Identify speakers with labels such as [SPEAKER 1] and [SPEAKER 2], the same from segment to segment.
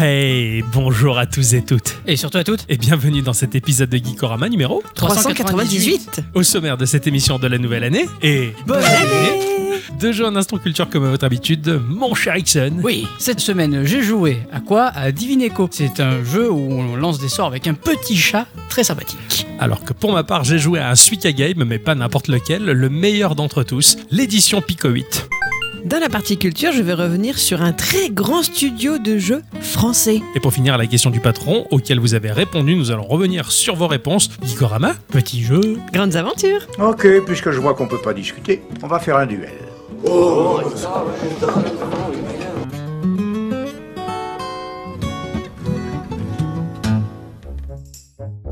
[SPEAKER 1] Hey, bonjour à tous et toutes,
[SPEAKER 2] Et surtout à toutes
[SPEAKER 1] et bienvenue dans cet épisode de Geekorama numéro
[SPEAKER 2] 398.
[SPEAKER 1] au sommaire de cette émission de la nouvelle année et
[SPEAKER 2] Bonne année
[SPEAKER 1] deux jeux en instant culture comme à votre habitude, mon cher Ixon.
[SPEAKER 2] Oui, cette semaine j'ai joué à quoi À Divineco. C'est un jeu où on lance des sorts avec un petit chat très sympathique.
[SPEAKER 1] Alors que pour ma part, j'ai joué à un Suika Game, mais pas n'importe lequel, le meilleur d'entre tous, l'édition Pico 8.
[SPEAKER 3] Dans la partie culture, je vais revenir sur un très grand studio de jeux français.
[SPEAKER 1] Et pour finir, la question du patron auquel vous avez répondu, nous allons revenir sur vos réponses. Geekorama,
[SPEAKER 2] Petit jeu.
[SPEAKER 3] Grandes aventures
[SPEAKER 4] Ok, puisque je vois qu'on peut pas discuter, on va faire un duel.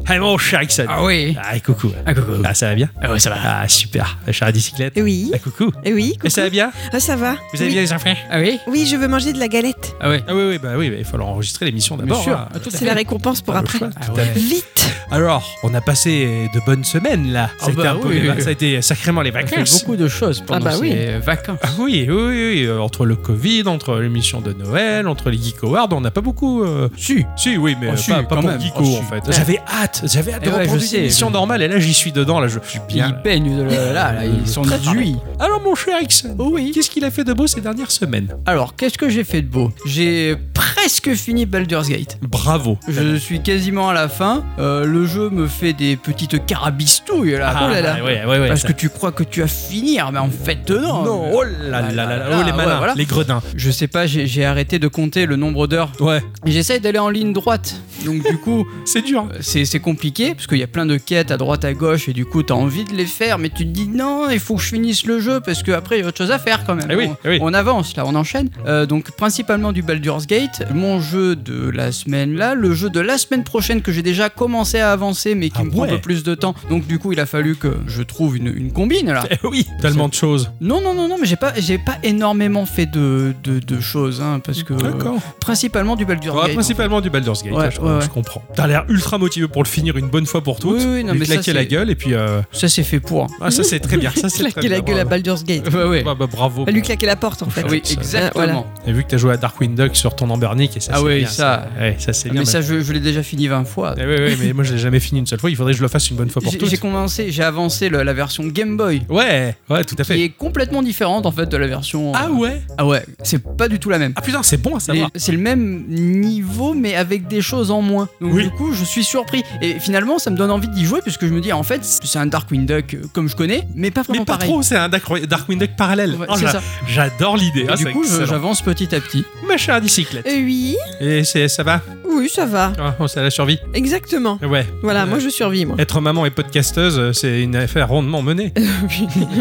[SPEAKER 1] hey mon cher Ixon.
[SPEAKER 2] Ah oui.
[SPEAKER 1] Ah, et coucou.
[SPEAKER 2] Ah coucou.
[SPEAKER 1] Ah, ça va bien
[SPEAKER 2] Ah ouais, ça va.
[SPEAKER 1] Ah, super. Ma chère à bicyclette.
[SPEAKER 3] Oui,
[SPEAKER 1] Ah, coucou.
[SPEAKER 3] eh oui,
[SPEAKER 1] Et ça va bien
[SPEAKER 3] ah, ça va.
[SPEAKER 1] Vous allez
[SPEAKER 3] oui.
[SPEAKER 1] bien les enfants
[SPEAKER 2] Ah oui
[SPEAKER 3] Oui, je veux manger de la galette.
[SPEAKER 2] Ah ouais.
[SPEAKER 1] Ah oui, oui, bah oui, mais il faut leur enregistrer l'émission d'abord.
[SPEAKER 2] Bien sûr.
[SPEAKER 1] hein.
[SPEAKER 2] Ah, tout à
[SPEAKER 3] C'est
[SPEAKER 2] fait.
[SPEAKER 3] la récompense pour
[SPEAKER 1] Pas le
[SPEAKER 3] après.
[SPEAKER 1] choix,
[SPEAKER 2] Ah
[SPEAKER 1] tout à
[SPEAKER 2] ouais.
[SPEAKER 1] fait.
[SPEAKER 3] Vite
[SPEAKER 1] Alors, on a passé de bonnes semaines là.
[SPEAKER 2] Ah
[SPEAKER 1] ça, a été
[SPEAKER 2] bah
[SPEAKER 1] un peu
[SPEAKER 2] oui,
[SPEAKER 1] les va-
[SPEAKER 2] oui.
[SPEAKER 1] ça a été sacrément les
[SPEAKER 2] On fait
[SPEAKER 1] vacances.
[SPEAKER 2] beaucoup de choses pendant
[SPEAKER 3] Ah bah oui.
[SPEAKER 2] ces vacances.
[SPEAKER 1] Ah Oui, oui, oui, oui, euh, entre le Covid, entre l'émission de Noël, entre les Geek Awards, on n'a pas beaucoup. euh,
[SPEAKER 2] Si.
[SPEAKER 1] Si, oui, mais
[SPEAKER 2] Oh,
[SPEAKER 1] euh,
[SPEAKER 2] si,
[SPEAKER 1] pas, pas
[SPEAKER 2] quand
[SPEAKER 1] pour
[SPEAKER 2] même.
[SPEAKER 1] Geeko
[SPEAKER 2] Oh, si.
[SPEAKER 1] en fait.
[SPEAKER 2] Ouais.
[SPEAKER 1] J'avais hâte, j'avais hâte de
[SPEAKER 2] Eh ouais,
[SPEAKER 1] reprendre
[SPEAKER 2] je
[SPEAKER 1] une
[SPEAKER 2] sais,
[SPEAKER 1] émission
[SPEAKER 2] je-
[SPEAKER 1] normale et là j'y suis dedans, là je suis bien.
[SPEAKER 2] Ils baignent de là, là, là, ils sont
[SPEAKER 1] Préparé.
[SPEAKER 2] duits.
[SPEAKER 1] Alors mon cher Ixon,
[SPEAKER 2] Oh Oui.
[SPEAKER 1] qu'est-ce qu'il a fait de beau ces dernières semaines
[SPEAKER 2] Alors, qu'est-ce que j'ai fait de beau J'ai presque fini Baldur's Gate.
[SPEAKER 1] Bravo.
[SPEAKER 2] Je suis quasiment à la fin. Euh, le jeu me fait des petites carabistouilles là.
[SPEAKER 1] Ah,
[SPEAKER 2] oh là là.
[SPEAKER 1] ouais, ouais, ouais,
[SPEAKER 2] Parce
[SPEAKER 1] ça-
[SPEAKER 2] que tu crois que tu vas finir, mais en fait non.
[SPEAKER 1] Non, oh là là là là, oh les
[SPEAKER 2] Ah, ouais,
[SPEAKER 1] malins,
[SPEAKER 2] voilà.
[SPEAKER 1] les gredins.
[SPEAKER 2] Je sais pas, j'ai j'ai arrêté de compter le nombre d'heures.
[SPEAKER 1] Ouais,
[SPEAKER 2] J'essaie d'aller en ligne droite. Donc du coup,
[SPEAKER 1] c'est dur. hein.
[SPEAKER 2] euh, c'est c'est compliqué parce qu'il y a plein de quêtes à droite à gauche et du coup t'as envie de les faire, mais tu te dis non, il faut que je finisse le jeu parce qu'après il y a autre chose à faire quand même.
[SPEAKER 1] Eh oui,
[SPEAKER 2] on,
[SPEAKER 1] eh oui.
[SPEAKER 2] on avance là, on enchaîne. Euh, donc principalement du Baldur's Gate, mon jeu de la semaine là, le jeu de la semaine prochaine que j'ai déjà commencé à avancer mais qui
[SPEAKER 1] Ah
[SPEAKER 2] me prend un
[SPEAKER 1] ouais.
[SPEAKER 2] peu plus de temps. Donc du coup il a fallu que je trouve une, une combine là.
[SPEAKER 1] Eh oui, tellement de choses.
[SPEAKER 2] Non, non, non, non, mais j'ai pas, j'ai pas énormément fait de, de, de choses, hein, parce que.
[SPEAKER 1] D'accord.
[SPEAKER 2] Principalement du Baldur's
[SPEAKER 1] Ouais,
[SPEAKER 2] Gate.
[SPEAKER 1] euh, principalement du Baldur's Gate,
[SPEAKER 2] Ouais,
[SPEAKER 1] là, je,
[SPEAKER 2] ouais, ouais.
[SPEAKER 1] je comprends. T'as l'air ultra motivé pour le finir une bonne fois pour toutes.
[SPEAKER 2] Oui, oui, non,
[SPEAKER 1] lui
[SPEAKER 2] mais ça,
[SPEAKER 1] claquer la
[SPEAKER 2] c'est-
[SPEAKER 1] gueule et puis. euh,
[SPEAKER 2] Ça, c'est fait pour.
[SPEAKER 1] Ah, ça c'est très bien. Ça c'est très
[SPEAKER 3] Claquer la
[SPEAKER 1] bien,
[SPEAKER 3] gueule à
[SPEAKER 1] bravo.
[SPEAKER 3] Baldur's Gate.
[SPEAKER 2] Ouais, ouais.
[SPEAKER 1] Bah, bah, bravo.
[SPEAKER 2] Ah,
[SPEAKER 3] Pas lui claquer la porte en fait.
[SPEAKER 2] Oui,
[SPEAKER 1] ça-
[SPEAKER 2] exactement.
[SPEAKER 1] Et vu que t'as joué à Darkwing Duck sur ton Ambernick et ça
[SPEAKER 2] Ah
[SPEAKER 1] c'est
[SPEAKER 2] oui,
[SPEAKER 1] bien,
[SPEAKER 2] ça. Ah,
[SPEAKER 1] Ouais, ça c'est bien. hein.
[SPEAKER 2] mais ça, je, je l'ai déjà fini 20 fois.
[SPEAKER 1] Eh oui, oui, mais moi je l'ai jamais fini une seule fois, il faudrait que je le fasse une bonne fois pour
[SPEAKER 2] J'ai j'ai
[SPEAKER 1] toutes.
[SPEAKER 2] commencé, j'ai avancé le- la version Game Boy,
[SPEAKER 1] Ouais, ouais, tout à fait.
[SPEAKER 2] qui est complètement différente en fait de la version. euh,
[SPEAKER 1] Ah ouais
[SPEAKER 2] Ah ouais, c'est pas du tout la même.
[SPEAKER 1] Ah putain, c'est bon à
[SPEAKER 2] Les-
[SPEAKER 1] savoir.
[SPEAKER 2] C'est le même niveau, mais avec des choses en moins. Donc
[SPEAKER 1] Oui.
[SPEAKER 2] du coup, je suis surpris. Et finalement, ça me donne envie d'y jouer, puisque je me dis, en fait, c'est un Darkwing Duck euh, comme je connais, mais pas vraiment
[SPEAKER 1] Mais pas
[SPEAKER 2] pareil.
[SPEAKER 1] trop, c'est un Dark- Darkwing Duck parallèle.
[SPEAKER 2] Ouais,
[SPEAKER 1] Oh,
[SPEAKER 2] c'est
[SPEAKER 1] j'a-
[SPEAKER 2] ça.
[SPEAKER 1] J'adore l'idée.
[SPEAKER 2] Et
[SPEAKER 1] Ah,
[SPEAKER 2] du
[SPEAKER 1] c'est
[SPEAKER 2] coup, je-
[SPEAKER 1] excellent.
[SPEAKER 2] j'avais petit à petit.
[SPEAKER 1] Ma chère bicyclette.
[SPEAKER 3] Euh, oui,
[SPEAKER 1] Et c'est, ça va
[SPEAKER 3] oui, ça va.
[SPEAKER 1] Ah, oh, C'est la survie
[SPEAKER 3] Exactement.
[SPEAKER 1] Ouais.
[SPEAKER 3] Voilà,
[SPEAKER 1] Ouais.
[SPEAKER 3] moi je survis moi.
[SPEAKER 1] Être maman et podcasteuse, euh, c'est une affaire rondement menée.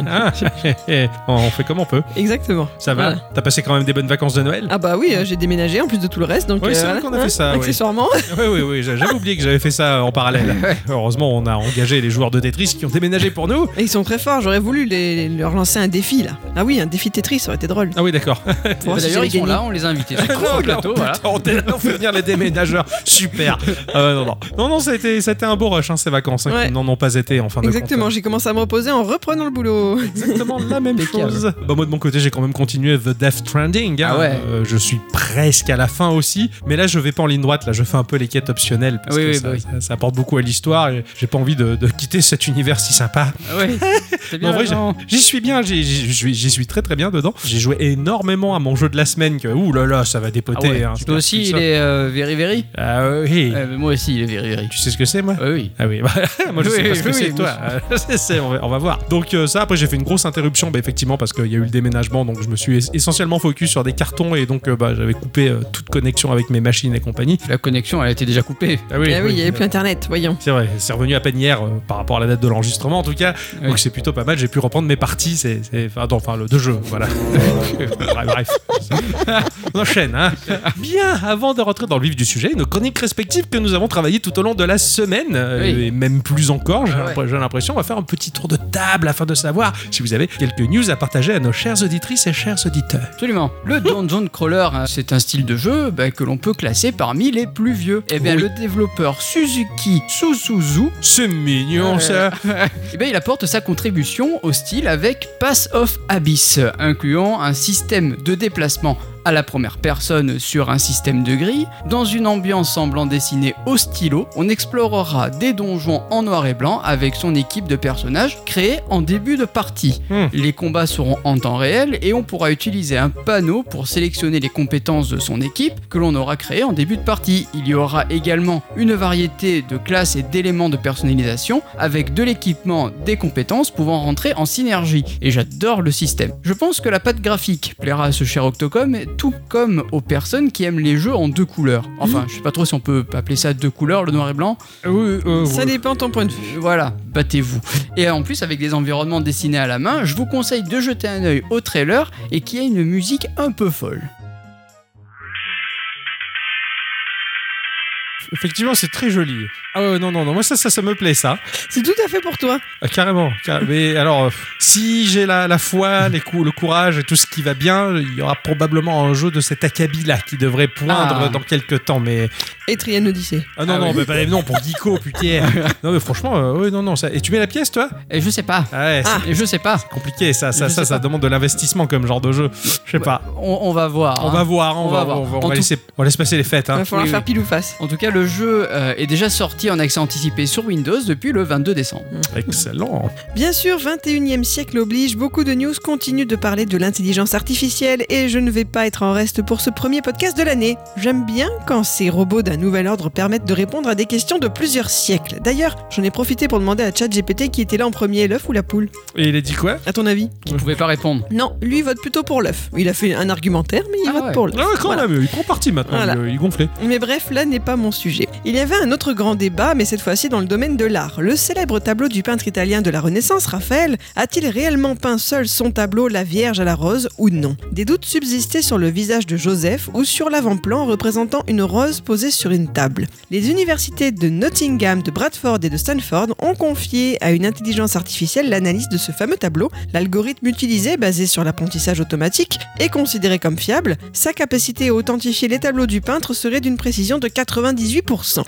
[SPEAKER 1] Ah, on fait comme on peut.
[SPEAKER 3] Exactement.
[SPEAKER 1] Ça va
[SPEAKER 3] Voilà.
[SPEAKER 1] T'as passé quand même des bonnes vacances de Noël
[SPEAKER 3] Ah bah oui, euh, j'ai déménagé en plus de tout le reste, donc
[SPEAKER 1] Oui,
[SPEAKER 3] euh,
[SPEAKER 1] c'est vrai
[SPEAKER 3] voilà,
[SPEAKER 1] qu'on a fait
[SPEAKER 3] hein,
[SPEAKER 1] ça, oui.
[SPEAKER 3] Accessoirement.
[SPEAKER 1] Oui, oui, oui, j'a- j'avais oublié que j'avais fait ça en parallèle. Heureusement, on a engagé les joueurs de Tetris qui ont déménagé pour nous.
[SPEAKER 3] Et ils sont très forts, j'aurais voulu les- leur lancer un défi là. Ah oui, un défi Tetris, ça aurait été drôle.
[SPEAKER 1] Ah oui, d'accord.
[SPEAKER 3] Pour voir si
[SPEAKER 2] Bah, D'ailleurs,
[SPEAKER 3] j'allais
[SPEAKER 2] ils sont
[SPEAKER 3] gagner.
[SPEAKER 2] là, on les a invités. C'est cool,
[SPEAKER 1] Non,
[SPEAKER 2] au
[SPEAKER 1] non,
[SPEAKER 2] plateau, voilà.
[SPEAKER 1] putain, on dé- on fait venir les déménageurs. Super. Euh, non, non, non, non, ça a été, ça a été un beau rush, hein, ces vacances, hein,
[SPEAKER 3] Ouais.
[SPEAKER 1] qui n'en ont pas été
[SPEAKER 2] Ah,
[SPEAKER 1] en fin
[SPEAKER 2] bah,
[SPEAKER 1] de
[SPEAKER 3] Exactement,
[SPEAKER 1] compte.
[SPEAKER 3] j'ai commencé à me reposer en reprenant le boulot.
[SPEAKER 1] Exactement la même
[SPEAKER 2] Impeccable.
[SPEAKER 1] chose. Bah, moi, de mon côté, j'ai quand même continué The Death Stranding. hein.
[SPEAKER 2] Ah ouais.
[SPEAKER 1] Euh, je suis presque à la fin aussi. Mais là, je vais pas en ligne droite. Là, je fais un peu les quêtes optionnelles parce
[SPEAKER 2] Oui,
[SPEAKER 1] que
[SPEAKER 2] oui,
[SPEAKER 1] ça,
[SPEAKER 2] bah oui.
[SPEAKER 1] ça- ça apporte beaucoup à l'histoire. et J'ai pas envie de, de quitter cet univers si sympa.
[SPEAKER 2] Ouais. C'est bien.
[SPEAKER 1] En vrai, j'ai-
[SPEAKER 2] non
[SPEAKER 1] J'y suis bien, j'y- j'y j'y suis, j'y suis très très bien dedans. J'ai joué énormément à mon jeu de la semaine que, ouh là là, ça va
[SPEAKER 2] Ah
[SPEAKER 1] dépoter.
[SPEAKER 2] ouais.
[SPEAKER 1] hein,
[SPEAKER 2] Toi aussi, il
[SPEAKER 1] ça.
[SPEAKER 2] est euh, very very.
[SPEAKER 1] Ah oui.
[SPEAKER 2] Euh, mais moi aussi, il est very very.
[SPEAKER 1] Tu sais ce que c'est, moi
[SPEAKER 2] Ouais, oui.
[SPEAKER 1] Ah oui, bah, moi je
[SPEAKER 2] Oui,
[SPEAKER 1] sais pas ce que
[SPEAKER 2] oui,
[SPEAKER 1] c'est
[SPEAKER 2] oui,
[SPEAKER 1] toi. C'est- c'est- on, va, on va voir. Donc euh, ça, après j'ai fait une grosse interruption, bah, effectivement parce qu'il y a eu le déménagement, donc je me suis es- essentiellement focus sur des cartons et donc euh, bah, j'avais coupé euh, toute connexion avec mes machines et compagnie.
[SPEAKER 2] La connexion, elle a été déjà coupée.
[SPEAKER 1] Ah oui,
[SPEAKER 3] ah oui, il y avait
[SPEAKER 1] euh,
[SPEAKER 3] plus internet, voyons.
[SPEAKER 1] C'est vrai, c'est revenu à peine hier euh, par rapport à la date de l'enregistrement en tout cas.
[SPEAKER 2] Oui.
[SPEAKER 1] Donc c'est plutôt pas mal, j'ai pu reprendre mes parties, c'est, c'est- enfin, non, enfin le de jeu, voilà. bref, bref. on enchaîne. Hein. Bien, avant de rentrer dans le vif du sujet, nos chroniques respectives que nous avons travaillées tout au long de la semaine, euh,
[SPEAKER 2] Oui.
[SPEAKER 1] et même plus encore, j'ai,
[SPEAKER 2] Ah ouais.
[SPEAKER 1] l'impr- j'ai l'impression, on va faire un petit tour de table afin de savoir si vous avez quelques news à partager à nos chères auditrices et chers auditeurs.
[SPEAKER 2] Absolument. Le Dungeon Crawler, hein, c'est un style de jeu bah, que l'on peut classer parmi les plus vieux. Eh bien,
[SPEAKER 1] Oui.
[SPEAKER 2] le développeur Suzuki Susuzu,
[SPEAKER 1] C'est mignon ça.
[SPEAKER 2] eh bien, il apporte sa contribution au style avec Pass of Abyss, incluant un système de déplacement à la première personne sur un système de grille. Dans une ambiance semblant dessinée au stylo, on explorera des donjons en noir et blanc avec son équipe de personnages créés en début de partie.
[SPEAKER 1] Hmm.
[SPEAKER 2] Les combats seront en temps réel et on pourra utiliser un panneau pour sélectionner les compétences de son équipe que l'on aura créées en début de partie. Il y aura également une variété de classes et d'éléments de personnalisation avec de l'équipement, des compétences pouvant rentrer en synergie. Et j'adore le système. Je pense que la patte graphique plaira à ce cher Octocom, tout comme aux personnes qui aiment les jeux en deux couleurs. Enfin, je sais pas trop si on peut appeler ça deux couleurs, le noir et blanc.
[SPEAKER 1] Hmm. Oui,
[SPEAKER 2] Oh,
[SPEAKER 1] euh,
[SPEAKER 3] Ça
[SPEAKER 1] oui.
[SPEAKER 3] dépend ton point de vue.
[SPEAKER 2] Euh, Voilà, battez-vous. Et en plus, avec des environnements dessinés à la main, je vous conseille de jeter un œil au trailer et qui a une musique un peu folle.
[SPEAKER 1] Effectivement, c'est très joli. Ah ouais, non, non, non, moi ça, ça, ça me plaît, ça.
[SPEAKER 3] C'est tout à fait pour toi.
[SPEAKER 1] Ah, Carrément. carré- Mais alors, euh, si j'ai la, la foi, les cou- le courage et tout ce qui va bien, il y aura probablement un jeu de cet acabit-là qui devrait poindre
[SPEAKER 2] Ah.
[SPEAKER 1] dans quelques temps. Mais
[SPEAKER 3] Etrian Odyssey.
[SPEAKER 1] ah non,
[SPEAKER 2] Ah
[SPEAKER 1] non,
[SPEAKER 2] ouais.
[SPEAKER 1] mais pas- non, pour Geeko, putain. non, mais franchement, euh, ouais, non, non. Ça... Et tu mets la pièce, toi
[SPEAKER 2] Et je sais pas.
[SPEAKER 1] Ah ouais, c'est
[SPEAKER 3] Ah.
[SPEAKER 2] Et je sais pas.
[SPEAKER 1] compliqué. Ça, ça,
[SPEAKER 2] Je
[SPEAKER 1] ça,
[SPEAKER 2] sais
[SPEAKER 1] ça
[SPEAKER 2] pas.
[SPEAKER 1] demande de l'investissement comme genre de jeu. Je sais pas.
[SPEAKER 2] On, on va voir.
[SPEAKER 1] On
[SPEAKER 2] hein.
[SPEAKER 1] va voir, on,
[SPEAKER 2] On
[SPEAKER 1] va,
[SPEAKER 2] va voir.
[SPEAKER 1] on va- on
[SPEAKER 2] En
[SPEAKER 1] va
[SPEAKER 2] tout-
[SPEAKER 1] laisser, on laisse passer les fêtes.
[SPEAKER 3] Il
[SPEAKER 1] Hein.
[SPEAKER 3] va falloir
[SPEAKER 2] oui,
[SPEAKER 3] faire
[SPEAKER 2] oui.
[SPEAKER 3] pile ou face.
[SPEAKER 2] En tout cas, le jeu euh, est déjà sorti en accès anticipé sur Windows depuis le 22 décembre.
[SPEAKER 1] Excellent.
[SPEAKER 3] Bien sûr, 21e siècle oblige, beaucoup de news continuent de parler de l'intelligence artificielle et je ne vais pas être en reste pour ce premier podcast de l'année. J'aime bien quand ces robots d'un nouvel ordre permettent de répondre à des questions de plusieurs siècles. D'ailleurs, j'en ai profité pour demander à ChatGPT qui était là en premier, l'œuf ou la poule
[SPEAKER 1] Et il a dit quoi
[SPEAKER 3] À ton avis
[SPEAKER 2] Vous pouvez pas répondre.
[SPEAKER 3] Non, lui vote plutôt pour l'œuf. Il a fait un argumentaire, mais il
[SPEAKER 2] Ah
[SPEAKER 3] vote
[SPEAKER 2] ouais.
[SPEAKER 3] pour l'œuf.
[SPEAKER 1] Ah, ouais, quand
[SPEAKER 3] Voilà.
[SPEAKER 1] même, il prend parti maintenant.
[SPEAKER 3] Voilà.
[SPEAKER 1] Il, il gonflait.
[SPEAKER 3] Mais bref, là n'est pas mon sujet. Il y avait un autre grand débat, mais cette fois-ci dans le domaine de l'art. Le célèbre tableau du peintre italien de la Renaissance, Raphaël, a-t-il réellement peint seul son tableau La Vierge à la Rose ou non Des doutes subsistaient sur le visage de Joseph ou sur l'avant-plan représentant une rose posée sur une table. Les universités de Nottingham, de Bradford et de Stanford ont confié à une intelligence artificielle l'analyse de ce fameux tableau. L'algorithme utilisé, basé sur l'apprentissage automatique, est considéré comme fiable. Sa capacité à authentifier les tableaux du peintre serait d'une précision de 98%.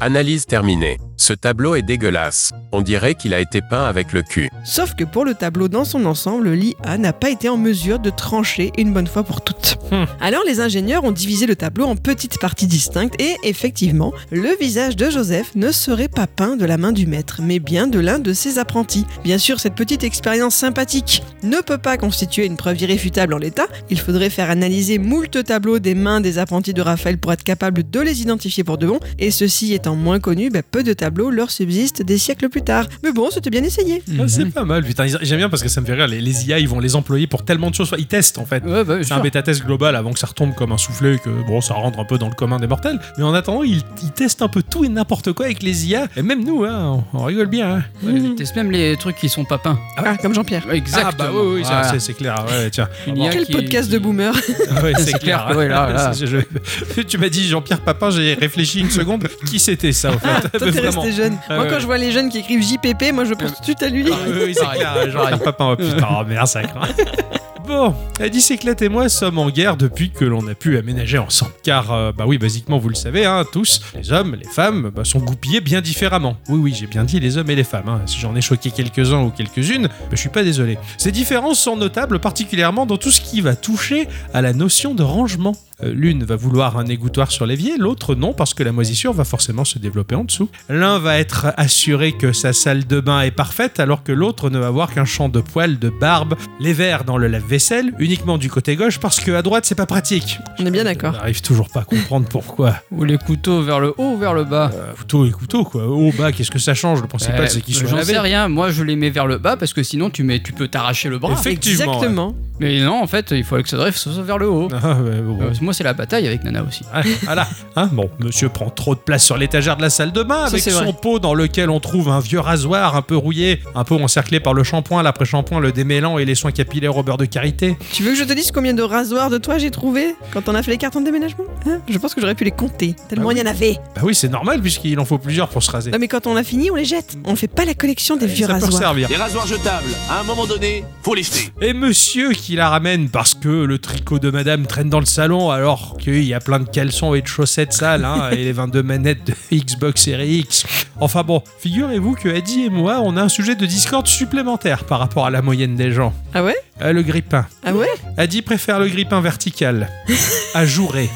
[SPEAKER 5] Analyse terminée. Ce tableau est dégueulasse. On dirait qu'il a été peint avec le cul.
[SPEAKER 3] Sauf que pour le tableau dans son ensemble, l'IA n'a pas été en mesure de trancher une bonne fois pour toutes.
[SPEAKER 1] Hmm.
[SPEAKER 3] Alors les ingénieurs ont divisé le tableau en petites parties distinctes et effectivement, le visage de Joseph ne serait pas peint de la main du maître, mais bien de l'un de ses apprentis. Bien sûr, cette petite expérience sympathique ne peut pas constituer une preuve irréfutable en l'état. Il faudrait faire analyser moult tableaux des mains des apprentis de Raphaël pour être capable de les identifier pour de bon. Et ceci étant moins connu, bah, peu de tableaux leur subsistent des siècles plus tard. Mais bon, c'était bien essayé.
[SPEAKER 1] Ah, c'est
[SPEAKER 2] Mhm.
[SPEAKER 1] pas mal, putain. Ils- J'aime bien parce que ça me fait rire. Les, les IA, ils vont les employer pour tellement de choses. Ils testent, en fait.
[SPEAKER 2] Ouais, bah,
[SPEAKER 1] C'est
[SPEAKER 2] sûr.
[SPEAKER 1] un bêta-test global avant que ça retombe comme un soufflet et que bon, ça rentre un peu dans le commun des mortels. Mais en attendant, ils, ils testent un peu tout et n'importe quoi avec les IA. Et même nous, hein, on, on rigole bien. hein.
[SPEAKER 2] Ouais, ils testent même les trucs qui sont pas peints.
[SPEAKER 3] Ah, comme Jean-Pierre.
[SPEAKER 2] Exactement.
[SPEAKER 1] Ah bah oui, oui, ça,
[SPEAKER 2] Voilà.
[SPEAKER 1] c'est- c'est clair. Ouais, tiens.
[SPEAKER 2] Une IA
[SPEAKER 3] Quel
[SPEAKER 2] qui-
[SPEAKER 3] podcast
[SPEAKER 2] qui-
[SPEAKER 3] de boomer
[SPEAKER 1] Ah ouais, c'est
[SPEAKER 2] C'est
[SPEAKER 1] clair.
[SPEAKER 2] clair, ouais, là, là.
[SPEAKER 1] C'est- je- tu m'as dit Jean-Pierre Papin, j'ai réfléchi une seconde. Qui c'était ça, en fait
[SPEAKER 3] Toi, t'es
[SPEAKER 1] Vraiment.
[SPEAKER 3] resté jeune.
[SPEAKER 1] Ah
[SPEAKER 3] moi,
[SPEAKER 1] ouais.
[SPEAKER 3] quand je vois les jeunes qui écrivent JPP, moi, je pense tout de suite à lui.
[SPEAKER 1] Ah oui, oui, c'est
[SPEAKER 2] Pareil.
[SPEAKER 1] clair, genre, il papa, oh putain, oh merde, ça craint. Bon, la bicyclette et moi sommes en guerre depuis que l'on a pu aménager ensemble. Car, euh, bah oui, basiquement, vous le savez, hein, tous, les hommes, les femmes, bah, sont goupillés bien différemment. Oui, oui, j'ai bien dit les hommes et les femmes. hein. Si j'en ai choqué quelques-uns ou quelques-unes, bah, je suis pas désolé. Ces différences sont notables particulièrement dans tout ce qui va toucher à la notion de rangement. Euh, L'une va vouloir un égouttoir sur l'évier, l'autre non parce que la moisissure va forcément se développer en dessous. L'un va être assuré que sa salle de bain est parfaite alors que l'autre ne va avoir qu'un champ de poils, de barbe, les verres dans le lave-vaisselle, uniquement du côté gauche parce que à droite c'est pas pratique.
[SPEAKER 3] On est bien
[SPEAKER 1] On
[SPEAKER 3] d'accord.
[SPEAKER 1] n'arrive toujours pas à comprendre pourquoi.
[SPEAKER 2] Ou les couteaux vers le haut ou vers le bas.
[SPEAKER 1] Euh, couteau et couteau quoi. Haut, bas, qu'est-ce que ça change Le principal
[SPEAKER 2] Euh,
[SPEAKER 1] c'est qu'ils sont
[SPEAKER 2] J'en sais
[SPEAKER 1] lavés.
[SPEAKER 2] rien. Moi, je les mets vers le bas parce que sinon, tu, mets, tu peux t'arracher le bras.
[SPEAKER 1] Effect- Effectivement,
[SPEAKER 3] Exactement.
[SPEAKER 2] Mais non, en fait, il faut que ça drive soit vers le haut.
[SPEAKER 1] Ah, ouais, bon,
[SPEAKER 2] Euh, moi, c'est la bataille avec Nana aussi.
[SPEAKER 1] Ah, voilà. Hein, bon, monsieur prend trop de place sur l'étagère de la salle de bain
[SPEAKER 3] Ça,
[SPEAKER 1] avec
[SPEAKER 3] c'est
[SPEAKER 1] son
[SPEAKER 3] vrai.
[SPEAKER 1] pot dans lequel on trouve un vieux rasoir un peu rouillé, un peu encerclé par le shampoing, l'après-shampoing, le démêlant et les soins capillaires au beurre de karité.
[SPEAKER 3] Tu veux que je te dise combien de rasoirs de toi j'ai trouvé quand on a fait les cartons de déménagement Hein Je pense que j'aurais pu les compter. Tellement
[SPEAKER 1] Ah
[SPEAKER 3] il y en avait.
[SPEAKER 1] Bah oui, c'est normal puisqu'il en faut plusieurs pour se raser.
[SPEAKER 3] Non, mais quand on a fini, on les jette. On fait pas la collection des vieux
[SPEAKER 1] Eh, ça peut
[SPEAKER 3] rasoirs.
[SPEAKER 1] servir.
[SPEAKER 6] Les rasoirs jetables, à un moment donné, faut les jeter.
[SPEAKER 1] Et monsieur qui la ramène parce que le tricot de madame traîne dans le salon alors qu'il y a plein de caleçons et de chaussettes sales hein, et les 22 manettes de Xbox Series X. Enfin bon, figurez-vous que Adi et moi, on a un sujet de discorde supplémentaire par rapport à la moyenne des gens.
[SPEAKER 3] Ah ouais
[SPEAKER 1] Euh, le grippin.
[SPEAKER 3] Ah ouais
[SPEAKER 1] Adi préfère le grippin vertical. À jouer.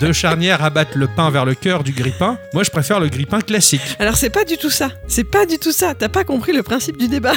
[SPEAKER 1] Deux charnières abattent le pain vers le cœur du grippin. Moi, je préfère le grippin classique.
[SPEAKER 3] Alors c'est pas du tout ça. C'est pas du tout ça. T'as pas compris le principe du débat.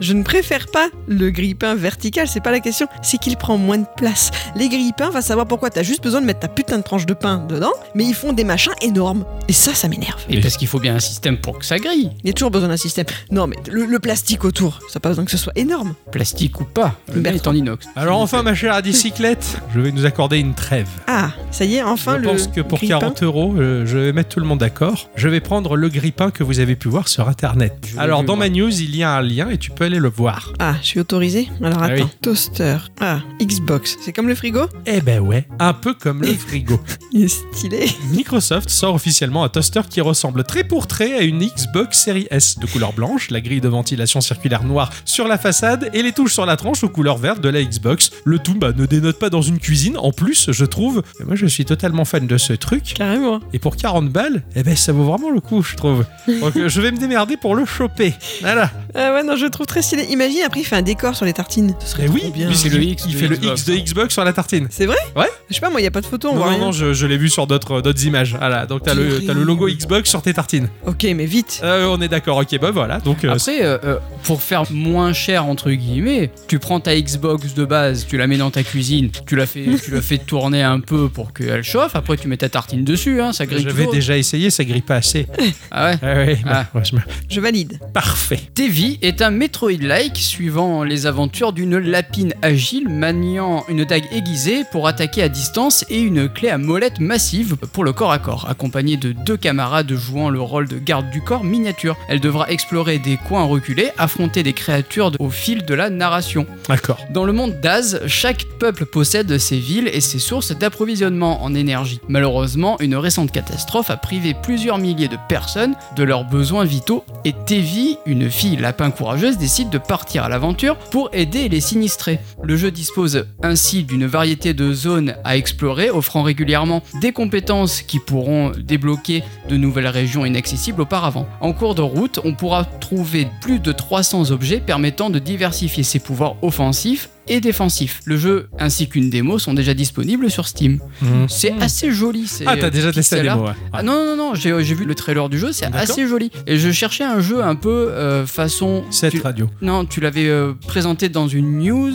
[SPEAKER 3] Je ne préfère pas le grille-pain vertical, c'est pas la question. C'est qu'il prend moins de place. Les grille-pains, va savoir pourquoi. T'as juste besoin de mettre ta putain de tranche de pain dedans, mais ils font des machins énormes. Et ça, ça m'énerve.
[SPEAKER 2] Mais parce qu'il faut bien un système pour que ça grille.
[SPEAKER 3] Il y a toujours besoin d'un système. Non, mais le, le plastique autour, ça n'a pas besoin que ce soit énorme.
[SPEAKER 2] Plastique ou pas, le mien est en inox.
[SPEAKER 1] Alors enfin, ma chère Adicyclette, je vais nous accorder une trêve.
[SPEAKER 3] Ah, ça y est, enfin
[SPEAKER 1] je
[SPEAKER 3] le.
[SPEAKER 1] pense que pour
[SPEAKER 3] grille-pain.
[SPEAKER 1] 40 euros, euh, je vais mettre tout le monde d'accord. Je vais prendre le grippin que vous avez pu voir sur Internet.
[SPEAKER 2] Je l'ai
[SPEAKER 1] Alors,
[SPEAKER 2] vu,
[SPEAKER 1] dans
[SPEAKER 2] moi.
[SPEAKER 1] ma news, il y a un lien et tu peux aller le voir.
[SPEAKER 3] Ah, je suis autorisé Alors
[SPEAKER 1] Ah
[SPEAKER 3] attends.
[SPEAKER 1] oui.
[SPEAKER 3] Toaster. Ah, Xbox. C'est comme le frigo
[SPEAKER 1] Eh ben ouais, un peu comme le frigo.
[SPEAKER 3] Il est stylé.
[SPEAKER 1] Microsoft sort officiellement un toaster qui ressemble trait pour trait à une Xbox série S de couleur blanche, la grille de ventilation circulaire noire sur la façade et les touches sur la tranche aux couleurs vertes de la Xbox. Le tout bah, ne dénote pas dans une cuisine. En plus, je trouve, et moi je suis totalement fan de ce truc.
[SPEAKER 3] Carrément.
[SPEAKER 1] Et pour 40 balles, eh ben ça vaut vraiment le coup, je trouve. Donc euh, je vais me démerder pour le choper. Voilà.
[SPEAKER 3] Ah ouais, non, je le trouve très stylé. Imagine, après, il fait un décor sur les tartines. Ce
[SPEAKER 1] Mais
[SPEAKER 3] serait trop
[SPEAKER 1] Eh oui,
[SPEAKER 3] bien.
[SPEAKER 1] puisqu'il-
[SPEAKER 2] C'est le X
[SPEAKER 1] il
[SPEAKER 2] de
[SPEAKER 1] fait le
[SPEAKER 2] Xbox.
[SPEAKER 1] X de Xbox sur la tartine.
[SPEAKER 3] C'est vrai
[SPEAKER 1] Ouais.
[SPEAKER 3] Je sais pas, moi, il n'y a pas de photo, on
[SPEAKER 1] non,
[SPEAKER 3] voit
[SPEAKER 1] non,
[SPEAKER 3] rien.
[SPEAKER 1] non, je, je l'ai vu sur d'autres euh, d'autres images. Voilà, donc t'as le, t'as le logo Xbox sur tes tartines.
[SPEAKER 3] Ok, mais vite.
[SPEAKER 1] Euh, on est d'accord, ok, bah voilà. Donc, euh,
[SPEAKER 2] Après, euh, euh, pour faire moins cher entre guillemets, tu prends ta Xbox de base, tu la mets dans ta cuisine, tu la fais, tu la fais tourner un peu pour qu'elle chauffe. Après, tu mets ta tartine dessus, hein, ça grille.
[SPEAKER 1] j'avais
[SPEAKER 2] toujours.
[SPEAKER 1] déjà essayé, ça grille pas assez.
[SPEAKER 2] Ah ouais.
[SPEAKER 1] Ah ouais, bah, ouais, je me-
[SPEAKER 3] Je valide.
[SPEAKER 1] Parfait.
[SPEAKER 2] Devi est un Metroid-like suivant les aventures d'une lapine agile maniant une dague aiguisée pour attaquer à distance et une clé à molette massive pour le corps à corps, accompagnée de deux camarades jouant le rôle de garde du corps miniature. Elle devra explorer des coins reculés, affronter des créatures au fil de la narration.
[SPEAKER 1] D'accord.
[SPEAKER 2] Dans le monde d'Az, chaque peuple possède ses villes et ses sources d'approvisionnement en énergie. Malheureusement, une récente catastrophe a privé plusieurs milliers de personnes de leurs besoins vitaux et Tevi, une fille lapin courageuse, décide de partir à l'aventure pour aider les sinistrés. Le jeu dispose ainsi d'une variété de zones à explorer, offrant régulièrement des compétences qui pourront débloquer de nouvelles régions inaccessibles auparavant. En cours de route, on pourra trouver plus de 300 objets permettant de diversifier ses pouvoirs offensifs et défensifs. Le jeu ainsi qu'une démo sont déjà disponibles sur Steam.
[SPEAKER 1] Mm.
[SPEAKER 2] C'est assez joli. c'est-
[SPEAKER 1] Hmm. Ah, t'as déjà testé la
[SPEAKER 2] pixel art.
[SPEAKER 1] démo, ouais.
[SPEAKER 2] Ah non, non, non, j'ai j'ai vu le trailer du jeu, c'est
[SPEAKER 1] D'accord.
[SPEAKER 2] assez joli. Et je cherchais un jeu un peu euh, façon...
[SPEAKER 1] Cette
[SPEAKER 2] tu-
[SPEAKER 1] radio.
[SPEAKER 2] non, tu l'avais euh, présenté dans une news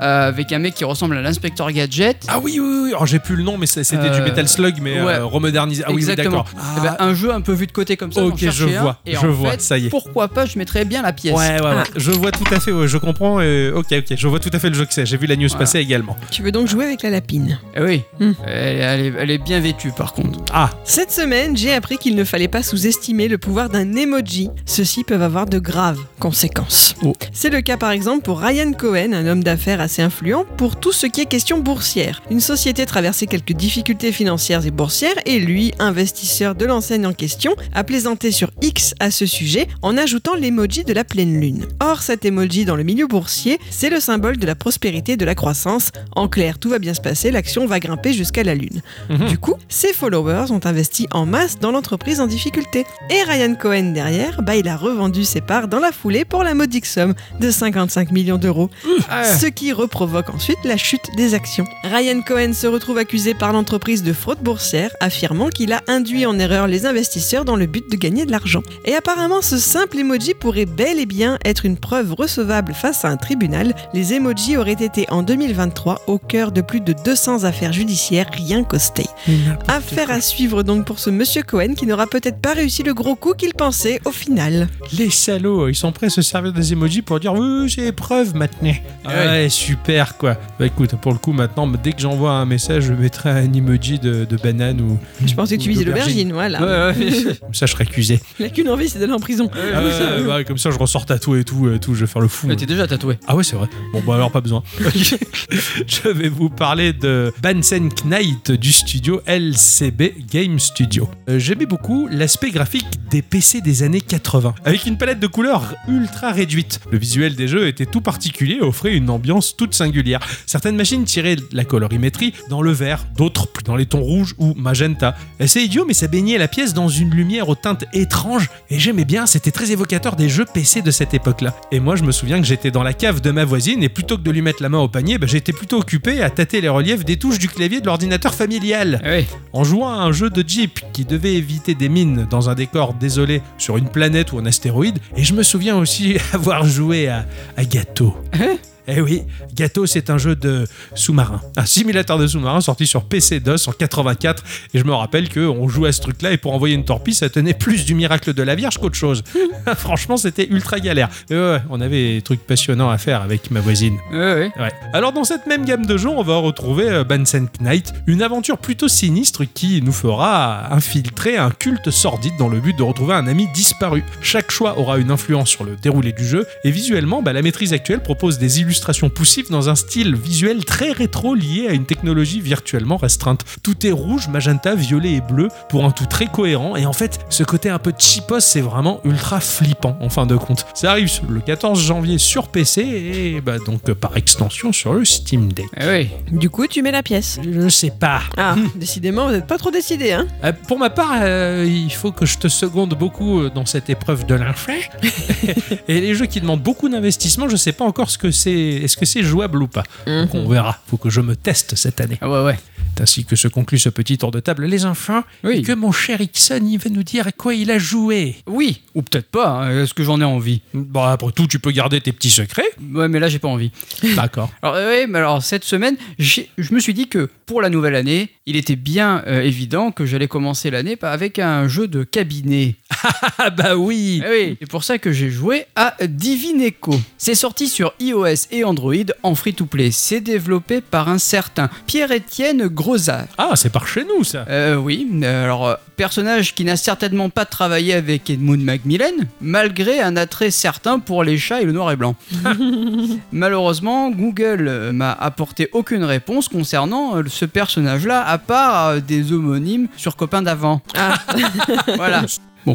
[SPEAKER 2] euh, avec un mec qui ressemble à l'inspecteur Gadget.
[SPEAKER 1] Ah oui, oui, oui. Alors j'ai plus le nom, mais c'est- c'était du
[SPEAKER 2] Euh,
[SPEAKER 1] Metal Slug, mais
[SPEAKER 2] ouais.
[SPEAKER 1] euh, remodernisé. Ah oui, oui,
[SPEAKER 2] Exactement.
[SPEAKER 1] d'accord.
[SPEAKER 2] Eh ben,
[SPEAKER 1] Ah,
[SPEAKER 2] un jeu un peu vu de côté comme ça.
[SPEAKER 1] Ok,
[SPEAKER 2] j'en cherchais
[SPEAKER 1] je
[SPEAKER 2] un,
[SPEAKER 1] vois,
[SPEAKER 2] et
[SPEAKER 1] je
[SPEAKER 2] en
[SPEAKER 1] vois,
[SPEAKER 2] fait,
[SPEAKER 1] ça y est.
[SPEAKER 2] Pourquoi pas, je mettrais bien la pièce.
[SPEAKER 1] Ouais, ouais, ouais. Je vois tout à fait, ouais, je comprends. euh, ok, ok, je vois tout à fait le jeu que c'est. J'ai vu la news
[SPEAKER 2] Voilà.
[SPEAKER 1] passer également.
[SPEAKER 3] Tu veux donc jouer avec la lapine.
[SPEAKER 2] Eh oui,
[SPEAKER 3] Hmm.
[SPEAKER 2] elle, elle est, elle est bien vêtue par contre.
[SPEAKER 1] Ah,
[SPEAKER 3] Cette semaine, j'ai appris qu'il ne fallait pas sous-estimer le pouvoir d'un emoji. Ceux-ci peuvent avoir de graves conséquences.
[SPEAKER 2] Oh.
[SPEAKER 3] C'est le cas par exemple pour Ryan Cohen, un homme d'affaires assez influent pour tout ce qui est question boursière. Une société traversait quelques difficultés financières et boursières et lui, investisseur de l'enseigne en question, a plaisanté sur X à ce sujet en ajoutant l'emoji de la pleine lune. Or, cet emoji dans le milieu boursier, c'est le symbole de la prospérité et de la croissance. En clair, tout va bien se passer, l'action va grimper jusqu'à la lune. Du coup, ses followers ont investi en masse dans l'entreprise en difficulté. Et Ryan Cohen derrière, bah, il a revendu ses parts dans la foulée pour la modique somme de 55 millions d'euros, ce qui reprovoque ensuite la chute des actions. Ryan Cohen se retrouve accusé par l'entreprise de fraude boursière, affirmant qu'il a induit en erreur les investisseurs dans le but de gagner de l'argent. Et apparemment, ce simple emoji pourrait bel et bien être une preuve recevable face à un tribunal. Les emojis auraient été en 2023 au cœur de plus de 200 affaires judiciaires rien qu'au state. Affaire à suivre donc pour ce monsieur Cohen qui n'aura peut-être pas réussi le gros coup qu'il pensait au final.
[SPEAKER 1] les salauds, ils sont prêts à se servir des emojis pour dire oui, oui, j'ai preuve maintenant. Ah
[SPEAKER 2] Ouais.
[SPEAKER 1] ouais, super quoi. Bah écoute, pour le coup, maintenant, dès que j'envoie un message, je mettrai un emoji de, de banane ou.
[SPEAKER 3] Je pensais que tu
[SPEAKER 1] Ou
[SPEAKER 3] visais
[SPEAKER 1] d'aubergine.
[SPEAKER 3] l'aubergine, voilà.
[SPEAKER 1] Comme ça, je serais accusé.
[SPEAKER 3] Il a qu'une envie, c'est d'aller en prison.
[SPEAKER 1] Ah ouais, bah, comme ça, je ressors tatoué et tout, euh, tout, je vais faire le fou.
[SPEAKER 2] Mais t'es déjà tatoué.
[SPEAKER 1] Ah ouais, c'est vrai. Bon, bah alors pas besoin. je vais vous parler de Bansen Knight du studio LCB Game Studio. Euh, J'aimais beaucoup l'aspect graphique des PC des années 80, avec une palette de couleurs ultra réduite. Le visuel des jeux était tout particulier et offrait une ambiance toute singulière. Certaines machines tiraient la colorimétrie dans le vert, d'autres plus dans les tons rouges ou magenta. Et C'est idiot, mais ça baignait la pièce dans une lumière aux teintes étranges, et j'aimais bien, c'était très évocateur des jeux PC de cette époque-là. Et moi, je me souviens que j'étais dans la cave de ma voisine, et plutôt que de de lui mettre la main au panier, bah, j'étais plutôt occupé à tâter les reliefs des touches du clavier de l'ordinateur familial.
[SPEAKER 2] Ah oui.
[SPEAKER 1] En jouant à un jeu de Jeep qui devait éviter des mines dans un décor désolé sur une planète ou un astéroïde, et je me souviens aussi avoir joué à, à Gâteau.
[SPEAKER 2] Hein
[SPEAKER 1] Eh oui, Gâteau, c'est un jeu de sous-marin, un simulateur de sous-marin sorti sur PC DOS en 84. Et je me rappelle qu'on jouait à ce truc-là et pour envoyer une torpille, ça tenait plus du miracle de la Vierge qu'autre chose. Franchement, c'était ultra galère. Mais ouais, ouais, on avait des trucs passionnants à faire avec ma voisine.
[SPEAKER 2] Ouais, ouais.
[SPEAKER 1] Ouais. Alors dans cette même gamme de jeux, on va retrouver euh, Bansen Knight, une aventure plutôt sinistre qui nous fera infiltrer un culte sordide dans le but de retrouver un ami disparu. Chaque choix aura une influence sur le déroulé du jeu et visuellement, bah, la maîtrise actuelle propose des illustrations poussives dans un style visuel très rétro lié à une technologie virtuellement restreinte. Tout est rouge, magenta, violet et bleu pour un tout très cohérent et en fait, ce côté un peu cheapos, c'est vraiment ultra flippant en fin de compte. Ça arrive le 14 janvier sur PC et bah, donc euh, par extension sur le Steam Deck.
[SPEAKER 2] Ah oui.
[SPEAKER 3] Du coup, tu mets la pièce.
[SPEAKER 1] Je sais pas.
[SPEAKER 3] Ah, décidément, vous n'êtes pas trop décidé, hein
[SPEAKER 1] Euh, pour ma part, euh, il faut que je te seconde beaucoup euh, dans cette épreuve de l'infra. et les jeux qui demandent beaucoup d'investissement, je sais pas encore ce que c'est. Est-ce que c'est jouable ou pas Donc on verra. Faut que je me teste cette année.
[SPEAKER 2] Ah ouais, ouais.
[SPEAKER 1] C'est ainsi que se conclut ce petit tour de table, les enfants.
[SPEAKER 2] Oui.
[SPEAKER 1] Et que mon cher Ixon, il va nous dire à quoi il a joué.
[SPEAKER 2] Oui, ou peut-être pas, hein, est-ce que j'en ai envie
[SPEAKER 1] Bon, après tout, tu peux garder tes petits secrets.
[SPEAKER 2] Ouais, mais là, j'ai pas envie.
[SPEAKER 1] D'accord.
[SPEAKER 2] Alors, euh, ouais, mais alors cette semaine, j'ai- je me suis dit que pour la nouvelle année, il était bien euh, évident que j'allais commencer l'année par- avec un jeu de cabinet.
[SPEAKER 1] Ah bah oui.
[SPEAKER 2] Eh oui, c'est pour ça que j'ai joué à Divineco. C'est sorti sur iOS et Android en free-to-play. C'est développé par un certain Pierre-Étienne Grosard.
[SPEAKER 1] Ah, c'est par chez nous, ça.
[SPEAKER 2] Euh, oui, euh, alors euh, personnage qui n'a certainement pas travaillé avec Edmund Macmillan, malgré un attrait certain pour les chats et le noir et blanc. Malheureusement, Google euh, m'a apporté aucune réponse concernant euh, ce personnage-là, à part euh, des homonymes sur copains d'avant. voilà.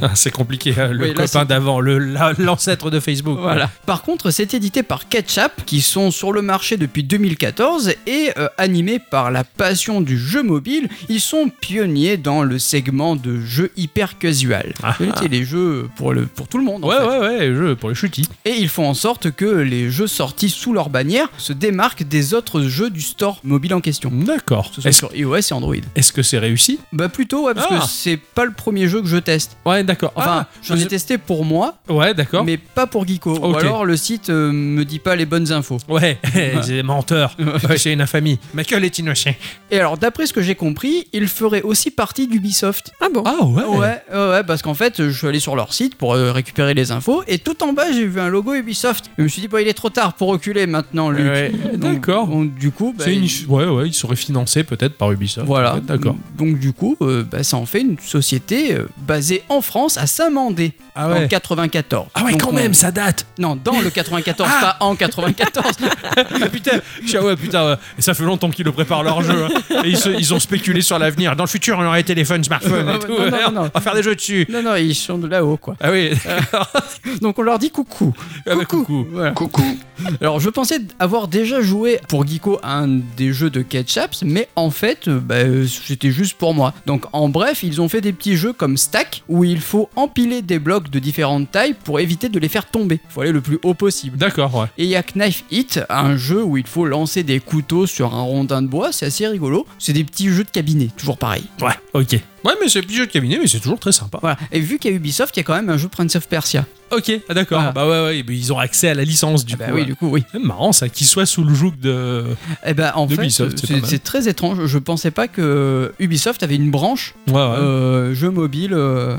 [SPEAKER 1] Ah, c'est compliqué. hein, Le
[SPEAKER 2] Oui, là,
[SPEAKER 1] copain
[SPEAKER 2] c'est-
[SPEAKER 1] d'avant, le- la- l'ancêtre de Facebook.
[SPEAKER 2] Voilà. Par contre, c'est édité par Ketchup, qui sont sur le marché depuis 2014 et euh, animés par la passion du jeu mobile, ils sont pionniers dans le segment de jeux hyper casual.
[SPEAKER 1] Ah,
[SPEAKER 2] Vous connaissez les jeux pour, le, pour tout le monde. en
[SPEAKER 1] Ouais,
[SPEAKER 2] fait.
[SPEAKER 1] ouais, ouais, jeu pour les chutis.
[SPEAKER 2] Et ils font en sorte que les jeux sortis sous leur bannière se démarquent des autres jeux du store mobile en question.
[SPEAKER 1] D'accord.
[SPEAKER 2] Ce sont
[SPEAKER 1] Hmm. Est-ce
[SPEAKER 2] sur iOS et Android.
[SPEAKER 1] est-ce que c'est réussi
[SPEAKER 2] Bah plutôt, ouais, parce
[SPEAKER 1] Ah.
[SPEAKER 2] que c'est pas le premier jeu que je teste.
[SPEAKER 1] Ouais, d'accord.
[SPEAKER 2] Enfin,
[SPEAKER 1] Ah,
[SPEAKER 2] j'en ai
[SPEAKER 1] je-
[SPEAKER 2] testé pour moi,
[SPEAKER 1] Ouais, d'accord.
[SPEAKER 2] mais pas pour Geeko. Ou
[SPEAKER 1] Ok.
[SPEAKER 2] alors le site euh, me dit pas les bonnes infos.
[SPEAKER 1] Ouais, c'est menteur.
[SPEAKER 2] Ouais.
[SPEAKER 1] C'est une infamie. Ma gueule est innocent.
[SPEAKER 2] Et alors, d'après ce que j'ai compris, il ferait aussi partie d'Ubisoft.
[SPEAKER 3] Ah bon
[SPEAKER 1] Ah ouais.
[SPEAKER 2] Ouais, ouais, ouais, parce qu'en fait, je suis allé sur leur site pour euh, récupérer les infos, et tout en bas, j'ai vu un logo Ubisoft. Je me suis dit, bah, il est trop tard pour reculer maintenant, Luc.
[SPEAKER 1] Ouais,
[SPEAKER 2] Donc,
[SPEAKER 1] d'accord.
[SPEAKER 2] donc, du coup, bah,
[SPEAKER 1] C'est une...
[SPEAKER 2] il-
[SPEAKER 1] Ouais, ouais, il serait financé peut-être par Ubisoft.
[SPEAKER 2] Voilà.
[SPEAKER 1] Ouais, D'accord.
[SPEAKER 2] Donc, du coup, euh, bah, ça en fait une société euh, basée en France à Saint-Mandé,
[SPEAKER 1] Ah
[SPEAKER 2] en
[SPEAKER 1] ouais.
[SPEAKER 2] 94.
[SPEAKER 1] Ah ouais,
[SPEAKER 2] Donc,
[SPEAKER 1] quand
[SPEAKER 2] on-
[SPEAKER 1] même, ça Ah date.
[SPEAKER 2] Non, dans le 94, pas en 94.
[SPEAKER 1] Ah putain. Ah ouais, putain. ouais. Et ça fait longtemps qu'ils le préparent leur jeu. hein. Et ils, se- ils ont spéculé sur l'avenir. Dans le futur, on aurait téléphone, smartphone
[SPEAKER 2] Non,
[SPEAKER 1] et tout.
[SPEAKER 2] Ah non, non, non.
[SPEAKER 1] On va faire des jeux dessus.
[SPEAKER 2] non, non, ils sont de là-haut, quoi.
[SPEAKER 1] Ah oui.
[SPEAKER 2] Donc, on leur dit coucou.
[SPEAKER 1] Ah bah, coucou.
[SPEAKER 2] Voilà.
[SPEAKER 6] Coucou.
[SPEAKER 2] Alors je pensais avoir déjà joué pour Geeko à un des jeux de Ketchups, mais en fait euh, bah, euh, c'était juste pour moi. Donc en bref, ils ont fait des petits jeux comme Stack où il faut empiler des blocs de différentes tailles pour éviter de les faire tomber. Faut aller le plus haut possible.
[SPEAKER 1] D'accord, ouais.
[SPEAKER 2] Et il y a Knife Hit, un jeu où il faut lancer des couteaux sur un rondin de bois, c'est assez rigolo. C'est des petits jeux de cabinet, toujours pareil.
[SPEAKER 1] Ouais, ok. Ouais, mais c'est plus jeu de cabinet, mais c'est toujours très sympa.
[SPEAKER 2] Voilà. Et vu qu'à Ubisoft, il y a quand même un jeu Prince of Persia.
[SPEAKER 1] Ok, ah, d'accord.
[SPEAKER 2] Voilà.
[SPEAKER 1] Bah ouais, ouais, mais ils ont accès à la licence du
[SPEAKER 2] Ah bah
[SPEAKER 1] coup.
[SPEAKER 2] oui,
[SPEAKER 1] ouais.
[SPEAKER 2] du coup, oui.
[SPEAKER 1] C'est marrant ça, qu'ils soient sous le joug de.
[SPEAKER 2] Eh ben en fait,
[SPEAKER 1] D'Ubisoft, c'est pas
[SPEAKER 2] c'est-
[SPEAKER 1] mal.
[SPEAKER 2] c'est très étrange. Je pensais pas que Ubisoft avait une branche
[SPEAKER 1] Ouais, ouais.
[SPEAKER 2] euh, jeu mobile euh,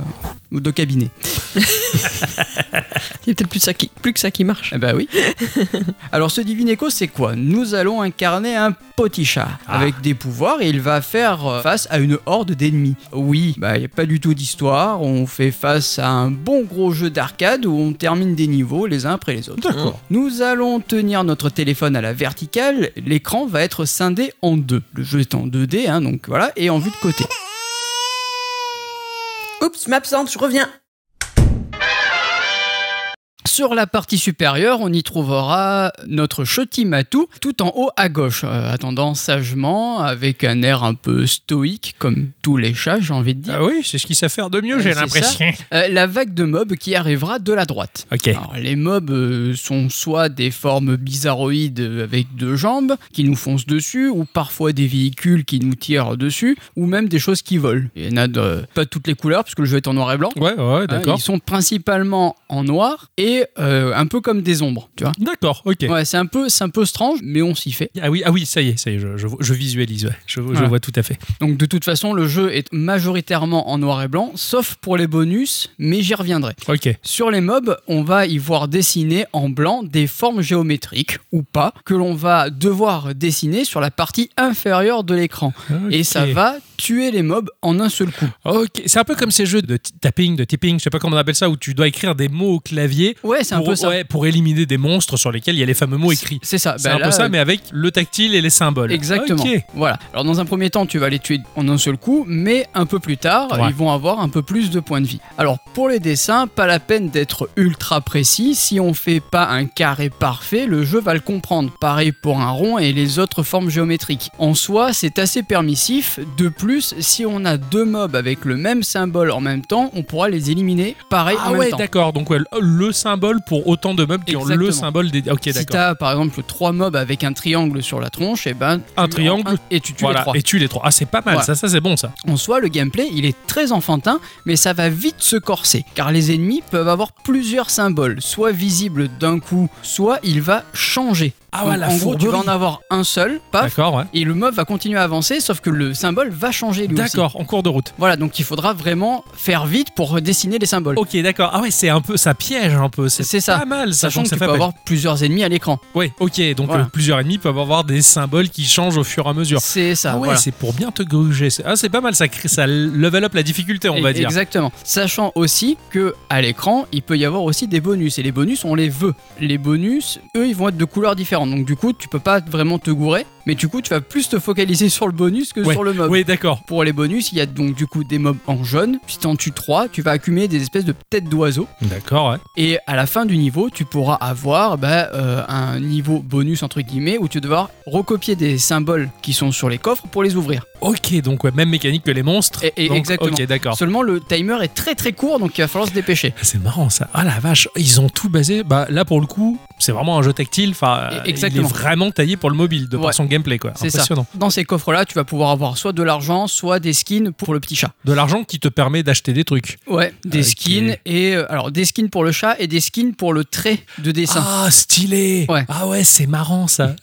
[SPEAKER 2] de cabinet.
[SPEAKER 3] Il y a peut-être plus, ça qui- plus que ça qui marche.
[SPEAKER 2] Eh ben oui. Alors ce Divine Echo, c'est quoi Nous allons incarner un potichard
[SPEAKER 1] Ah.
[SPEAKER 2] avec des pouvoirs et il va faire euh, face à une horde d'ennemis. Oui, bah il n'y a pas du tout d'histoire, on fait face à un bon gros jeu d'arcade où on termine des niveaux les uns après les autres. Mmh.
[SPEAKER 1] D'accord.
[SPEAKER 2] Nous allons tenir notre téléphone à la verticale, l'écran va être scindé en deux. Le jeu est en 2D, hein, donc voilà, et en vue de côté.
[SPEAKER 7] Oups, je m'absente, je reviens.
[SPEAKER 2] Sur la partie supérieure, on y trouvera notre Shoti Matou, tout en haut à gauche, euh, attendant sagement, avec un air un peu stoïque, comme tous les chats, j'ai envie de dire,
[SPEAKER 1] Ah oui, c'est ce qu'il sait faire de mieux,
[SPEAKER 2] Ouais,
[SPEAKER 1] j'ai
[SPEAKER 2] c'est
[SPEAKER 1] l'impression.
[SPEAKER 2] euh, la vague de mobs qui arrivera de la droite.
[SPEAKER 1] Ok.
[SPEAKER 2] Alors, les mobs euh, sont soit des formes bizarroïdes euh, avec deux jambes qui nous foncent dessus, ou parfois des véhicules qui nous tirent dessus, ou même des choses qui volent. Il y en a de, pas toutes les couleurs, parce que le jeu est en noir et blanc.
[SPEAKER 1] Ouais, ouais,
[SPEAKER 2] Hein,
[SPEAKER 1] d'accord.
[SPEAKER 2] ils sont principalement en noir et euh, un peu comme des ombres, tu vois.
[SPEAKER 1] D'accord, ok.
[SPEAKER 2] Ouais, c'est un peu, c'est un peu strange, mais on s'y fait.
[SPEAKER 1] Ah oui, ah oui, ça y est, ça y est, je, je- je visualise, ouais. je, je
[SPEAKER 2] Voilà.
[SPEAKER 1] vois tout à fait.
[SPEAKER 2] Donc de toute façon, le jeu est majoritairement en noir et blanc, sauf pour les bonus, mais j'y reviendrai.
[SPEAKER 1] Ok.
[SPEAKER 2] Sur les mobs, on va y voir dessiner en blanc des formes géométriques ou pas que l'on va devoir dessiner sur la partie inférieure de l'écran. Et ça
[SPEAKER 1] Ok.
[SPEAKER 2] va tuer les mobs en un seul coup.
[SPEAKER 1] Ok, c'est un peu comme ces jeux de t- tapping, de tipping, je sais pas comment on appelle ça, où tu dois écrire des mots au clavier
[SPEAKER 2] Ouais, c'est un
[SPEAKER 1] pour,
[SPEAKER 2] peu ça.
[SPEAKER 1] ouais, pour éliminer des monstres sur lesquels il y a les fameux mots écrits.
[SPEAKER 2] C'est ça.
[SPEAKER 1] C'est
[SPEAKER 2] Bah
[SPEAKER 1] un
[SPEAKER 2] là,
[SPEAKER 1] peu ça, mais avec le tactile et les symboles.
[SPEAKER 2] Exactement.
[SPEAKER 1] Ok.
[SPEAKER 2] Voilà. Alors dans un premier temps, tu vas les tuer en un seul coup, mais un peu plus tard,
[SPEAKER 1] Ouais.
[SPEAKER 2] ils vont avoir un peu plus de points de vie. Alors pour les dessins, pas la peine d'être ultra précis. Si on fait pas un carré parfait, le jeu va le comprendre. Pareil pour un rond et les autres formes géométriques. En soi, c'est assez permissif. De plus, si on a deux mobs avec le même symbole en même temps, on pourra les éliminer pareil
[SPEAKER 1] Ah
[SPEAKER 2] en
[SPEAKER 1] ouais,
[SPEAKER 2] même temps.
[SPEAKER 1] d'accord. Donc ouais, le- le symbole pour autant de meubles qui ont le
[SPEAKER 2] Exactement.
[SPEAKER 1] symbole des. Ok,
[SPEAKER 2] si
[SPEAKER 1] d'accord.
[SPEAKER 2] t'as par exemple trois mobs avec un triangle sur la tronche, et ben tu
[SPEAKER 1] Un
[SPEAKER 2] en-
[SPEAKER 1] triangle,
[SPEAKER 2] et tu tues les
[SPEAKER 1] Voilà,
[SPEAKER 2] trois.
[SPEAKER 1] et tu les trois. Ah, c'est pas mal,
[SPEAKER 2] Voilà.
[SPEAKER 1] ça, ça c'est bon ça.
[SPEAKER 2] En soi, le gameplay, il est très enfantin, mais ça va vite se corser, car les ennemis peuvent avoir plusieurs symboles, soit visibles d'un coup, soit il va changer.
[SPEAKER 1] Ah
[SPEAKER 2] Donc, en gros, tu vas en avoir un seul, paf,
[SPEAKER 1] D'accord, ouais.
[SPEAKER 2] et le mob va continuer à avancer, sauf que le symbole va changer lui aussi.
[SPEAKER 1] D'accord, en cours de route.
[SPEAKER 2] Voilà, donc il faudra vraiment faire vite pour dessiner les symboles.
[SPEAKER 1] Ok, d'accord. Ah ouais, c'est un peu, ça piège un peu. C'est
[SPEAKER 2] C'est ça.
[SPEAKER 1] Pas mal,
[SPEAKER 2] Sachant que
[SPEAKER 1] ça
[SPEAKER 2] tu
[SPEAKER 1] fait
[SPEAKER 2] peux
[SPEAKER 1] pas-
[SPEAKER 2] avoir plusieurs ennemis à l'écran.
[SPEAKER 1] Ouais, ok. Donc
[SPEAKER 2] Voilà.
[SPEAKER 1] euh, plusieurs ennemis peuvent avoir des symboles qui changent au fur et à mesure.
[SPEAKER 2] C'est ça,
[SPEAKER 1] Ah ouais,
[SPEAKER 2] voilà.
[SPEAKER 1] c'est pour bien te gruger. C'est- Ah, c'est pas mal, ça, crée- ça level up la difficulté, on va dire.
[SPEAKER 2] E- Exactement. Sachant aussi que à l'écran, il peut y avoir aussi des bonus et les bonus, on les veut. Les bonus, eux, ils vont être de couleurs différentes. Donc du coup, tu peux pas vraiment te gourer, mais du coup, tu vas plus te focaliser sur le bonus que
[SPEAKER 1] Ouais.
[SPEAKER 2] sur le mob.
[SPEAKER 1] Oui, d'accord.
[SPEAKER 2] Pour les bonus, il y a donc du coup des mobs en jaune. Si t'en tues 3, tu vas accumuler des espèces de têtes d'oiseaux.
[SPEAKER 1] D'accord, ouais.
[SPEAKER 2] Et à la fin du niveau, tu pourras avoir bah, euh, un niveau bonus entre guillemets où tu devras recopier des symboles qui sont sur les coffres pour les ouvrir.
[SPEAKER 1] Ok, donc ouais, même mécanique que les monstres.
[SPEAKER 2] Et- et
[SPEAKER 1] Donc,
[SPEAKER 2] exactement.
[SPEAKER 1] Ok, d'accord.
[SPEAKER 2] Seulement, le timer est très très court, donc il va falloir se dépêcher.
[SPEAKER 1] Ah, C'est marrant ça. Ah la vache, ils ont tout basé. Bah là pour le coup, c'est vraiment un jeu tactile. Enfin,
[SPEAKER 2] Et-
[SPEAKER 1] euh,
[SPEAKER 2] exactement.
[SPEAKER 1] il est vraiment taillé pour le mobile de
[SPEAKER 2] Ouais.
[SPEAKER 1] par son gameplay quoi.
[SPEAKER 2] C'est ça.
[SPEAKER 1] Impressionnant.
[SPEAKER 2] Dans ces coffres-là, tu vas pouvoir avoir soit de l'argent, soit des skins pour le petit chat.
[SPEAKER 1] De l'argent qui te permet d'acheter des trucs.
[SPEAKER 2] Ouais, des
[SPEAKER 1] Ok.
[SPEAKER 2] skins et euh, alors des skins pour le chat et des skins pour le trait de dessin.
[SPEAKER 1] Ah stylé.
[SPEAKER 2] Ouais.
[SPEAKER 1] Ah ouais, c'est marrant ça.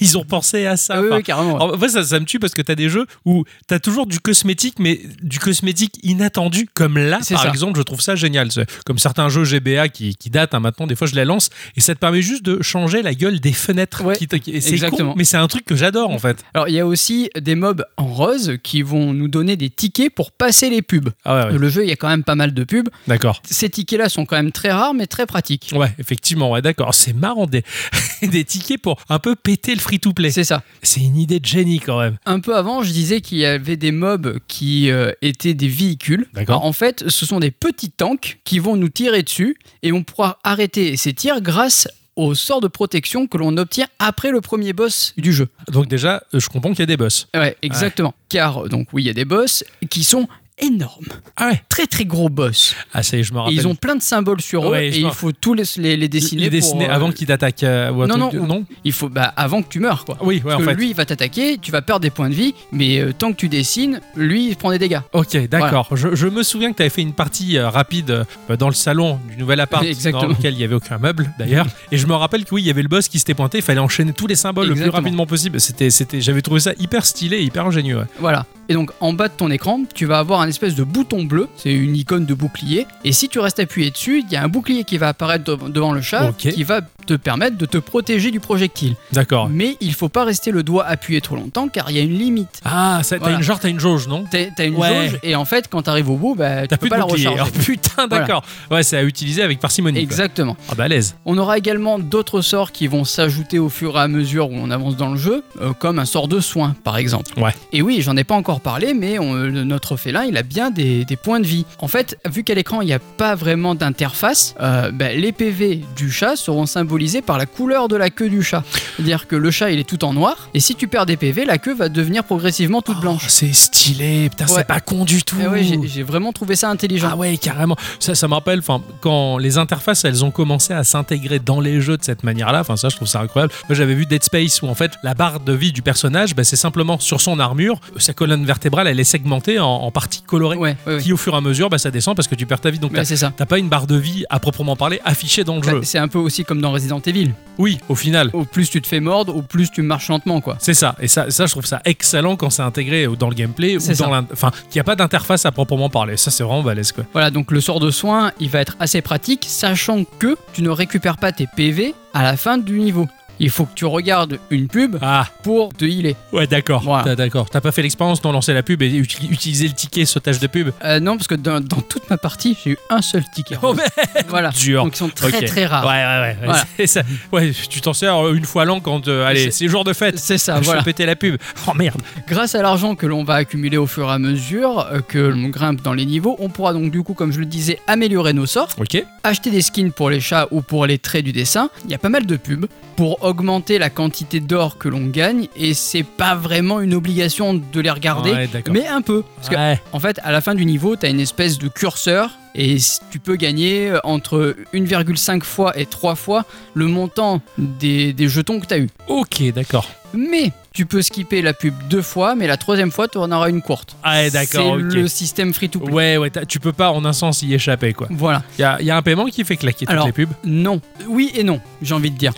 [SPEAKER 1] Ils ont pensé à ça.
[SPEAKER 2] Ah oui,
[SPEAKER 1] Enfin,
[SPEAKER 2] oui, carrément. ouais.
[SPEAKER 1] En vrai, ça, ça me tue parce que t'as des jeux où t'as toujours du cosmétique, mais du cosmétique inattendu, comme là,
[SPEAKER 2] C'est
[SPEAKER 1] par
[SPEAKER 2] ça.
[SPEAKER 1] exemple, je trouve ça génial. C'est Comme certains jeux GBA qui, qui datent hein, maintenant, des fois je les lance, et ça te permet juste de changer la gueule des fenêtres.
[SPEAKER 2] Ouais,
[SPEAKER 1] qui te- qui- et c'est
[SPEAKER 2] exactement.
[SPEAKER 1] con, mais c'est un truc que j'adore en fait.
[SPEAKER 2] Alors il y a aussi des mobs en rose qui vont nous donner des tickets pour passer les pubs.
[SPEAKER 1] Ah ouais, ouais.
[SPEAKER 2] Le jeu, il y a quand même pas mal de pubs.
[SPEAKER 1] d'accord.
[SPEAKER 2] Ces tickets-là sont quand même très rares, mais très pratiques.
[SPEAKER 1] Ouais, effectivement, ouais, d'accord. C'est marrant des, des tickets pour un peu péter le free-to-play.
[SPEAKER 2] C'est ça.
[SPEAKER 1] C'est une idée de génie quand même.
[SPEAKER 2] Un peu avant, je disais qu'il y avait des mobs qui euh, étaient des véhicules.
[SPEAKER 1] D'accord.
[SPEAKER 2] Alors, Bah, En fait, ce sont des petits tanks qui vont nous tirer dessus et on pourra arrêter ces tirs grâce au sort de protection que l'on obtient après le premier boss du jeu.
[SPEAKER 1] Donc déjà, euh, je comprends qu'il y a des boss.
[SPEAKER 2] Ouais, exactement. Car donc oui, il y a des boss qui sont énormes,
[SPEAKER 1] Ah ouais.
[SPEAKER 2] très très gros boss.
[SPEAKER 1] Ah ça y est, je me
[SPEAKER 2] Et
[SPEAKER 1] rappelle.
[SPEAKER 2] ils ont plein de symboles sur
[SPEAKER 1] Ouais,
[SPEAKER 2] eux
[SPEAKER 1] je
[SPEAKER 2] et
[SPEAKER 1] me-
[SPEAKER 2] il faut tous les, les- les dessiner.
[SPEAKER 1] les
[SPEAKER 2] pour,
[SPEAKER 1] dessiner
[SPEAKER 2] euh,
[SPEAKER 1] avant qu'ils t'attaquent. euh, ou un
[SPEAKER 2] Non,
[SPEAKER 1] truc
[SPEAKER 2] non,
[SPEAKER 1] de-
[SPEAKER 2] ou-
[SPEAKER 1] non.
[SPEAKER 2] Il faut bah, avant que tu meurs quoi.
[SPEAKER 1] Oui, ouais,
[SPEAKER 2] Parce
[SPEAKER 1] en
[SPEAKER 2] que
[SPEAKER 1] fait.
[SPEAKER 2] lui, il va t'attaquer, tu vas perdre des points de vie, mais euh, tant que tu dessines, lui, il prend des dégâts.
[SPEAKER 1] Ok, d'accord. Je, je me souviens que tu avais fait une partie euh, rapide euh, dans le salon du nouvel appart,
[SPEAKER 2] Exactement.
[SPEAKER 1] dans lequel il n'y avait aucun meuble d'ailleurs. Et je me rappelle que oui, il y avait le boss qui s'était pointé, il fallait enchaîner tous les symboles le
[SPEAKER 2] Exactement.
[SPEAKER 1] plus rapidement possible. C'était, c'était, J'avais trouvé ça hyper stylé, et hyper ingénieux. ouais.
[SPEAKER 2] Voilà. Et donc en bas de ton écran, tu vas avoir un espèce de bouton bleu, c'est une icône de bouclier, et si tu restes appuyé dessus, il y a un bouclier qui va apparaître dev- devant le chat,
[SPEAKER 1] Ok.
[SPEAKER 2] qui va te permettre de te protéger du projectile.
[SPEAKER 1] D'accord.
[SPEAKER 2] Mais il faut pas rester le doigt appuyé trop longtemps car il y a une limite.
[SPEAKER 1] Ah, ça- t'as
[SPEAKER 2] Voilà.
[SPEAKER 1] une genre, t'as une jauge, non
[SPEAKER 2] T'as t'as une
[SPEAKER 1] Ouais.
[SPEAKER 2] jauge et en fait quand t'arrives au bout, bah, tu
[SPEAKER 1] T'as
[SPEAKER 2] peux
[SPEAKER 1] plus de
[SPEAKER 2] pas la
[SPEAKER 1] bouclier.
[SPEAKER 2] recharger.
[SPEAKER 1] Oh, putain,
[SPEAKER 2] Voilà.
[SPEAKER 1] d'accord. Ouais, c'est à utiliser avec parcimonie. quoi.
[SPEAKER 2] Exactement.
[SPEAKER 1] Ah, bah, à l'aise.
[SPEAKER 2] On aura également d'autres sorts qui vont s'ajouter au fur et à mesure où on avance dans le jeu, euh, comme un sort de soin par exemple.
[SPEAKER 1] Ouais.
[SPEAKER 2] Et oui, j'en ai pas encore parlé, mais on- le- notre félin, il a bien des, des points de vie. En fait, vu qu'à l'écran, il n'y a pas vraiment d'interface, euh, ben, les PV du chat seront symbolisés par la couleur de la queue du chat. C'est-à-dire que le chat, il est tout en noir, et si tu perds des PV, la queue va devenir progressivement toute
[SPEAKER 1] Oh,
[SPEAKER 2] blanche.
[SPEAKER 1] c'est stylé, putain,
[SPEAKER 2] Ouais.
[SPEAKER 1] c'est pas con du tout.
[SPEAKER 2] Eh ouais, j'ai- j'ai vraiment trouvé ça intelligent.
[SPEAKER 1] Oh, Ah ouais, carrément. Ça, ça me rappelle, enfin, quand les interfaces, elles ont commencé à s'intégrer dans les jeux de cette manière-là. Enfin, ça, je trouve ça incroyable. Moi, j'avais vu Dead Space où, en fait, la barre de vie du personnage, bah, c'est simplement sur son armure, sa colonne vertébrale, elle est segmentée en, en parties colorées.
[SPEAKER 2] ouais, ouais, ouais.
[SPEAKER 1] Qui, au fur et à mesure, bah, ça descend parce que tu perds ta vie. Donc,
[SPEAKER 2] Ouais,
[SPEAKER 1] t'as
[SPEAKER 2] c'est ça.
[SPEAKER 1] t'as pas une barre de vie à proprement parler affichée dans le
[SPEAKER 2] Bah,
[SPEAKER 1] jeu.
[SPEAKER 2] C'est un peu aussi comme dans Resident Evil.
[SPEAKER 1] Oui, au final.
[SPEAKER 2] Au plus tu te fais mordre, au plus tu marches lentement, quoi.
[SPEAKER 1] C'est ça, et ça, ça, je trouve ça excellent quand c'est intégré euh, dans le gameplay ou
[SPEAKER 2] C'est ça.
[SPEAKER 1] dans l'in- enfin qu'il n'y a pas d'interface à proprement parler. Ça c'est vraiment balèze quoi.
[SPEAKER 2] Voilà, donc le sort de soin, il va être assez pratique, sachant que tu ne récupères pas tes PV à la fin du niveau. Il faut que tu regardes une pub
[SPEAKER 1] Ah
[SPEAKER 2] pour te healer.
[SPEAKER 1] ouais d'accord.
[SPEAKER 2] Voilà.
[SPEAKER 1] T'as- D'accord. T'as pas fait l'expérience d'en lancer la pub et uti- utiliser le ticket sautage de pub.
[SPEAKER 2] Euh, non, parce que dans, dans toute ma partie, j'ai eu un seul ticket.
[SPEAKER 1] Oh merde.
[SPEAKER 2] voilà.
[SPEAKER 1] dur.
[SPEAKER 2] Donc ils sont très
[SPEAKER 1] Ok.
[SPEAKER 2] très rares.
[SPEAKER 1] Ouais ouais ouais.
[SPEAKER 2] Voilà.
[SPEAKER 1] C'est ça. Ouais, tu t'en sers euh, une fois l'an quand euh, allez
[SPEAKER 2] C'est-
[SPEAKER 1] c'est jour de fête.
[SPEAKER 2] C'est ça,
[SPEAKER 1] je
[SPEAKER 2] voilà.
[SPEAKER 1] vais péter la pub. Oh merde.
[SPEAKER 2] Grâce à l'argent que l'on va accumuler au fur et à mesure euh, que l'on grimpe dans les niveaux, on pourra donc du coup, comme je le disais, améliorer nos sorts,
[SPEAKER 1] Ok.
[SPEAKER 2] acheter des skins pour les chats ou pour les traits du dessin. Il y a pas mal de pubs pour augmenter la quantité d'or que l'on gagne et c'est pas vraiment une obligation de les regarder.
[SPEAKER 1] Ouais d'accord.
[SPEAKER 2] Mais un peu. Parce que,
[SPEAKER 1] Ouais.
[SPEAKER 2] en fait, à la fin du niveau, t'as une espèce de curseur et s- tu peux gagner euh, entre 1,5 fois et 3 fois le montant des, des jetons que t'as eu.
[SPEAKER 1] Ok d'accord.
[SPEAKER 2] Mais tu peux skipper la pub deux fois, mais la troisième fois, tu en auras une courte.
[SPEAKER 1] Ah ouais, d'accord.
[SPEAKER 2] C'est
[SPEAKER 1] ok.
[SPEAKER 2] le système free to play.
[SPEAKER 1] Ouais ouais. t'as- Tu peux pas en un sens y échapper quoi.
[SPEAKER 2] Voilà.
[SPEAKER 1] Il y, a- y a un paiement qui fait claquer
[SPEAKER 2] Alors,
[SPEAKER 1] toutes les pubs.
[SPEAKER 2] Non. Oui et non, j'ai envie de dire.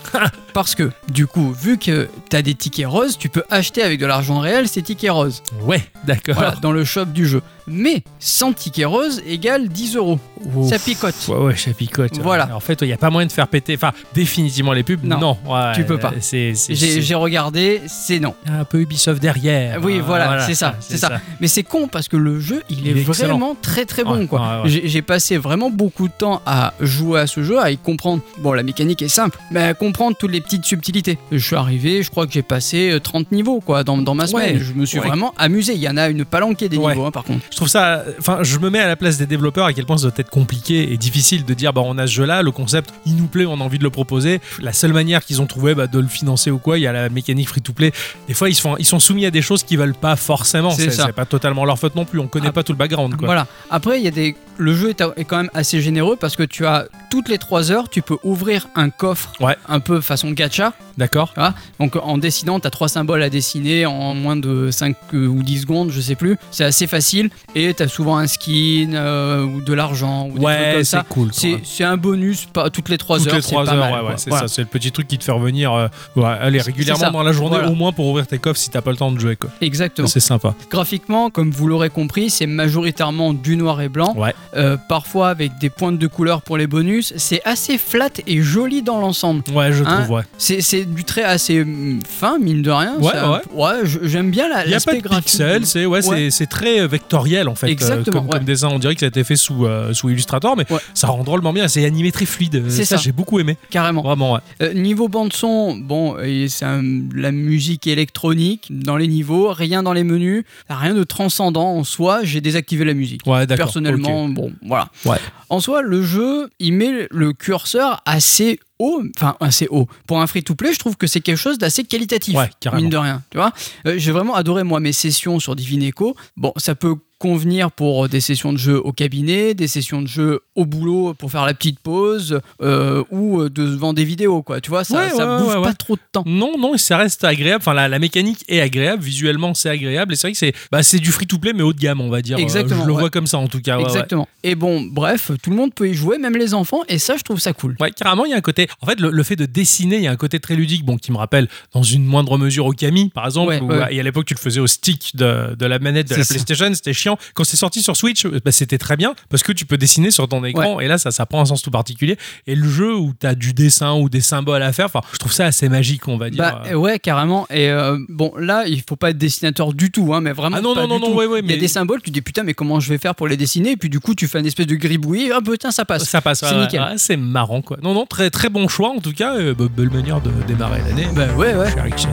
[SPEAKER 2] Parce que, du coup, vu que t'as des tickets roses, tu peux acheter avec de l'argent réel ces tickets roses.
[SPEAKER 1] Ouais d'accord.
[SPEAKER 2] Voilà, dans le shop du jeu. Mais 100 tickets roses égale 10 euros.
[SPEAKER 1] Ouf.
[SPEAKER 2] Ça picote.
[SPEAKER 1] Ouais, ouais, ça picote. hein.
[SPEAKER 2] Voilà.
[SPEAKER 1] En fait, il n'y a pas moyen de faire péter, enfin, définitivement les pubs.
[SPEAKER 2] Non.
[SPEAKER 1] Non, Ouais,
[SPEAKER 2] Tu peux pas.
[SPEAKER 1] C'est c'est-
[SPEAKER 2] J'ai
[SPEAKER 1] c'est
[SPEAKER 2] j'ai regardé, c'est non.
[SPEAKER 1] un peu Ubisoft derrière.
[SPEAKER 2] Oui,
[SPEAKER 1] Ah,
[SPEAKER 2] voilà, c'est ça, c'est ça. Mais c'est con parce que le jeu, il,
[SPEAKER 1] Il
[SPEAKER 2] est,
[SPEAKER 1] est excellent.
[SPEAKER 2] vraiment très très bon.
[SPEAKER 1] Ouais,
[SPEAKER 2] quoi.
[SPEAKER 1] ouais, ouais.
[SPEAKER 2] J'ai j'ai passé vraiment beaucoup de temps à jouer à ce jeu, à y comprendre. Bon, la mécanique est simple, mais à comprendre toutes les petites subtilités. Je suis arrivé, je crois que j'ai passé euh, 30 niveaux quoi dans, dans ma semaine.
[SPEAKER 1] Ouais,
[SPEAKER 2] je me suis
[SPEAKER 1] ouais.
[SPEAKER 2] vraiment amusé. Il y en a une palanquée des
[SPEAKER 1] Ouais.
[SPEAKER 2] niveaux hein, par contre.
[SPEAKER 1] Je trouve ça. Enfin, je me mets à la place des développeurs à quel point ça doit être compliqué et difficile de dire bah, on a ce jeu-là, le concept, il nous plaît, on a envie de le proposer. La seule manière qu'ils ont trouvé bah, de le financer ou quoi, il y a la mécanique free-to-play. Des fois, ils, se font- ils sont soumis à des choses qu'ils veulent pas forcément.
[SPEAKER 2] C'est ça.
[SPEAKER 1] pas totalement leur faute non plus. On connaît
[SPEAKER 2] Ah,
[SPEAKER 1] pas tout le background. Quoi.
[SPEAKER 2] Voilà. Après, il y a des... le jeu est, est quand même assez généreux parce que tu as toutes les 3 heures, tu peux ouvrir un coffre
[SPEAKER 1] Ouais.
[SPEAKER 2] un peu façon gacha.
[SPEAKER 1] D'accord
[SPEAKER 2] Tu vois Donc en dessinant, tu as trois symboles à dessiner en moins de 5 ou 10 secondes, je sais plus. C'est assez facile et tu as souvent un skin euh, ou de l'argent ou des trucs
[SPEAKER 1] Ouais, c'est
[SPEAKER 2] comme ça.
[SPEAKER 1] cool. quoi.
[SPEAKER 2] C'est c'est un bonus pas, toutes les 3
[SPEAKER 1] toutes
[SPEAKER 2] heures.
[SPEAKER 1] les
[SPEAKER 2] c'est
[SPEAKER 1] 3
[SPEAKER 2] pas
[SPEAKER 1] heures,
[SPEAKER 2] mal,
[SPEAKER 1] ouais,
[SPEAKER 2] quoi.
[SPEAKER 1] ouais, c'est
[SPEAKER 2] Voilà.
[SPEAKER 1] ça. C'est le petit truc qui te fait revenir euh, ouais, aller
[SPEAKER 2] C'est- c'est ça.
[SPEAKER 1] régulièrement dans la journée,
[SPEAKER 2] Voilà.
[SPEAKER 1] au moins pour ouvrir tes coffres si t'as pas le temps de jouer. Quoi.
[SPEAKER 2] Exactement.
[SPEAKER 1] C'est sympa.
[SPEAKER 2] Graphiquement, comme vous l'aurez compris, c'est majoritairement du noir et blanc,
[SPEAKER 1] Ouais.
[SPEAKER 2] euh, parfois avec des pointes de couleur pour les bonus. C'est assez flat et joli dans l'ensemble.
[SPEAKER 1] Ouais, je
[SPEAKER 2] Hein,
[SPEAKER 1] trouve, ouais.
[SPEAKER 2] C'est c'est du trait assez hum, fin, mine de rien.
[SPEAKER 1] Ouais,
[SPEAKER 2] Ça- ouais, je- j'aime bien la-
[SPEAKER 1] Il n'y a pas
[SPEAKER 2] l'aspect
[SPEAKER 1] de
[SPEAKER 2] graphique.
[SPEAKER 1] pixels, c'est ouais,
[SPEAKER 2] Ouais.
[SPEAKER 1] c'est- c'est très euh, vectoriel en fait. euh,
[SPEAKER 2] Exactement,
[SPEAKER 1] comme,
[SPEAKER 2] ouais.
[SPEAKER 1] comme dessin, on dirait que ça a été fait sous, euh, sous Illustrator, mais
[SPEAKER 2] Ouais.
[SPEAKER 1] ça rend drôlement bien. C'est animé très fluide. Euh,
[SPEAKER 2] C'est
[SPEAKER 1] ça,
[SPEAKER 2] ça.
[SPEAKER 1] j'ai beaucoup aimé.
[SPEAKER 2] Carrément.
[SPEAKER 1] Vraiment, ouais.
[SPEAKER 2] Euh, niveau bande son, bon, euh, c'est un- la musique électronique dans les niveaux, rien dans les menus, rien de transcendant en soi. J'ai désactivé la musique.
[SPEAKER 1] Ouais, d'accord.
[SPEAKER 2] Personnellement,
[SPEAKER 1] ok.
[SPEAKER 2] bon, voilà.
[SPEAKER 1] Ouais.
[SPEAKER 2] En soi, le jeu, il met le curseur assez haut, enfin assez haut. Pour un free-to-play, je trouve que c'est quelque chose d'assez qualitatif,
[SPEAKER 1] Ouais, carrément.
[SPEAKER 2] mine de rien. Tu vois, Euh, j'ai vraiment adoré moi mes sessions sur Divine Echo. Bon, ça peut convenir pour des sessions de jeu au cabinet, des sessions de jeu au boulot pour faire la petite pause euh, ou euh, devant des vidéos, quoi. Tu vois, ça,
[SPEAKER 1] Ouais,
[SPEAKER 2] ça
[SPEAKER 1] ouais,
[SPEAKER 2] bouffe
[SPEAKER 1] ouais, ouais.
[SPEAKER 2] pas trop de temps.
[SPEAKER 1] Non, non, et ça reste agréable. Enfin, la, la mécanique est agréable. Visuellement, c'est agréable. Et c'est vrai que c'est bah, c'est du free-to-play, mais haut de gamme, on va dire. Euh,
[SPEAKER 2] Exactement,
[SPEAKER 1] Je le
[SPEAKER 2] ouais.
[SPEAKER 1] vois comme ça en tout cas. Ah ouais, ouais.
[SPEAKER 2] Exactement. Et bon, bref, tout le monde peut y jouer, même les enfants, et ça, je trouve ça cool.
[SPEAKER 1] Ouais, carrément, il y a un côté. En fait, le, le fait de dessiner, il y a un côté très ludique, bon, qui me rappelle dans une moindre mesure Okami, par exemple.
[SPEAKER 2] Ouais,
[SPEAKER 1] où-
[SPEAKER 2] ouais.
[SPEAKER 1] Et à l'époque, tu le faisais au stick de, de la manette de
[SPEAKER 2] C'est
[SPEAKER 1] la
[SPEAKER 2] ça.
[SPEAKER 1] PlayStation, c'était chiant. chiant. Quand c'est sorti sur Switch, euh, bah, c'était très bien parce que tu peux dessiner sur ton écran et là, ça, ça prend un sens tout particulier. Et le jeu où tu as du dessin ou des symboles à faire, enfin, je trouve ça assez magique, on va dire.
[SPEAKER 2] Bah euh, ouais, carrément. Et euh, bon, là, il faut pas être dessinateur du tout, hein, mais vraiment.
[SPEAKER 1] Ah non,
[SPEAKER 2] pas
[SPEAKER 1] non,
[SPEAKER 2] du
[SPEAKER 1] non, non,
[SPEAKER 2] tout.
[SPEAKER 1] ouais, ouais,
[SPEAKER 2] Il y a
[SPEAKER 1] mais-
[SPEAKER 2] des symboles, tu te dis putain, mais comment je vais faire pour les dessiner Et puis du coup, tu fais un espèce de gribouillis, ah putain, ça passe.
[SPEAKER 1] ça passe,
[SPEAKER 2] c'est
[SPEAKER 1] ouais, ouais.
[SPEAKER 2] nickel.
[SPEAKER 1] Ah, c'est marrant quoi. Non, non, très très bon choix en tout cas. euh, bah, belle manière de démarrer l'année.
[SPEAKER 2] Bah ouais, ouais.
[SPEAKER 1] Chez Ericsson.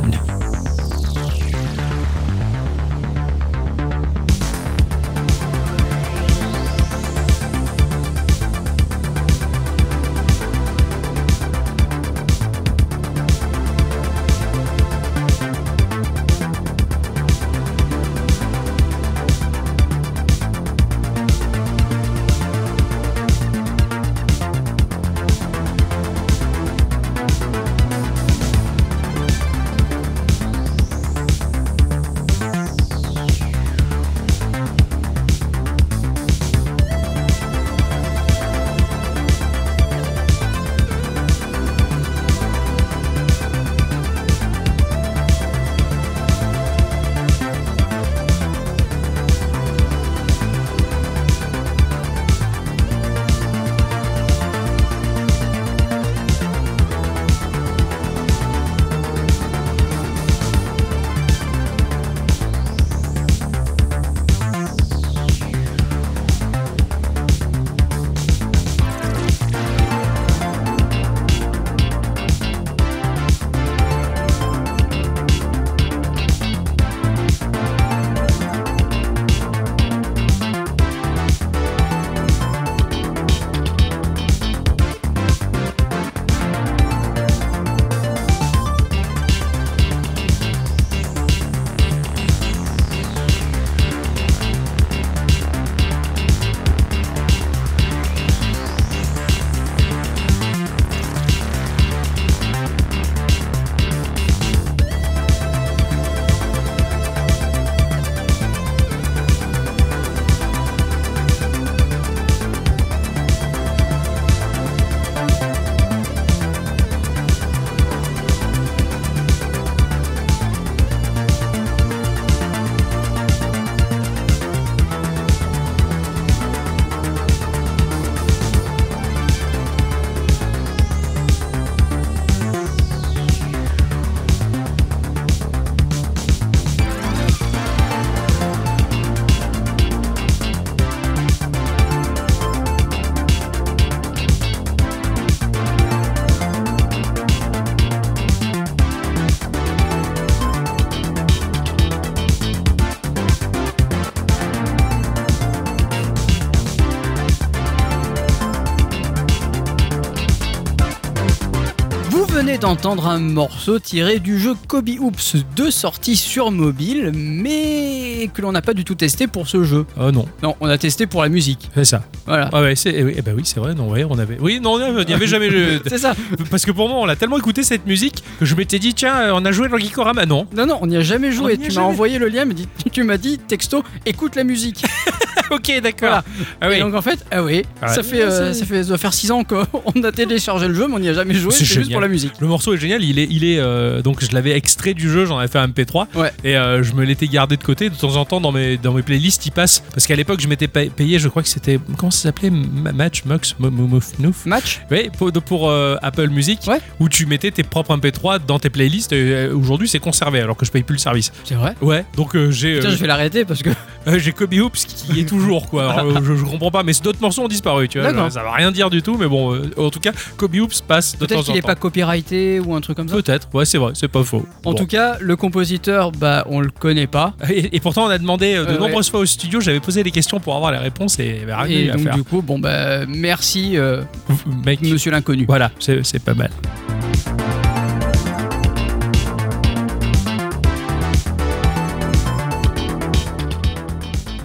[SPEAKER 2] Vous venez d'entendre un morceau tiré du jeu Kobe Hoops 2 sorti sur mobile, mais que l'on n'a pas du tout testé pour ce jeu.
[SPEAKER 1] Oh non,
[SPEAKER 2] Non, on a testé pour la musique.
[SPEAKER 1] c'est ça.
[SPEAKER 2] Voilà.
[SPEAKER 1] Ah ouais, c'est, eh oui, eh ben oui, c'est vrai. Non, ouais, on avait. Oui, non, on n'y avait jamais. le-
[SPEAKER 2] C'est ça.
[SPEAKER 1] Parce que pour moi, on l'a tellement écouté cette musique que je m'étais dit, tiens, euh, on a joué dans Gikorama. Non.
[SPEAKER 2] Non, non, on n'y a jamais
[SPEAKER 1] On n'y
[SPEAKER 2] joué.
[SPEAKER 1] a
[SPEAKER 2] Tu m'as
[SPEAKER 1] jamais-
[SPEAKER 2] envoyé le lien, mais dis- tu m'as dit texto, écoute la musique.
[SPEAKER 1] ok, d'accord. Ah
[SPEAKER 2] Et
[SPEAKER 1] oui.
[SPEAKER 2] donc en fait, ah oui,
[SPEAKER 1] Ah
[SPEAKER 2] ça
[SPEAKER 1] ouais.
[SPEAKER 2] fait, euh, ça fait ça doit faire 6 ans qu'on a téléchargé le jeu, mais on n'y a jamais joué.
[SPEAKER 1] C'est
[SPEAKER 2] C'est juste
[SPEAKER 1] génial.
[SPEAKER 2] pour la musique.
[SPEAKER 1] Le morceau est génial, il est, il est euh, donc je l'avais extrait du jeu, j'en avais fait un MP3
[SPEAKER 2] Ouais.
[SPEAKER 1] et euh, je me l'étais gardé de côté. De temps en temps dans mes dans mes playlists, il passe parce qu'à l'époque je m'étais pa- payé, je crois que c'était comment ça s'appelait Ma- Match Mux Mo- Mo- Mouf Nouf
[SPEAKER 2] Match
[SPEAKER 1] Oui, pour, de- pour, euh, Apple Music,
[SPEAKER 2] Ouais.
[SPEAKER 1] où tu mettais tes propres MP3 dans tes playlists. et, euh, Aujourd'hui, c'est conservé alors que je paye plus le service.
[SPEAKER 2] C'est vrai.
[SPEAKER 1] Ouais, donc euh, j'ai
[SPEAKER 2] Putain,
[SPEAKER 1] euh,
[SPEAKER 2] je vais l'arrêter parce que.
[SPEAKER 1] euh, j'ai Kobe Hoops qui y est toujours quoi. Alors, euh, je, je comprends pas, mais d'autres morceaux ont disparu. Tu vois,
[SPEAKER 2] D'accord.
[SPEAKER 1] genre, ça va rien dire du tout, mais bon, euh, en tout cas, Kobe Hoops passe de temps en
[SPEAKER 2] Peut-être
[SPEAKER 1] temps.
[SPEAKER 2] qu'il n'est pas copyrighté ou un truc comme ça.
[SPEAKER 1] Peut-être, ouais, c'est vrai, c'est pas faux.
[SPEAKER 2] En
[SPEAKER 1] Bon.
[SPEAKER 2] tout cas, le compositeur, bah, on le connaît pas.
[SPEAKER 1] Et, et pourtant, on a demandé euh, de
[SPEAKER 2] Euh,
[SPEAKER 1] nombreuses fois au studio, j'avais posé des questions pour avoir les réponses et il y avait rien
[SPEAKER 2] Et
[SPEAKER 1] eu à
[SPEAKER 2] donc
[SPEAKER 1] faire.
[SPEAKER 2] du coup, bon bah, merci euh,
[SPEAKER 1] Mec,
[SPEAKER 2] Monsieur l'inconnu.
[SPEAKER 1] voilà, c'est c'est pas mal.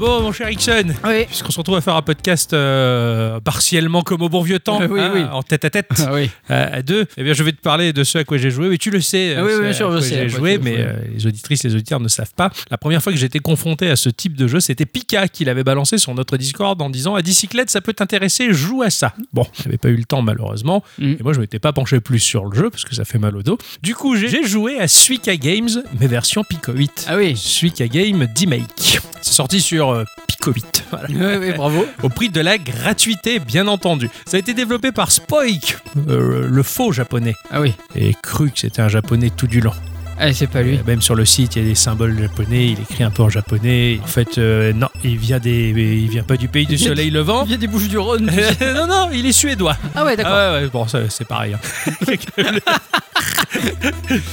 [SPEAKER 1] Bon, mon cher Ixon,
[SPEAKER 2] Oui.
[SPEAKER 1] puisqu'on se retrouve à faire un podcast euh, partiellement comme au bon vieux temps, hein,
[SPEAKER 2] Euh, oui, oui.
[SPEAKER 1] en tête à tête,
[SPEAKER 2] Ah oui.
[SPEAKER 1] à à deux, eh bien, je vais te parler de ce à quoi j'ai joué. Mais tu le sais,
[SPEAKER 2] Ah
[SPEAKER 1] euh,
[SPEAKER 2] oui,
[SPEAKER 1] ce
[SPEAKER 2] oui, bien
[SPEAKER 1] à
[SPEAKER 2] sûr, je
[SPEAKER 1] quoi
[SPEAKER 2] sais, à
[SPEAKER 1] j'ai
[SPEAKER 2] quoi
[SPEAKER 1] joué,
[SPEAKER 2] tu-
[SPEAKER 1] mais
[SPEAKER 2] oui.
[SPEAKER 1] euh, les auditrices et les auditeurs ne savent pas. La première fois que j'ai été confronté à ce type de jeu, c'était Pika qui l'avait balancé sur notre Discord en disant À bicyclette, ça peut t'intéresser, joue à ça. Bon, j'avais pas eu le temps, malheureusement.
[SPEAKER 2] Mm.
[SPEAKER 1] Et moi, je m'étais pas penché plus sur le jeu parce que ça fait mal au dos. Du coup, j'ai- j'ai joué à Suika Games, mais version Pico 8.
[SPEAKER 2] Ah oui.
[SPEAKER 1] Suika Game D-Make. C'est sorti sur euh, Covid. Voilà.
[SPEAKER 2] Ah Oui, oui, bravo.
[SPEAKER 1] Au prix de la gratuité, bien entendu. Ça a été développé par Spoik, euh, le faux japonais.
[SPEAKER 2] Ah oui,
[SPEAKER 1] Et cru que c'était un japonais tout du long.
[SPEAKER 2] allez, c'est pas lui.
[SPEAKER 1] Euh, Même sur le site, il y a des symboles japonais, il écrit un peu en japonais. En fait, euh, non, il vient, des, il vient pas du pays du
[SPEAKER 2] vient
[SPEAKER 1] soleil levant.
[SPEAKER 2] Il y a des bouches du Rhône.
[SPEAKER 1] non, non, il est suédois.
[SPEAKER 2] Ah ouais, d'accord.
[SPEAKER 1] Ah ouais, ouais, bon, ça, c'est pareil. hein.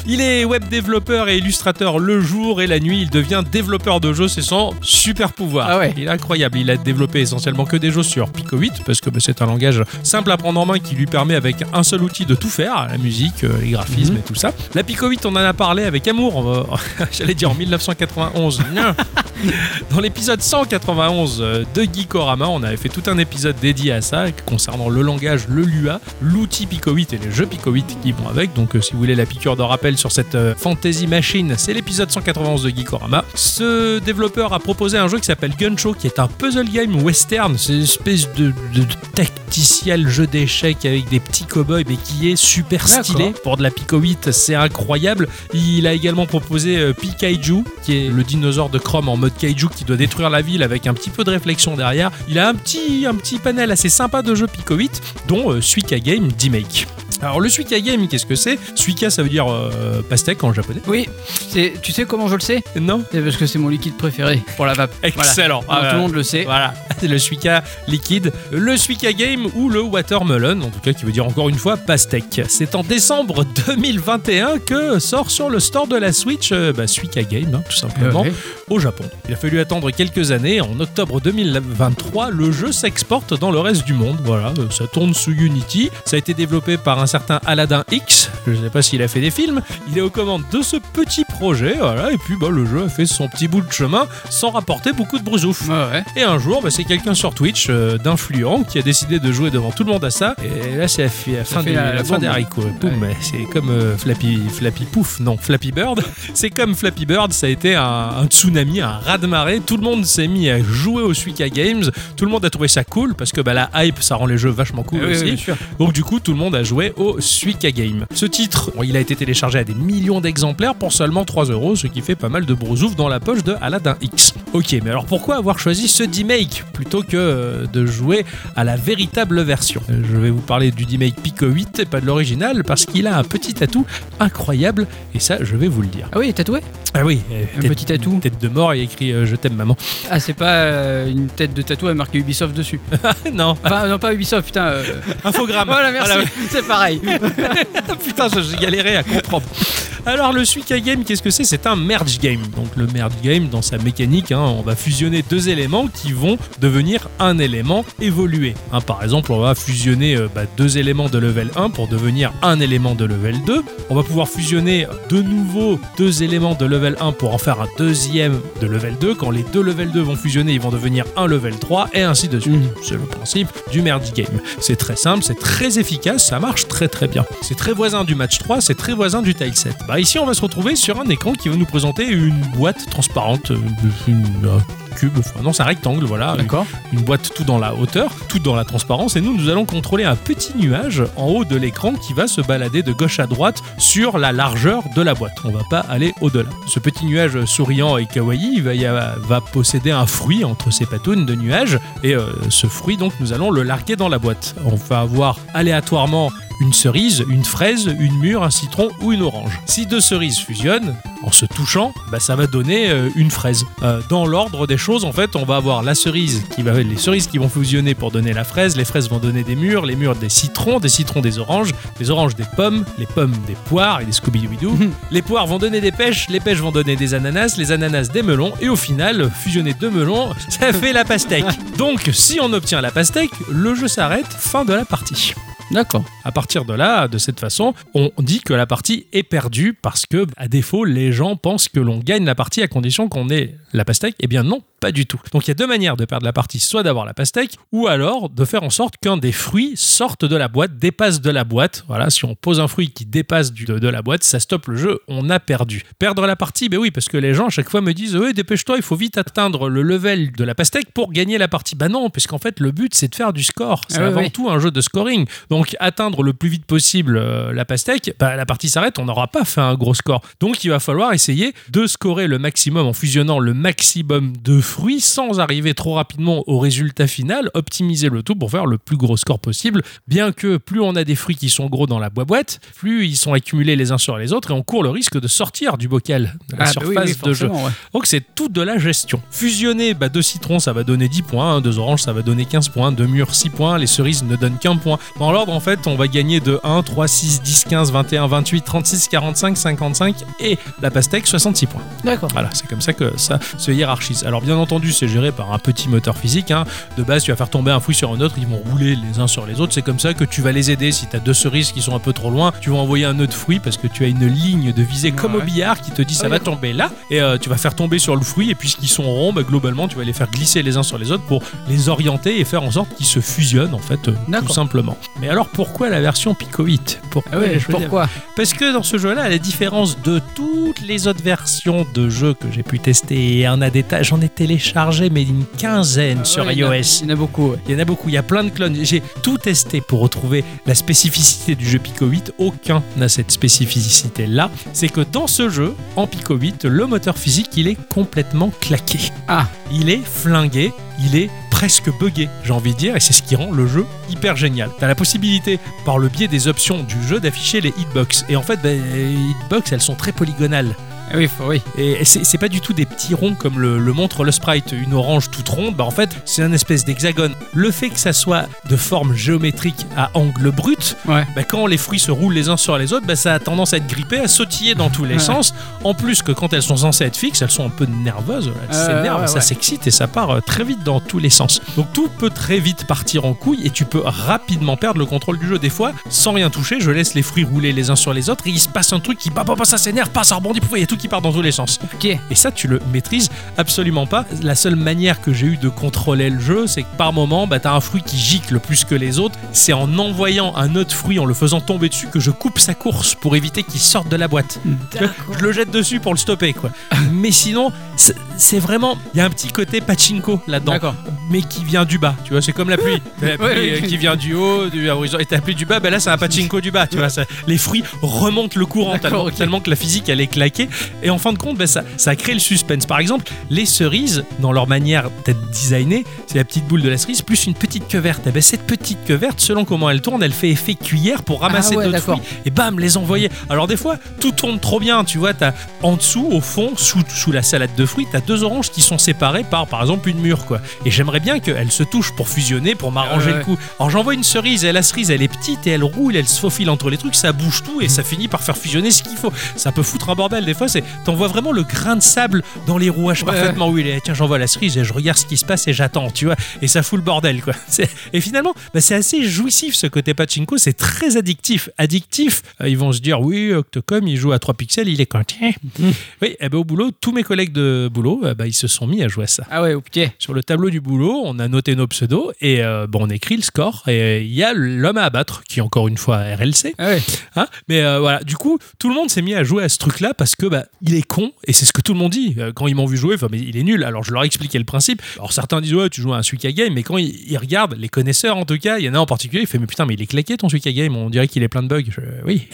[SPEAKER 1] il est web développeur et illustrateur le jour et la nuit. Il devient développeur de jeux, c'est son super pouvoir.
[SPEAKER 2] Ah ouais.
[SPEAKER 1] Il est incroyable. Il a développé essentiellement que des jeux sur Pico 8 parce que bah, c'est un langage simple à prendre en main qui lui permet avec un seul outil de tout faire la musique, euh, les graphismes
[SPEAKER 2] Mhm.
[SPEAKER 1] et tout ça. La Pico 8, on en a parlé avec amour. euh, on va- J'allais dire en 1991. Non. Dans l'épisode 191 euh, de Geekorama, on avait fait tout un épisode dédié à ça, concernant le langage, le Lua, l'outil Pico 8 et les jeux Pico 8 qui vont avec. Donc, euh, si vous voulez la piqûre de rappel sur cette euh, Fantasy Machine, c'est l'épisode 191 de Geekorama. Ce développeur a proposé un jeu qui s'appelle Guncho, qui est un puzzle game western. C'est une espèce de, de- de tacticiel jeu d'échecs avec des petits cowboys, mais qui est super stylé. Pour de la Pico 8, c'est incroyable. Il a également proposé euh, Pikaiju, qui est le dinosaure de Chrome en mode kaiju qui doit détruire la ville avec un petit peu de réflexion derrière. Il a un petit, un petit panel assez sympa de jeux Pico 8, dont euh, Suika Game D-Make. Alors le Suika Game, qu'est-ce que c'est Suika, ça veut dire euh, pastèque en japonais.
[SPEAKER 2] Oui, c'est- tu sais comment je le sais
[SPEAKER 1] Non
[SPEAKER 2] C'est parce que c'est mon liquide préféré pour la vape. Voilà.
[SPEAKER 1] Excellent.
[SPEAKER 2] Alors,
[SPEAKER 1] Ah,
[SPEAKER 2] tout le monde le sait.
[SPEAKER 1] Voilà, c'est le Suica liquide, le Suica Game ou le Watermelon, en tout cas qui veut dire encore une fois pastèque. C'est en décembre 2021 que sort sur le store de la Switch euh, bah, Suica Game, hein, tout simplement,
[SPEAKER 2] Eh Ouais.
[SPEAKER 1] au Japon. Il a fallu attendre quelques années. En octobre 2023, le jeu s'exporte dans le reste du monde. Voilà, euh, ça tourne sous Unity. Ça a été développé par un certain Aladdin X. Je ne sais pas s'il a fait des films. Il est aux commandes de ce petit projet. Voilà, et puis bah, le jeu a fait son petit bout de chemin sans rapporter beaucoup de brousouf.
[SPEAKER 2] Ouais, ouais.
[SPEAKER 1] Et un jour, bah, c'est quelqu'un sur Twitch euh, d'influent qui a décidé de jouer devant tout le monde à ça. Et là, c'est la, fi- la fin,
[SPEAKER 2] fait
[SPEAKER 1] des-
[SPEAKER 2] la-
[SPEAKER 1] la
[SPEAKER 2] la
[SPEAKER 1] fin
[SPEAKER 2] bombe.
[SPEAKER 1] des haricots. Boum, C'est comme euh, Flappy, Flappy Pouf, non, Flappy Bird. C'est comme Flappy Bird, ça a été un, un tsunami, un raz-de-marée. Tout le monde s'est mis à jouer au Suika Games. Tout le monde a trouvé ça cool parce que bah, la hype, ça rend les jeux vachement cool
[SPEAKER 2] Eh oui,
[SPEAKER 1] aussi.
[SPEAKER 2] oui, bien sûr.
[SPEAKER 1] Donc du coup, tout le monde a joué au Suika Game. Ce titre, bon, il a été téléchargé à des millions d'exemplaires pour seulement 3 euros, ce qui fait pas mal de brousouf dans la poche de Aladdin X. Ok, mais alors pourquoi avoir choisi ce D-Make plutôt que euh, de jouer à la véritable version Euh, Je vais vous parler du D-Make Pico 8 et pas de l'original parce qu'il a un petit atout incroyable et ça, je vais vous le dire.
[SPEAKER 2] Ah oui, tatoué
[SPEAKER 1] Ah oui, euh,
[SPEAKER 2] Un
[SPEAKER 1] tête-
[SPEAKER 2] petit atout
[SPEAKER 1] Tête de mort, il y a écrit euh, Je t'aime maman.
[SPEAKER 2] Ah, c'est pas euh, une tête de tatouage marquée Ubisoft dessus.
[SPEAKER 1] non,
[SPEAKER 2] Enfin, non, pas Ubisoft, putain. euh,
[SPEAKER 1] infogramme.
[SPEAKER 2] Voilà, merci.
[SPEAKER 1] Voilà.
[SPEAKER 2] C'est pareil.
[SPEAKER 1] Putain, ça, j'ai galéré à comprendre. Alors, le Suika Game, qu'est-ce que c'est C'est un merge game. Donc, le merge game, dans sa mécanique, hein, on va fusionner deux éléments qui vont devenir un élément évolué. Hein, par exemple, on va fusionner euh, bah, deux éléments de level 1 pour devenir un élément de level 2. On va pouvoir fusionner de nouveau deux éléments de level 1 pour en faire un deuxième de level 2. Quand les deux level 2 vont fusionner, ils vont devenir un level 3 et ainsi de suite. C'est le principe du merge game. C'est très simple, c'est très efficace, ça marche très très bien. C'est très voisin du match 3, c'est très voisin du tile 7. Bah ici on va se retrouver sur un écran qui va nous présenter une boîte transparente, euh, une- un cube, enfin non c'est un rectangle voilà,
[SPEAKER 2] D'accord.
[SPEAKER 1] une boîte tout dans la hauteur, tout dans la transparence, et nous, nous allons contrôler un petit nuage en haut de l'écran qui va se balader de gauche à droite sur la largeur de la boîte. On va pas aller au-delà. Ce petit nuage souriant et kawaii il va, y a- va posséder un fruit entre ses patounes de nuages, et euh, ce fruit, donc, nous allons le larguer dans la boîte. On va avoir aléatoirement une cerise, une fraise, une mûre, un citron ou une orange. Si deux cerises fusionnent, en se touchant, bah, ça va donner euh, une fraise. Euh, dans l'ordre des choses, en fait, on va avoir la cerise qui va les cerises qui vont fusionner pour donner la fraise, les fraises vont donner des mûres, les mûres des citrons, des citrons des oranges, les oranges des pommes, les pommes des poires et des scooby doo les poires vont donner des pêches, les pêches vont donner des ananas, les ananas des melons, et au final, fusionner deux melons, ça fait la pastèque. Donc, si on obtient la pastèque, le jeu s'arrête, fin de la partie.
[SPEAKER 2] D'accord.
[SPEAKER 1] À partir de là, de cette façon, on dit que la partie est perdue parce que, à défaut, les gens pensent que l'on gagne la partie à condition qu'on ait la pastèque. Eh bien non, pas du tout. Donc il y a deux manières de perdre la partie, soit d'avoir la pastèque, ou alors de faire en sorte qu'un des fruits sorte de la boîte, dépasse de la boîte. Voilà, si on pose un fruit qui dépasse du- de, de la boîte, ça stoppe le jeu, on a perdu. Perdre la partie, ben oui, parce que les gens à chaque fois me disent, ouais, dépêche-toi, il faut vite atteindre le level de la pastèque pour gagner la partie. Bah non, parce qu'en fait, le but, c'est de faire du score. C'est
[SPEAKER 2] Ah oui,
[SPEAKER 1] avant
[SPEAKER 2] oui.
[SPEAKER 1] tout un jeu de scoring. Donc atteindre le plus vite possible euh, la pastèque, bah, la partie s'arrête, on n'aura pas fait un gros score. Donc il va falloir essayer de scorer le maximum en fusionnant le maximum de fruit sans arriver trop rapidement au résultat final, optimiser le tout pour faire le plus gros score possible, bien que plus on a des fruits qui sont gros dans la boîte, plus ils sont accumulés les uns sur les autres et on court le risque de sortir du bocal, de la
[SPEAKER 2] Ah, bah
[SPEAKER 1] surface
[SPEAKER 2] oui, oui,
[SPEAKER 1] de jeu.
[SPEAKER 2] forcément, ouais.
[SPEAKER 1] Donc c'est tout de la gestion. Fusionner bah, deux citrons, ça va donner 10 points, hein, deux oranges, ça va donner 15 points, deux mûres, 6 points, les cerises ne donnent qu'un point. Dans l'ordre, en fait, on va gagner de 1, 3, 6, 10, 15, 21, 28, 36, 45, 55 et la pastèque, 66 points.
[SPEAKER 2] D'accord.
[SPEAKER 1] Voilà, c'est comme ça que ça se hiérarchise. Alors bien entendu, c'est géré par un petit moteur physique. hein. De base, tu vas faire tomber un fruit sur un autre, ils vont rouler les uns sur les autres. C'est comme ça que tu vas les aider. Si tu as deux cerises qui sont un peu trop loin, tu vas envoyer un autre fruit parce que tu as une ligne de visée comme
[SPEAKER 2] Ouais.
[SPEAKER 1] au billard qui te dit ça
[SPEAKER 2] Ah,
[SPEAKER 1] va tomber là. Et euh, tu vas faire tomber sur le fruit. Et puisqu'ils sont ronds, bah, globalement, tu vas les faire glisser les uns sur les autres pour les orienter et faire en sorte qu'ils se fusionnent en fait, euh, tout
[SPEAKER 2] D'accord.
[SPEAKER 1] simplement. Mais alors pourquoi la version Pico 8 Pourquoi
[SPEAKER 2] Ah ouais,
[SPEAKER 1] les choses-
[SPEAKER 2] pourquoi
[SPEAKER 1] parce que dans ce jeu-là, à la différence de toutes les autres versions de jeux que j'ai pu tester, et en a des tas, j'en ai téléchargé mais une quinzaine sur
[SPEAKER 2] Ouais, il y en a-
[SPEAKER 1] iOS.
[SPEAKER 2] Il y en a beaucoup, ouais.
[SPEAKER 1] Il y en a beaucoup, il y a plein de clones. J'ai tout testé pour retrouver la spécificité du jeu Pico 8. Aucun n'a cette spécificité-là. C'est que dans ce jeu, en Pico 8, le moteur physique, il est complètement claqué.
[SPEAKER 2] Ah.
[SPEAKER 1] Il est flingué, il est presque buggé, j'ai envie de dire, et c'est ce qui rend le jeu hyper génial. T'as la possibilité, par le biais des options du jeu, d'afficher les hitbox. Et en fait, ben, les hitbox, elles sont très polygonales.
[SPEAKER 2] Ah oui, faut- oui.
[SPEAKER 1] Et c'est c'est pas du tout des petits ronds comme le, le montre le sprite, une orange toute ronde, bah en fait c'est un espèce d'hexagone. Le fait que ça soit de forme géométrique à angle brut,
[SPEAKER 2] Ouais.
[SPEAKER 1] bah, quand les fruits se roulent les uns sur les autres, bah, ça a tendance à être grippé, à sautiller dans tous les
[SPEAKER 2] Ouais.
[SPEAKER 1] sens. En plus que quand elles sont censées être fixes, elles sont un peu nerveuses, elles
[SPEAKER 2] Euh,
[SPEAKER 1] s'énervent,
[SPEAKER 2] ouais,
[SPEAKER 1] ça
[SPEAKER 2] ouais.
[SPEAKER 1] s'excite et ça part euh, très vite dans tous les sens. Donc tout peut très vite partir en couille et tu peux rapidement perdre le contrôle du jeu. Des fois, sans rien toucher, je laisse les fruits rouler les uns sur les autres et il se passe un truc qui, bah, bah, bah, ça s'énerve, pas, ça rebondit, pouf, il y a tout qui part dans tous les sens.
[SPEAKER 2] Ok.
[SPEAKER 1] Et ça, tu le maîtrises absolument pas. La seule manière que j'ai eu de contrôler le jeu, c'est que par moment, bah, t'as un fruit qui gicle plus que les autres. C'est en envoyant un autre fruit, en le faisant tomber dessus, que je coupe sa course pour éviter qu'il sorte de la boîte. Tu vois, Je le jette dessus pour le stopper, quoi. Mais sinon, c'est- c'est vraiment. Il y a un petit côté pachinko là-dedans
[SPEAKER 2] D'accord.
[SPEAKER 1] mais qui vient du bas. Tu vois, c'est comme la pluie. La pluie
[SPEAKER 2] Ouais,
[SPEAKER 1] euh,
[SPEAKER 2] oui.
[SPEAKER 1] qui vient du haut, du horizon, et t'as pluie du bas, ben là c'est un pachinko du bas. Tu vois, ça- les fruits remontent le courant
[SPEAKER 2] D'accord,
[SPEAKER 1] tellement,
[SPEAKER 2] ok.
[SPEAKER 1] tellement que la physique elle est claquée. Et en fin de compte, ben, ça, ça crée le suspense. Par exemple, les cerises, dans leur manière d'être designées, c'est la petite boule de la cerise plus une petite queue verte. Et ben, cette petite queue verte, selon comment elle tourne, elle fait effet cuillère pour ramasser
[SPEAKER 2] Ah ouais,
[SPEAKER 1] d'autres
[SPEAKER 2] d'accord.
[SPEAKER 1] fruits et bam, les envoyer. Alors des fois, tout tourne trop bien. Tu vois, t'as en dessous, au fond, sous, sous la salade de fruits, t'as deux oranges qui sont séparées par, par exemple, une mûre, quoi. Et j'aimerais bien qu'elles se touchent pour fusionner, pour m'arranger
[SPEAKER 2] Ouais,
[SPEAKER 1] le coup. Alors j'envoie une cerise, et la cerise, elle est petite, et elle roule, elle se faufile entre les trucs, ça bouge tout, et ça finit par faire fusionner ce qu'il faut. Ça peut foutre un bordel. Des fois, c'est, t'envoies vraiment le grain de sable dans les rouages
[SPEAKER 2] Ouais,
[SPEAKER 1] parfaitement où il est. Tiens, j'envoie la cerise, et je regarde ce qui se passe, et j'attends, tu vois. Et ça fout le bordel, quoi. C'est- Et finalement, bah, c'est assez jouissif ce côté pachinko, c'est très addictif. Addictif, euh, ils vont se dire, oui, Octocom, il joue à 3 pixels, il est quanti.
[SPEAKER 2] Mmh.
[SPEAKER 1] Oui, eh ben, au boulot, tous mes collègues de boulot, eh ben, ils se sont mis à jouer à ça.
[SPEAKER 2] Ah ouais, ok.
[SPEAKER 1] Sur le tableau du boulot, on a noté nos pseudos et euh, bon, on écrit le score. Et euh, il y a l'homme à abattre, qui est encore une fois RLC.
[SPEAKER 2] Ah ouais.
[SPEAKER 1] Hein mais euh, voilà, du coup, tout le monde s'est mis à jouer à ce truc-là parce que bah, il est con et c'est ce que tout le monde dit. Euh, Quand ils m'ont vu jouer, enfin, mais il est nul. Alors je leur ai expliqué le principe. Alors certains disent ouais, tu joues à un Suika Game, mais quand ils, ils regardent, les connaisseurs en tout cas, il y en a en particulier, il fait mais putain, mais il est claqué ton Suika Game, on dirait qu'il est plein de bugs. Je, oui,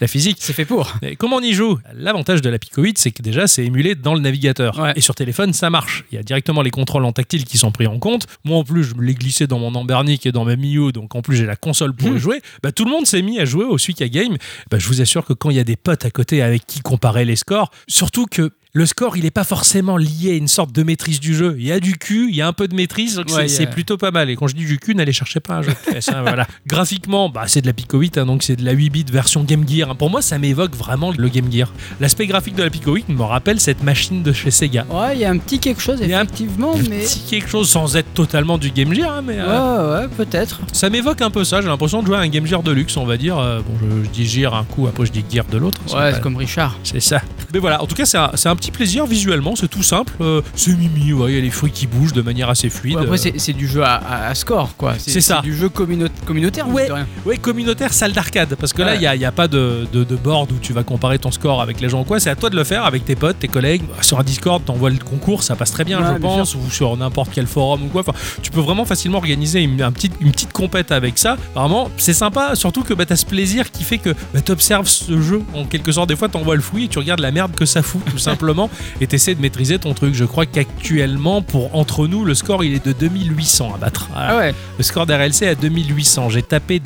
[SPEAKER 1] la physique.
[SPEAKER 2] C'est fait pour.
[SPEAKER 1] Et comment on y joue L'avantage de la Pico 8, c'est que déjà, c'est émulé dans le navigateur.
[SPEAKER 2] Ouais.
[SPEAKER 1] Et sur téléphone, ça marche. Il y a directement les contrôles en tactile qui sont pris en compte. Moi, en plus, je me l'ai glissé dans mon Ambernic et dans ma Miu, donc en plus, j'ai la console pour y jouer. Bah, tout le monde s'est mis à jouer au Suika Game. Bah, je vous assure que quand il y a des potes à côté avec qui comparer les scores, surtout que. Le score, il n'est pas forcément lié à une sorte de maîtrise du jeu. Il y a du cul, il y a un peu de maîtrise, donc
[SPEAKER 2] Ouais,
[SPEAKER 1] c'est-
[SPEAKER 2] il y a-
[SPEAKER 1] c'est plutôt pas mal. Et quand je dis du cul, n'allez chercher pas un jeu de PS, hein, voilà. Graphiquement, bah, c'est de la Pico 8, hein, donc c'est de la 8 bits version Game Gear. Pour moi, ça m'évoque vraiment le Game Gear. L'aspect graphique de la Pico 8 me rappelle cette machine de chez Sega.
[SPEAKER 2] Ouais, il y a un petit quelque chose,
[SPEAKER 1] Il y a un
[SPEAKER 2] effectivement, Oh, mais.
[SPEAKER 1] Petit quelque chose sans être totalement du Game Gear, hein, mais
[SPEAKER 2] Ouais,
[SPEAKER 1] euh,
[SPEAKER 2] ouais, peut-être.
[SPEAKER 1] ça m'évoque un peu ça. J'ai l'impression de jouer à un Game Gear de luxe, on va dire. Euh, bon, je, je dis Gear un coup, après je dis Gear de l'autre. C'est
[SPEAKER 2] Ouais,
[SPEAKER 1] pas-
[SPEAKER 2] c'est comme Richard.
[SPEAKER 1] c'est ça. Mais voilà, en tout cas, c'est un, c'est un petit plaisir visuellement, c'est tout simple. Euh, c'est mimi, ouais, il y a les fruits qui bougent de manière assez fluide.
[SPEAKER 2] Ouais, après, c'est c'est du jeu à, à- à score, quoi.
[SPEAKER 1] C'est ça.
[SPEAKER 2] du jeu communaut- communautaire, mine
[SPEAKER 1] Ouais.
[SPEAKER 2] de rien.
[SPEAKER 1] Ouais, communautaire, salle d'arcade. Parce que là,
[SPEAKER 2] Ouais.
[SPEAKER 1] il n'y a, pas de, de, de board où tu vas comparer ton score avec les gens ou quoi. C'est à toi de le faire avec tes potes, tes collègues. Sur un Discord, t'envoies le concours, ça passe très bien,
[SPEAKER 2] Ouais,
[SPEAKER 1] je
[SPEAKER 2] bien
[SPEAKER 1] pense. Ou sur n'importe quel forum ou quoi. Enfin, tu peux vraiment facilement organiser une, un petit- une petite compète avec ça. Vraiment, c'est sympa. Surtout que bah, t'as ce plaisir qui fait que bah, t'observes ce jeu. En quelque sorte, des fois, t'envoies le fruit et tu regardes la merde merde que ça fout, tout simplement, et t'essaies de maîtriser ton truc. Je crois qu'actuellement, pour entre nous, le score il est de 2800 à battre. Voilà.
[SPEAKER 2] Ah ouais.
[SPEAKER 1] Le score d'RLC est à 2800. J'ai tapé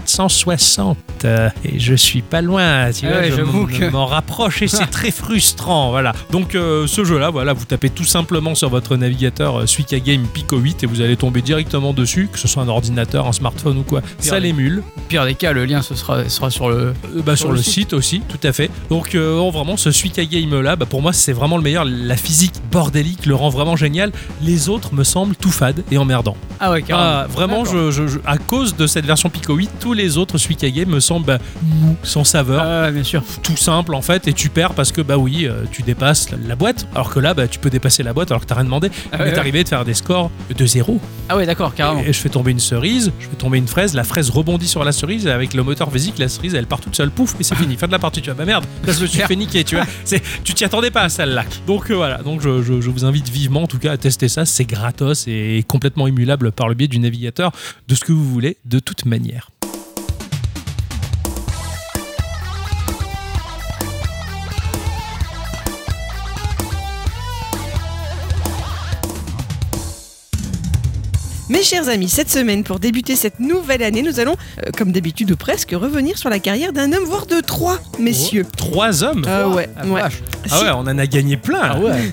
[SPEAKER 1] 2760 euh, et je suis pas loin. Tu
[SPEAKER 2] Ah
[SPEAKER 1] vois,
[SPEAKER 2] ouais,
[SPEAKER 1] je
[SPEAKER 2] j'avoue
[SPEAKER 1] m'en-
[SPEAKER 2] que-
[SPEAKER 1] m'en rapproche et c'est très frustrant. Voilà. Donc euh, ce jeu-là, voilà, vous tapez tout simplement sur votre navigateur euh, Suica Game Pico 8 et vous allez tomber directement dessus, que ce soit un ordinateur, un smartphone ou quoi. Ça
[SPEAKER 2] Pire des-
[SPEAKER 1] l'émule.
[SPEAKER 2] Pire des cas, le lien ce sera, sera sur le.
[SPEAKER 1] Euh, bah, sur, le site, aussi, tout à fait. Donc euh, oh, vraiment, ce Suika Game là, bah, pour moi, c'est vraiment le meilleur. La physique bordélique le rend vraiment génial. Les autres me semblent tout fades et emmerdants.
[SPEAKER 2] Ah ouais,
[SPEAKER 1] Ah, vraiment, je,
[SPEAKER 2] D'accord.
[SPEAKER 1] je- je- à cause de cette version Pico 8, tous les autres Suika Game me semblent bah, mous, sans saveur,
[SPEAKER 2] Ah ouais, bien sûr.
[SPEAKER 1] tout simple en fait, et tu perds parce que bah oui, euh, tu dépasses la, la boîte, alors que là, bah, tu peux dépasser la boîte alors que t'as rien demandé.
[SPEAKER 2] Ah
[SPEAKER 1] mais
[SPEAKER 2] ouais,
[SPEAKER 1] t'es arrivé de faire des scores de zéro.
[SPEAKER 2] Ah ouais, d'accord, carrément.
[SPEAKER 1] Et je fais tomber une cerise, je fais tomber une fraise, la fraise rebondit sur la cerise, et avec le moteur physique, la cerise elle part toute seule, pouf, et c'est fini. Fin de la partie, tu vois, bah merde, là je me suis fait niquer, tu vois. C'est- Tu t'y attendais pas à celle-là. Donc euh, voilà, donc je, je- je vous invite vivement en tout cas à tester ça, c'est gratos et complètement émulable par le biais du navigateur, de ce que vous voulez, de toute manière.
[SPEAKER 3] Mes chers amis, cette semaine, pour débuter cette nouvelle année, nous allons, euh, comme d'habitude ou presque, revenir sur la carrière d'un homme, voire de trois, messieurs.
[SPEAKER 1] Oh, Trois hommes
[SPEAKER 3] Ah ouais,
[SPEAKER 2] Ah,
[SPEAKER 3] ouais.
[SPEAKER 2] vache.
[SPEAKER 1] Ah ouais, on en a gagné plein.
[SPEAKER 2] Ah
[SPEAKER 1] là.
[SPEAKER 2] ouais.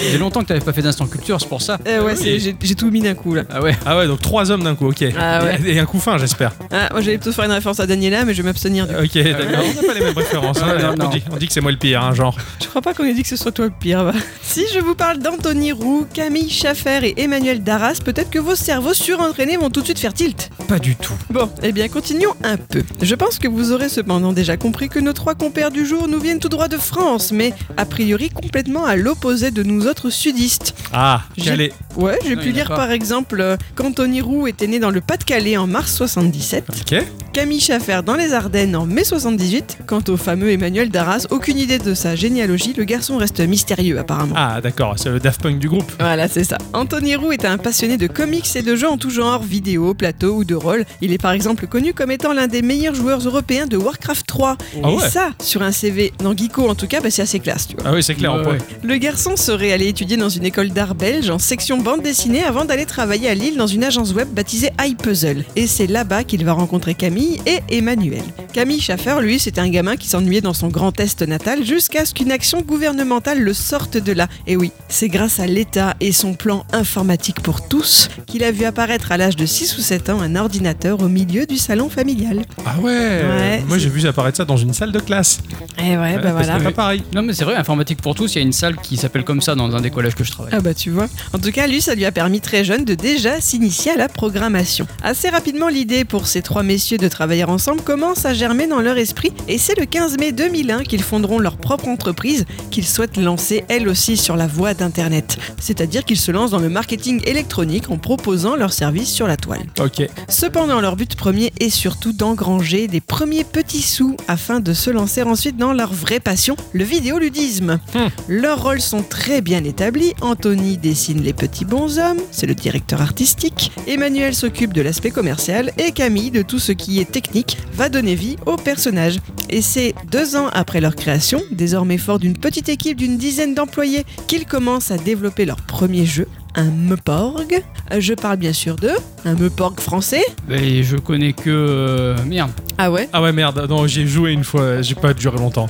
[SPEAKER 2] Il y a longtemps que t'avais pas fait d'instant culture, c'est pour ça.
[SPEAKER 3] Euh, ouais,
[SPEAKER 1] Ah oui.
[SPEAKER 3] c'est- j'ai j'ai tout mis d'un coup là.
[SPEAKER 2] Ah ouais.
[SPEAKER 1] Ah ouais, donc trois hommes d'un coup, ok.
[SPEAKER 3] Ah ouais.
[SPEAKER 1] et, et un coup fin, j'espère.
[SPEAKER 3] Ah, moi j'allais plutôt faire une référence à Daniela, mais je vais m'abstenir. du coup.
[SPEAKER 1] Ok, d'accord. On n'a pas les mêmes préférences. hein.
[SPEAKER 2] Ouais, non,
[SPEAKER 1] on,
[SPEAKER 2] non.
[SPEAKER 1] Dit, on dit que c'est moi le pire, hein, genre.
[SPEAKER 3] Je crois pas qu'on ait dit que ce soit toi le pire. va. Si je vous parle d'Anthony Roux, Camille Schaffer et Emmanuel Darras, peut-être que vos cerveaux surentraînés vont tout de suite faire tilt.
[SPEAKER 1] Pas du tout.
[SPEAKER 3] Bon, eh bien continuons un peu. Je pense que vous aurez cependant déjà compris que nos trois compères du jour nous viennent tout droit de France, mais a priori complètement à l'opposé de nous autres sudistes.
[SPEAKER 1] Ah,
[SPEAKER 3] J'ai-
[SPEAKER 1] calé.
[SPEAKER 3] Ouais, j'ai
[SPEAKER 2] Ah,
[SPEAKER 3] pu
[SPEAKER 2] il y en a
[SPEAKER 3] lire
[SPEAKER 2] pas.
[SPEAKER 3] par exemple euh, qu'Anthony Roux était né dans le Pas-de-Calais en mars 77,
[SPEAKER 1] Ok.
[SPEAKER 3] Camille Schaffer dans les Ardennes en mai 78. Quant au fameux Emmanuel Darras, aucune idée de sa généalogie, le garçon reste mystérieux apparemment.
[SPEAKER 1] Ah, d'accord, c'est le Daft Punk du groupe.
[SPEAKER 3] Voilà, c'est ça. Anthony Roux est un passionné de comics et de jeux en tout genre, vidéo, plateau ou de rôle. Il est par exemple connu comme étant l'un des meilleurs joueurs européens de Warcraft 3.
[SPEAKER 1] Ah
[SPEAKER 3] et
[SPEAKER 1] ouais.
[SPEAKER 3] ça, sur un CV, dans Geeko en tout cas, bah, c'est assez classe, tu vois.
[SPEAKER 1] Ah oui, c'est clair, on
[SPEAKER 2] Ouais,
[SPEAKER 1] peut-
[SPEAKER 2] ouais.
[SPEAKER 3] Le garçon serait allé étudier dans une école d'art belge en section bande dessinée avant d'aller travailler à Lille dans une agence web baptisée iPuzzle. Et c'est là-bas qu'il va rencontrer Camille et Emmanuel. Camille Schaffer, lui, c'était un gamin qui s'ennuyait dans son Grand Est natal jusqu'à ce qu'une action gouvernementale le sorte de là. Et oui, c'est grâce à l'État et son plan informatique pour tous qu'il a vu apparaître à l'âge de 6 ou 7 ans un ordinateur au milieu du salon familial.
[SPEAKER 1] Ah ouais, ben
[SPEAKER 3] Ouais,
[SPEAKER 1] Moi,
[SPEAKER 3] c'est-
[SPEAKER 1] j'ai vu apparaître ça dans une salle de classe.
[SPEAKER 3] Eh ouais,
[SPEAKER 1] Ouais, parce que C'est pas pareil.
[SPEAKER 2] Non, mais c'est vrai, informatique pour tous, il y a une salle qui s'appelle comme ça dans un des collèges que je travaille.
[SPEAKER 3] Ah bah tu vois. En tout cas, lui, ça lui a permis très jeune de déjà s'initier à la programmation. Assez rapidement, l'idée pour ces trois messieurs de travailler ensemble commence à germer dans leur esprit et c'est le 15 mai 2001 qu'ils fonderont leur propre entreprise qu'ils souhaitent lancer elle aussi sur la voie d'Internet. C'est-à-dire qu'ils se lancent dans le marketing électronique en proposant leurs services sur la toile.
[SPEAKER 1] Ok.
[SPEAKER 3] Cependant, leur but premier est surtout d'engranger des premiers petits sous afin de se lancer ensuite dans leur vraie passion, le vidéoludisme.
[SPEAKER 1] Hmm.
[SPEAKER 3] Leurs rôles sont très bien établis. Anthony dessine les petits bonshommes, c'est le directeur artistique. Emmanuel s'occupe de l'aspect commercial et Camille de tout ce qui est technique va donner vie aux personnages. Et c'est deux ans après leur création, désormais fort d'une petite équipe d'une dizaine d'employés, qu'ils commencent à développer leur premier jeu, un Meporg. Euh, Je parle bien sûr de un Meporg français.
[SPEAKER 2] Et je connais que. euh, Merde.
[SPEAKER 3] Ah ouais
[SPEAKER 1] Ah ouais, merde. Non, j'ai joué une fois. J'ai pas duré longtemps.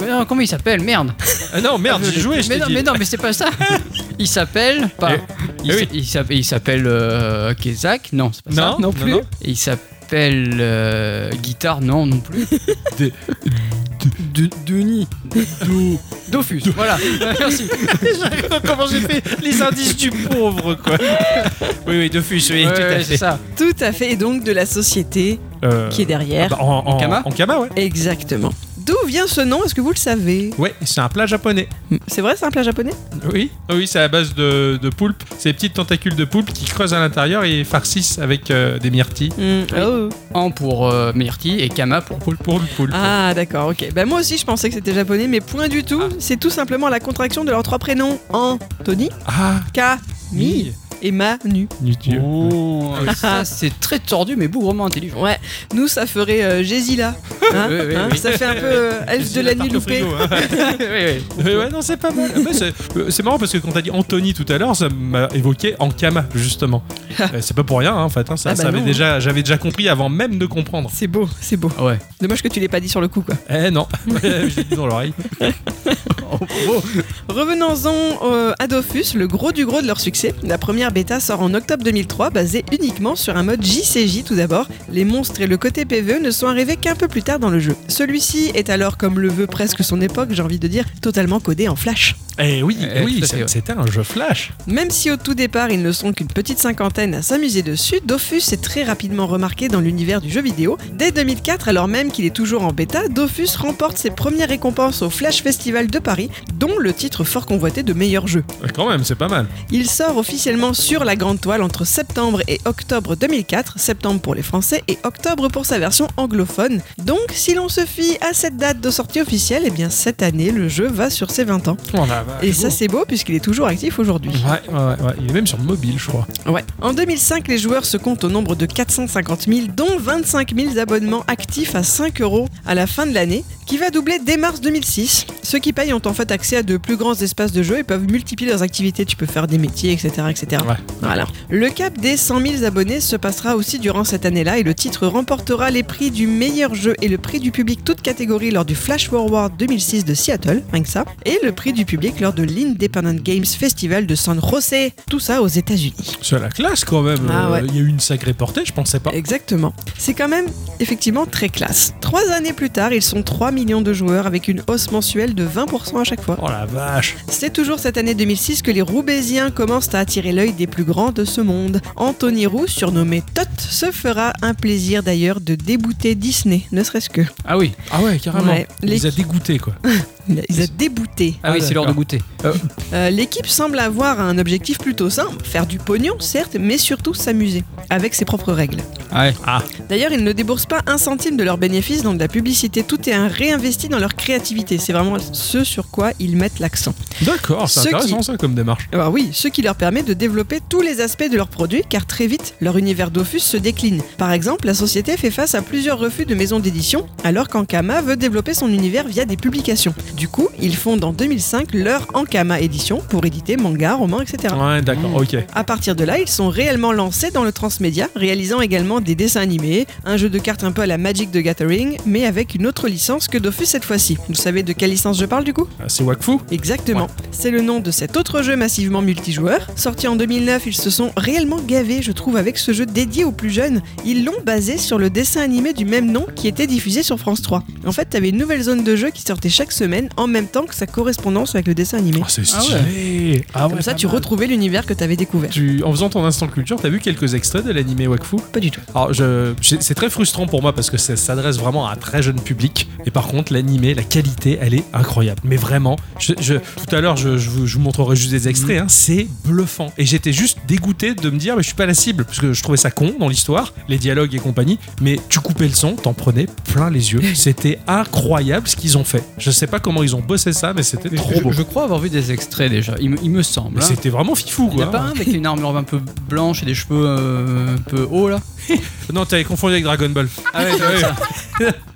[SPEAKER 2] Euh, non, comment il s'appelle Merde.
[SPEAKER 1] Ah non, merde, j'ai joué, je
[SPEAKER 2] mais
[SPEAKER 1] t'ai
[SPEAKER 2] non,
[SPEAKER 1] dit.
[SPEAKER 2] mais non, mais c'est pas ça. Il s'appelle. Pas.
[SPEAKER 1] Eh,
[SPEAKER 2] Il
[SPEAKER 1] eh
[SPEAKER 2] s'a-
[SPEAKER 1] oui.
[SPEAKER 2] il s'appelle. Il s'appelle. euh, Kézak Non, c'est pas ça.
[SPEAKER 1] Non, non plus.
[SPEAKER 2] Et il s'appelle. euh, Guitare Non, non plus.
[SPEAKER 1] De-
[SPEAKER 2] De. Denis. Do. Dofus. Voilà. Merci.
[SPEAKER 1] Comment j'ai fait les indices du pauvre, quoi. oui, oui, Dofus, oui,
[SPEAKER 2] Ouais,
[SPEAKER 1] tout à
[SPEAKER 2] ouais, c'est
[SPEAKER 1] fait.
[SPEAKER 2] ça.
[SPEAKER 3] Tout à fait, et donc de la société
[SPEAKER 1] Euh,
[SPEAKER 3] qui est
[SPEAKER 1] ah
[SPEAKER 3] derrière.
[SPEAKER 1] bah, en, en,
[SPEAKER 2] Kama
[SPEAKER 1] en Kama, ouais.
[SPEAKER 2] bah.
[SPEAKER 3] Exactement. D'où vient ce nom Est-ce que vous le savez
[SPEAKER 1] Ouais, c'est un plat japonais.
[SPEAKER 3] C'est vrai, c'est un plat japonais
[SPEAKER 1] Oui, oui, c'est à base de, de poulpe. C'est des petites tentacules de poulpe qui creusent à l'intérieur et farcissent avec euh, des myrtilles.
[SPEAKER 3] Hmm,
[SPEAKER 2] Ah
[SPEAKER 3] oh.
[SPEAKER 2] An pour euh, Myrtille et Kama pour.
[SPEAKER 1] Poulpe, poulpe, poulpe.
[SPEAKER 3] Ah d'accord, ok. Bah moi aussi je pensais que c'était japonais, mais point du
[SPEAKER 2] Ah.
[SPEAKER 3] tout. C'est tout simplement la contraction de leurs trois prénoms. Anthony,
[SPEAKER 1] Ah,
[SPEAKER 3] Camille et Manu.
[SPEAKER 1] Dieu.
[SPEAKER 2] Oh, ça, c'est très tordu, mais bougrement intelligent.
[SPEAKER 3] Ouais, nous ça ferait euh, Gésila. Hein,
[SPEAKER 2] Oui, oui,
[SPEAKER 3] hein,
[SPEAKER 2] oui.
[SPEAKER 3] Ça fait un peu euh, elfe de la nuit loupée.
[SPEAKER 1] Euh, hein. ouais, non, c'est pas mal. Ah, bah, c'est euh, c'est marrant parce que quand t'as dit Anthony tout à l'heure, ça m'a évoqué Ankama, justement. Euh, c'est pas pour rien, hein, en fait. hein, ça,
[SPEAKER 3] Ah bah
[SPEAKER 1] ça avait
[SPEAKER 3] non.
[SPEAKER 1] déjà, j'avais déjà compris avant même de comprendre.
[SPEAKER 3] C'est beau, c'est beau.
[SPEAKER 2] Ah Ouais.
[SPEAKER 3] Dommage que tu l'aies pas dit sur le coup quoi.
[SPEAKER 1] Eh non, je l'ai dit dans l'oreille.
[SPEAKER 3] Revenons-en euh, à Dofus, le gros du gros de leur succès. La première bêta sort en octobre 2003, basée uniquement sur un mode JCJ tout d'abord. Les monstres et le côté PVE ne sont arrivés qu'un peu plus tard dans le jeu. Celui-ci est alors, comme le veut presque son époque, j'ai envie de dire, totalement codé en Flash.
[SPEAKER 1] Eh oui,
[SPEAKER 2] Eh,
[SPEAKER 1] oui,
[SPEAKER 2] tout à
[SPEAKER 1] c'est-
[SPEAKER 2] fait, ouais.
[SPEAKER 1] c'était un jeu flash.
[SPEAKER 3] Même si au tout départ ils ne sont qu'une petite cinquantaine à s'amuser dessus, Dofus est très rapidement remarqué dans l'univers du jeu vidéo. Dès 2004, alors même qu'il est toujours en bêta, Dofus remporte ses premières récompenses au Flash Festival de Paris, dont le titre fort convoité de meilleur jeu.
[SPEAKER 1] Euh, Quand même, c'est pas mal.
[SPEAKER 3] Il sort officiellement sur la grande toile entre septembre et octobre 2004, septembre pour les Français et octobre pour sa version anglophone. Donc, si l'on se fie à cette date de sortie officielle, eh bien cette année, le jeu va sur ses 20 ans.
[SPEAKER 1] Oh, la vache.
[SPEAKER 3] Et ça, Ah, c'est beau puisqu'il est toujours actif aujourd'hui.
[SPEAKER 1] Ouais, ouais, ouais, ouais. Il est même sur mobile, je crois.
[SPEAKER 3] Ouais. En 2005, les joueurs se comptent au nombre de 450 000, dont 25 000 abonnements actifs à 5 euros à la fin de l'année, qui va doubler dès mars 2006. Ceux qui payent ont en fait accès à de plus grands espaces de jeu et peuvent multiplier leurs activités. Tu peux faire des métiers, etc., etc.
[SPEAKER 1] Ouais.
[SPEAKER 3] Voilà. Le cap des 100 000 abonnés se passera aussi durant cette année-là et le titre remportera les prix du meilleur jeu et le prix du public toute catégorie lors du Flash Forward 2006 de Seattle, rien que ça, et le prix du public lors de l'Independent Games Festival de San José, tout ça aux États-Unis.
[SPEAKER 1] C'est la classe quand même.
[SPEAKER 3] Ah,
[SPEAKER 1] Euh,
[SPEAKER 3] ouais.
[SPEAKER 1] Il y a eu une sacrée portée, je pensais pas.
[SPEAKER 3] Exactement. C'est quand même effectivement très classe. Trois années plus tard, ils sont 3 millions de joueurs avec une hausse mensuelle de 20% à chaque fois.
[SPEAKER 1] Oh la vache.
[SPEAKER 3] C'est toujours cette année 2006 que les Roubaisiens commencent à attirer l'œil des plus grands de ce monde. Anthony Roux, surnommé Tot, se fera un plaisir d'ailleurs de débouter Disney, ne serait-ce que.
[SPEAKER 2] Ah oui,
[SPEAKER 1] Ah ouais, carrément.
[SPEAKER 3] Ouais,
[SPEAKER 1] Il les
[SPEAKER 3] les-
[SPEAKER 1] a dégoûtés, quoi.
[SPEAKER 3] Il a débouté.
[SPEAKER 2] ah oui, c'est l'heure de
[SPEAKER 1] d'accord.
[SPEAKER 2] goûter.
[SPEAKER 3] Euh, L'équipe semble avoir un objectif plutôt simple, faire du pognon certes, mais surtout s'amuser, avec ses propres règles.
[SPEAKER 2] Ouais.
[SPEAKER 3] D'ailleurs, ils ne déboursent pas un centime de leurs bénéfices dans de la publicité, tout est un réinvesti dans leur créativité, c'est vraiment ce sur quoi ils mettent l'accent.
[SPEAKER 1] D'accord, c'est
[SPEAKER 3] Ceux qui-
[SPEAKER 1] intéressant ça comme démarche.
[SPEAKER 3] Alors oui, ce qui leur permet de développer tous les aspects de leurs produits, car très vite, leur univers Dofus se décline. Par exemple, la société fait face à plusieurs refus de maisons d'édition, alors qu'Ankama veut développer son univers via des publications. Du coup, ils fondent en 2005 leur Ankama Édition pour éditer mangas, romans, etc.
[SPEAKER 1] Ouais, d'accord, ok.
[SPEAKER 3] À partir de là, ils sont réellement lancés dans le transmédia, réalisant également des dessins animés, un jeu de cartes un peu à la Magic the Gathering, mais avec une autre licence que Dofus cette fois-ci. Vous savez de quelle licence je parle du coup
[SPEAKER 1] Ah, C'est Wakfu
[SPEAKER 3] Exactement. C'est le nom de cet autre jeu massivement multijoueur. Sorti en 2009, ils se sont réellement gavés, je trouve, avec ce jeu dédié aux plus jeunes. Ils l'ont basé sur le dessin animé du même nom qui était diffusé sur France 3. En fait, t'avais une nouvelle zone de jeu qui sortait chaque semaine en même temps que sa correspondance avec le dessin animé.
[SPEAKER 1] Oh, c'est
[SPEAKER 2] Ah ouais.
[SPEAKER 1] stylé. Ah ouais,
[SPEAKER 3] Comme ça,
[SPEAKER 1] pas
[SPEAKER 3] tu
[SPEAKER 1] mal.
[SPEAKER 3] retrouvais l'univers que t'avais découvert.
[SPEAKER 1] Tu- en faisant ton instant culture, t'as vu quelques extraits de l'animé Wakfu
[SPEAKER 3] Pas du tout.
[SPEAKER 1] Alors, je, c'est c'est très frustrant pour moi parce que ça s'adresse vraiment à un très jeune public. Et par contre, l'animé, la qualité, elle est incroyable. Mais vraiment, je, je- tout à l'heure, je, je vous, je vous montrerai juste des extraits. hein. c'est bluffant. Et j'étais juste dégoûté de me dire, mais je suis pas la cible parce que je trouvais ça con dans l'histoire, les dialogues et compagnie. Mais tu coupais le son, t'en prenais plein les yeux. C'était incroyable ce qu'ils ont fait. Je sais pas comment ils ont bossé ça, mais c'était trop
[SPEAKER 2] je,
[SPEAKER 1] beau.
[SPEAKER 2] je crois avoir vu des extraits déjà, il, me- il me semble.
[SPEAKER 1] Mais
[SPEAKER 2] hein.
[SPEAKER 1] C'était vraiment fifou,
[SPEAKER 2] Il n'y
[SPEAKER 1] quoi.
[SPEAKER 2] en a pas un avec une armure un peu blanche et des cheveux euh, un peu hauts là
[SPEAKER 1] Non, t'avais confondu avec Dragon Ball.
[SPEAKER 2] Ah ouais,
[SPEAKER 1] ouais.
[SPEAKER 2] ça.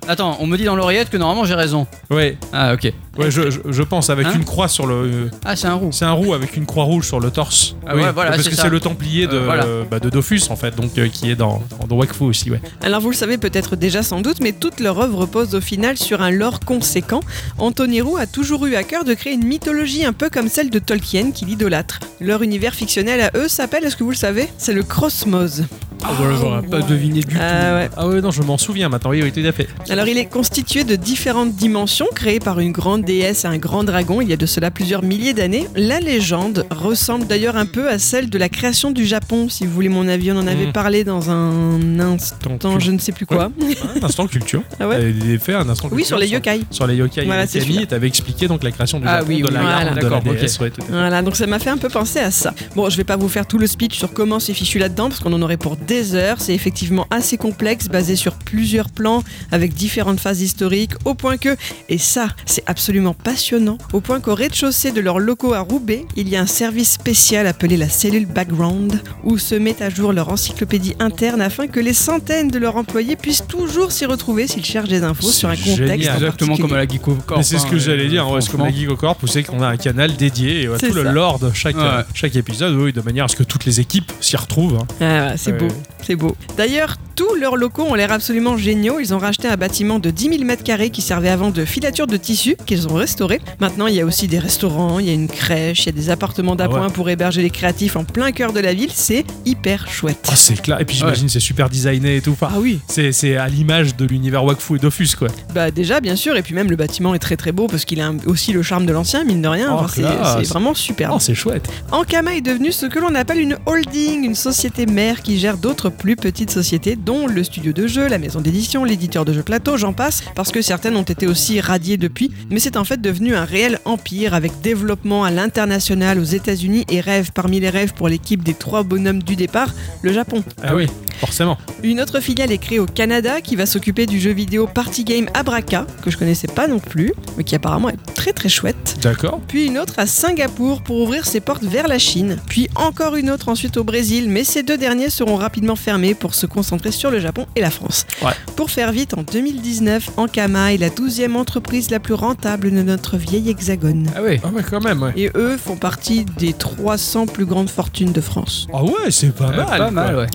[SPEAKER 2] Attends, on me dit dans l'oreillette que normalement j'ai raison.
[SPEAKER 1] Ouais,
[SPEAKER 2] Ah ok.
[SPEAKER 1] ouais, je, je- je pense avec
[SPEAKER 2] Hein
[SPEAKER 1] une croix sur le.
[SPEAKER 2] Ah c'est un roux.
[SPEAKER 1] C'est un roux avec une croix rouge sur le torse.
[SPEAKER 2] Ah ouais, voilà,
[SPEAKER 1] parce
[SPEAKER 2] c'est
[SPEAKER 1] que
[SPEAKER 2] ça.
[SPEAKER 1] c'est le templier de,
[SPEAKER 2] Euh, voilà.
[SPEAKER 1] bah, de Dofus en fait, donc euh, qui est dans, dans, dans Wakfu aussi, ouais.
[SPEAKER 3] Alors vous le savez peut-être déjà sans doute, mais toute leur œuvre repose au final sur un lore conséquent. Anthony Roux a toujours eu à cœur de créer une mythologie un peu comme celle de Tolkien qui l'idolâtre. Leur univers fictionnel à eux s'appelle, est-ce que vous le savez C'est le Crossmose.
[SPEAKER 2] Ah ouais, j'aurais pas deviné du tout.
[SPEAKER 3] Ah ouais.
[SPEAKER 1] Ah ouais, non, je m'en souviens maintenant. Oui, oui, tout à fait.
[SPEAKER 3] Alors il est constitué de différentes dimensions créées par une grande déesse et un grand dragon il y a de cela plusieurs milliers d'années. La légende ressemble d'ailleurs un peu à celle de la création du Japon, si vous voulez mon avis, on en avait
[SPEAKER 1] Mm.
[SPEAKER 3] parlé dans un instant,
[SPEAKER 1] Donc,
[SPEAKER 3] je ne sais plus quoi.
[SPEAKER 1] un instant culture.
[SPEAKER 3] Ah ouais
[SPEAKER 1] T'avais des- fait un instant culture.
[SPEAKER 3] Oui, sur les yokai.
[SPEAKER 1] Sur les yokai.
[SPEAKER 3] Voilà,
[SPEAKER 1] et
[SPEAKER 3] c'est
[SPEAKER 1] Camille,
[SPEAKER 3] celui-là.
[SPEAKER 1] t'avais expliqué donc la création du
[SPEAKER 2] Ah
[SPEAKER 1] Japon,
[SPEAKER 2] oui,
[SPEAKER 1] de
[SPEAKER 2] oui,
[SPEAKER 1] la
[SPEAKER 3] voilà.
[SPEAKER 1] garde,
[SPEAKER 2] D'accord,
[SPEAKER 1] de la
[SPEAKER 2] ok.
[SPEAKER 1] déesse, ouais, tout à fait.
[SPEAKER 3] Voilà, donc ça m'a fait un peu penser à ça. Bon, je vais pas vous faire tout le speech sur comment c'est fichu là-dedans, parce qu'on en aurait pour des heures. C'est effectivement assez complexe, basé sur plusieurs plans, avec différentes phases historiques, au point que, et ça, c'est absolument passionnant, au point qu'au rez-de-chaussée de leurs locaux à Roubaix, il y a un service spécial appelé la cellule Background, où se met à jour leur encyclopédie interne afin que les centaines de leurs employés puissent toujours s'y retrouver s'ils cherchent des infos
[SPEAKER 1] C'est
[SPEAKER 3] sur un contexte.
[SPEAKER 1] génial.
[SPEAKER 3] en
[SPEAKER 2] Exactement
[SPEAKER 3] particulier.
[SPEAKER 2] comme à la Geeko Corp.
[SPEAKER 1] Mais c'est ce
[SPEAKER 2] hein,
[SPEAKER 1] que j'allais
[SPEAKER 2] euh,
[SPEAKER 1] dire, ouais, c'est comme la
[SPEAKER 2] franchement.
[SPEAKER 1] Geek au Corp, vous savez qu'on a un canal dédié et euh,
[SPEAKER 3] C'est
[SPEAKER 1] tout le
[SPEAKER 3] ça.
[SPEAKER 1] lore de chaque,
[SPEAKER 2] Ouais.
[SPEAKER 1] euh, chaque épisode, oui, de manière à ce que toutes les équipes s'y retrouvent. hein.
[SPEAKER 3] Ah, c'est
[SPEAKER 1] Ouais.
[SPEAKER 3] beau, c'est beau. D'ailleurs, tous leurs locaux ont l'air absolument géniaux. Ils ont racheté un bâtiment de 10 000 mètres carrés qui servait avant de filature de tissu, qu'ils ont restauré. Maintenant, il y a aussi des restaurants, il y a une crèche, il y a des appartements d'appoint
[SPEAKER 1] Ah ouais.
[SPEAKER 3] pour héberger les créatifs en plein cœur de la ville. C'est hyper chouette.
[SPEAKER 1] Ah, c'est clair. Et puis j'imagine c'est super designé et tout. Enfin,
[SPEAKER 3] Ah oui,
[SPEAKER 1] c'est, c'est à l'image de l'univers Wakfu et Dofus, quoi.
[SPEAKER 3] bah déjà bien sûr, et puis même le bâtiment est très très beau parce qu'il a un- aussi le charme de l'ancien, mine de rien.
[SPEAKER 1] Oh,
[SPEAKER 3] Enfin, c'est-
[SPEAKER 1] classe.
[SPEAKER 3] c'est vraiment super.
[SPEAKER 2] Ah.
[SPEAKER 1] Oh, c'est chouette.
[SPEAKER 3] Ankama est devenue ce que l'on appelle une holding, une société mère qui gère d'autres plus petites sociétés, dont le studio de jeu, la maison d'édition, l'éditeur de jeux plateau, j'en passe, parce que certaines ont été aussi radiées depuis, mais c'est en fait devenu un réel empire avec développement à l'international aux États-Unis et rêve parmi les rêves pour l'équipe des trois bonhommes du départ, le Japon.
[SPEAKER 1] Ah oui, forcément.
[SPEAKER 3] Une autre filiale est créée au Canada qui va s'occuper du jeu vidéo Party Game Abraka, que je connaissais pas non plus, mais qui apparemment est très très chouette
[SPEAKER 1] D'accord.
[SPEAKER 3] puis une autre à Singapour pour ouvrir ses portes vers la Chine, puis encore une autre ensuite au Brésil, mais ces deux derniers seront rapidement fermés pour se concentrer sur le Japon et la France.
[SPEAKER 1] Ouais.
[SPEAKER 3] Pour faire vite, en 2019, Ankama est la 12e entreprise la plus rentable de notre vieil hexagone.
[SPEAKER 1] Ah oui. Ah ouais, quand même, ouais.
[SPEAKER 3] Et eux font partie des 300 plus grandes fortunes de France.
[SPEAKER 1] Ah ouais, c'est pas
[SPEAKER 2] Euh,
[SPEAKER 1] mal.
[SPEAKER 2] pas
[SPEAKER 1] quoi.
[SPEAKER 2] mal, ouais.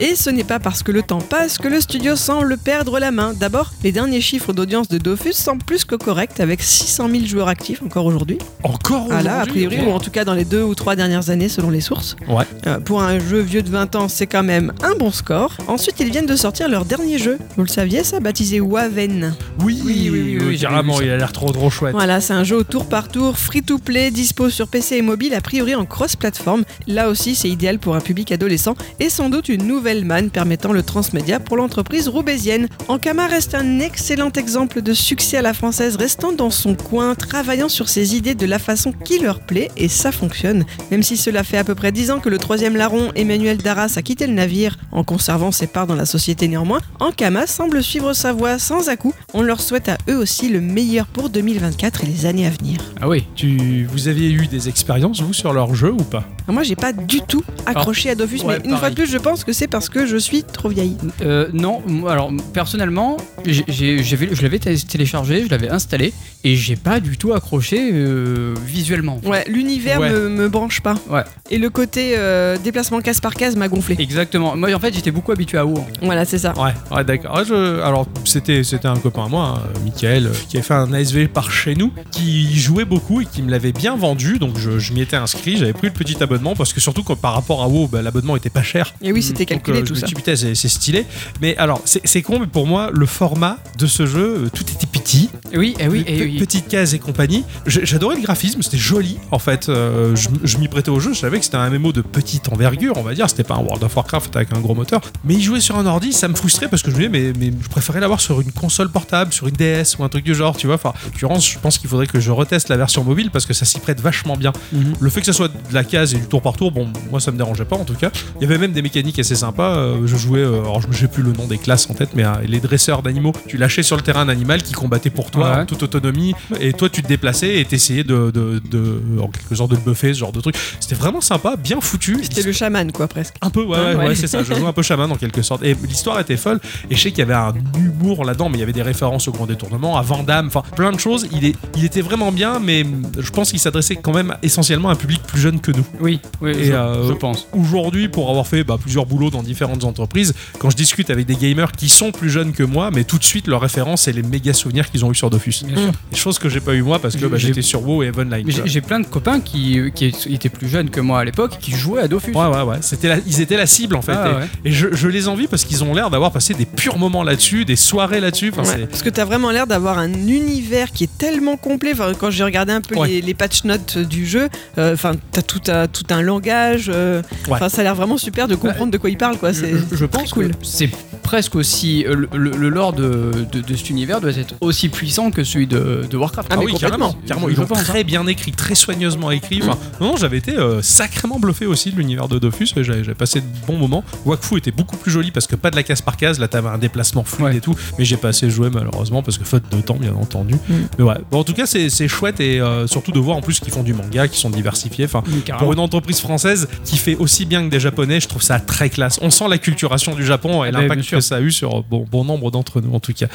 [SPEAKER 3] Et ce n'est pas parce que le temps passe que le studio semble perdre la main. D'abord, les derniers chiffres d'audience de Dofus semblent plus que corrects avec 600 000 joueurs actifs encore aujourd'hui.
[SPEAKER 1] Encore
[SPEAKER 3] Ah là, a
[SPEAKER 1] aujourd'hui,
[SPEAKER 3] priori,
[SPEAKER 1] ok.
[SPEAKER 3] ou en tout cas dans les deux ou trois dernières années selon les sources.
[SPEAKER 1] Ouais.
[SPEAKER 3] Euh, pour un jeu vieux de 20 ans, c'est quand même un bon score. Ensuite, ils viennent de sortir leur dernier jeu. Vous le saviez ça, baptisé Waven.
[SPEAKER 1] Oui,
[SPEAKER 2] Ah. Oui, oui, oui, oui, j'ai
[SPEAKER 1] carrément,
[SPEAKER 2] vu ça.
[SPEAKER 1] il a l'air trop trop chouette.
[SPEAKER 3] Voilà, c'est un jeu au tour par tour, free to play, dispo sur PC et mobile, a priori en cross-platform. Là aussi, c'est idéal pour un public adolescent et sans doute une nouvelle manne permettant le transmédia pour l'entreprise roubaisienne. Ankama reste un excellent exemple de succès à la française, restant dans son coin, travaillant sur ses idées de la façon qui leur plaît et ça fonctionne. Même si cela fait à peu près 10 ans que le troisième larron, Emmanuel Darras, a quitté le navire en conservant ses parts dans la société néanmoins, Ankama semble suivre sa voie sans à-coup. On leur souhaite à eux aussi le meilleur pour 2024 et les années à venir.
[SPEAKER 2] Ah oui.
[SPEAKER 1] Tu, vous aviez eu des expériences, vous, sur leur jeu ou pas
[SPEAKER 3] Alors moi, j'ai pas du tout
[SPEAKER 1] Ah,
[SPEAKER 3] accroché à Dofus,
[SPEAKER 2] ouais,
[SPEAKER 3] mais une fois
[SPEAKER 2] pareil.
[SPEAKER 3] de plus, je pense que c'est parce que je suis trop vieille.
[SPEAKER 2] Euh, non, moi, alors personnellement, j'ai- j'ai- j'avais- je l'avais té- téléchargé, je l'avais installé et j'ai pas du tout accroché euh, visuellement.
[SPEAKER 3] Ouais, l'univers
[SPEAKER 1] Ouais.
[SPEAKER 3] Me, me branche pas.
[SPEAKER 2] Ouais.
[SPEAKER 3] Et le côté euh, déplacement case par case m'a gonflé.
[SPEAKER 2] Exactement. Moi, en fait, j'étais beaucoup habitué à WoW.
[SPEAKER 3] Voilà, c'est ça.
[SPEAKER 1] Ouais, ouais d'accord. Ouais, je- Alors, c'était, c'était un copain à moi, hein, Michael, euh, qui a fait un ASV par chez nous, qui y jouait beaucoup et qui me l'avait bien vendu. Donc, je, je m'y étais inscrit, j'avais pris le petit abonnement parce que, surtout, que par rapport à WoW, bah, l'abonnement était pas cher.
[SPEAKER 3] Et oui, c'était
[SPEAKER 1] Donc,
[SPEAKER 3] calculé
[SPEAKER 1] euh, je
[SPEAKER 3] tout
[SPEAKER 1] me
[SPEAKER 3] ça.
[SPEAKER 1] dis, putain, c'est, c'est stylé. Mais alors, c'est, c'est con, mais pour moi, le format de ce jeu, euh, tout était petit.
[SPEAKER 2] Et Oui, eh oui,
[SPEAKER 1] Pe-
[SPEAKER 2] eh oui.
[SPEAKER 1] Petite case et compagnie. J'ai- J'adorais le graphisme, c'était joli en fait. Euh, je je m'y prêtais au jeu, je savais que c'était un MMO de petite envergure, on va dire. C'était pas un World of Warcraft avec un gros moteur. Mais y jouer sur un ordi, ça me frustrait parce que je me disais, mais, mais je préférais l'avoir sur une console portable, sur une DS ou un truc du genre, tu vois. Enfin, en l'occurrence, je pense qu'il faudrait que je reteste la version mobile parce que ça s'y prête vachement bien.
[SPEAKER 2] Mhm.
[SPEAKER 1] Le fait que ça soit de la case et du tour par tour, bon, moi ça me dérangeait pas en tout cas. Il y avait même des mécaniques assez sympas. Euh, je jouais, euh, alors je j'ai plus le nom des classes en tête, mais euh, les dresseurs d'animaux. Tu lâchais sur le terrain un animal qui combattait pour toi
[SPEAKER 2] Ouais.
[SPEAKER 1] en toute autonomie, et toi tu te déplaçais et t'essayais de, de, de- en quelque sorte de le buffer, ce genre de truc. C'était vraiment sympa, bien foutu.
[SPEAKER 3] C'était le chaman, quoi, presque.
[SPEAKER 1] Un peu, ouais, ouais,
[SPEAKER 2] Ouais.
[SPEAKER 1] ouais, c'est ça. Je joue un peu chaman en quelque sorte. Et l'histoire était folle. Et je sais qu'il y avait un humour là-dedans, mais il y avait des références au grand détournement, à Van Damme, enfin plein de choses. Il, est, il était vraiment bien, mais je pense qu'il s'adressait quand même essentiellement à un public plus jeune que nous.
[SPEAKER 2] Oui, oui,
[SPEAKER 1] Et,
[SPEAKER 2] je,
[SPEAKER 1] euh,
[SPEAKER 2] je pense.
[SPEAKER 1] Aujourd'hui, pour avoir fait bah, plusieurs boulots dans différentes entreprises, quand je discute avec des gamers qui sont plus jeunes que moi, mais tout de suite, leur référence, c'est les méga souvenirs qu'ils ont eu sur Dofus.
[SPEAKER 2] Bien sûr.
[SPEAKER 1] Chose que j'ai pas eu moi parce que bah,
[SPEAKER 2] J'ai-
[SPEAKER 1] j'étais sur WoW et Evenline.
[SPEAKER 2] Mais J'ai j'ai plein de copains qui, qui étaient plus jeunes que moi à l'époque qui jouaient à Dofus.
[SPEAKER 1] Ouais, ouais, ouais. C'était la- Ils étaient la cible en fait.
[SPEAKER 2] Ah,
[SPEAKER 1] et
[SPEAKER 2] ouais.
[SPEAKER 1] et je, je les envie parce qu'ils ont l'air d'avoir passé des purs moments là-dessus, des soirées là-dessus. Enfin,
[SPEAKER 3] Ouais,
[SPEAKER 1] c'est-
[SPEAKER 3] parce que t'as vraiment l'air d'avoir un univers qui est tellement complet. Enfin, quand j'ai regardé un peu
[SPEAKER 1] Ouais.
[SPEAKER 3] les, les patch notes du jeu, euh, enfin, t'as tout, un- tout un langage. euh,
[SPEAKER 1] Ouais. Bah,
[SPEAKER 3] Enfin, ça a l'air vraiment super de comprendre de quoi il parle, quoi. Ah, C'est
[SPEAKER 2] je, je
[SPEAKER 3] très
[SPEAKER 2] pense
[SPEAKER 3] cool.
[SPEAKER 2] que c'est presque aussi. euh, Le, le- le lore de, de- de cet univers doit être aussi puissant que celui de, de Warcraft.
[SPEAKER 3] Ah, mais
[SPEAKER 1] oui,
[SPEAKER 3] complètement.
[SPEAKER 1] carrément, carrément.
[SPEAKER 2] Je
[SPEAKER 1] Ils l'ont
[SPEAKER 2] pense, hein.
[SPEAKER 1] très bien écrit, très soigneusement écrit. Enfin, non, non, j'avais été euh, sacrément bluffé aussi de l'univers de Dofus. et J'avais j'avais passé de bons moments. Wakfu était beaucoup plus joli parce que pas de la case par case. Là, t'avais un déplacement fluide
[SPEAKER 2] Ouais.
[SPEAKER 1] et tout. Mais j'ai pas assez joué malheureusement parce que faute de temps, bien entendu.
[SPEAKER 3] Mm.
[SPEAKER 1] Mais ouais. Bon, en tout cas, c'est c'est chouette et euh, surtout de voir en plus qu'ils font du manga, qu'ils sont diversifiés. Enfin, Ah. pour
[SPEAKER 2] Carrément.
[SPEAKER 1] une entreprise française qui fait aussi bien que des japonais, je trouve ça très classe. On sent la culturation du Japon et
[SPEAKER 2] Ah ben, bien
[SPEAKER 1] l'impact
[SPEAKER 2] sûr.
[SPEAKER 1] que ça a eu sur bon, bon nombre d'entre nous en tout cas.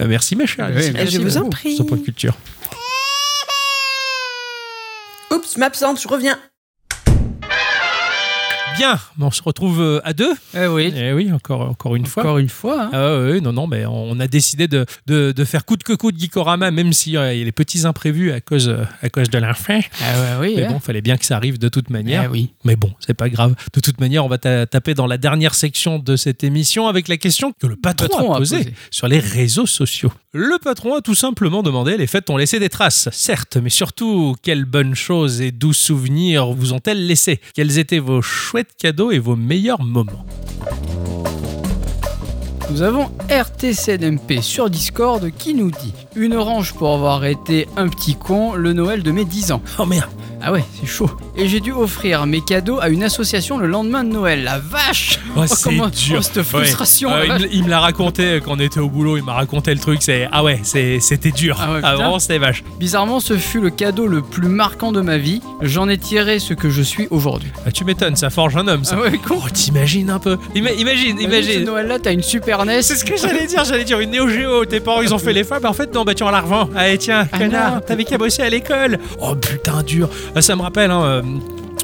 [SPEAKER 1] Euh, merci mes chers.
[SPEAKER 2] Oui,
[SPEAKER 1] Alexis,
[SPEAKER 2] merci
[SPEAKER 3] Je vous en
[SPEAKER 2] beaucoup.
[SPEAKER 3] prie.
[SPEAKER 1] sur Point Culture.
[SPEAKER 7] Oups, je m'absente, je reviens.
[SPEAKER 1] Bien, Bon, on se retrouve euh, à deux.
[SPEAKER 2] Eh oui,
[SPEAKER 1] Eh oui, encore, encore une fois.
[SPEAKER 2] encore une fois. hein.
[SPEAKER 1] Ah oui, non, non, mais on a décidé de, de, de faire coûte que coûte Gikorama, même s'il y a les petits imprévus à cause, euh, à cause de l'infin.
[SPEAKER 2] Ah ouais, oui.
[SPEAKER 1] Mais
[SPEAKER 2] hein.
[SPEAKER 1] bon, fallait bien que ça arrive de toute manière.
[SPEAKER 2] Ah oui.
[SPEAKER 1] Mais bon, c'est pas grave. De toute manière, on va ta- taper dans la dernière section de cette émission avec la question que le patron,
[SPEAKER 2] patron
[SPEAKER 1] a
[SPEAKER 2] a
[SPEAKER 1] posée
[SPEAKER 2] posée.
[SPEAKER 1] sur les réseaux sociaux. Le patron a tout simplement demandé les fêtes ont laissé des traces, certes, mais surtout, quelles bonnes choses et doux souvenirs vous ont-elles laissé Quels étaient vos chouettes cadeaux et vos meilleurs moments
[SPEAKER 2] Nous avons RTCNMP sur Discord qui nous dit Une orange pour avoir été un petit con le Noël de mes 10 ans.
[SPEAKER 1] Oh merde
[SPEAKER 2] Ah ouais, c'est chaud. Et j'ai dû offrir mes cadeaux à une association le lendemain de Noël. La vache
[SPEAKER 1] Oh,
[SPEAKER 2] comment-
[SPEAKER 1] c'est dur.
[SPEAKER 2] oh, cette frustration,
[SPEAKER 1] Ouais.
[SPEAKER 2] la
[SPEAKER 1] Euh, il me- il me l'a raconté quand on était au boulot. Il m'a raconté le truc. C'est ah ouais, c'est- c'était dur.
[SPEAKER 2] Ah ouais,
[SPEAKER 1] Ah,
[SPEAKER 2] putain.
[SPEAKER 1] vraiment, c'était vache.
[SPEAKER 2] Bizarrement, ce fut le cadeau le plus marquant de ma vie. J'en ai tiré ce que je suis aujourd'hui.
[SPEAKER 1] Ah, tu m'étonnes, ça forge un homme. Ça.
[SPEAKER 2] Ah ouais, con
[SPEAKER 1] Oh, t'imagines un peu. Ima- imagine,
[SPEAKER 2] Imagine,
[SPEAKER 1] imagine.
[SPEAKER 2] ce Noël-là, t'as une Super NES.
[SPEAKER 1] C'est ce que j'allais dire, j'allais dire une Néo Géo. Tes parents ils ont fait les femmes, en fait non, bah tu en la revends. Allez tiens,
[SPEAKER 2] Ah non.
[SPEAKER 1] connard, t'avais qu'à bosser à l'école. Oh putain, dur. Ah, Ça me rappelle, hein, euh,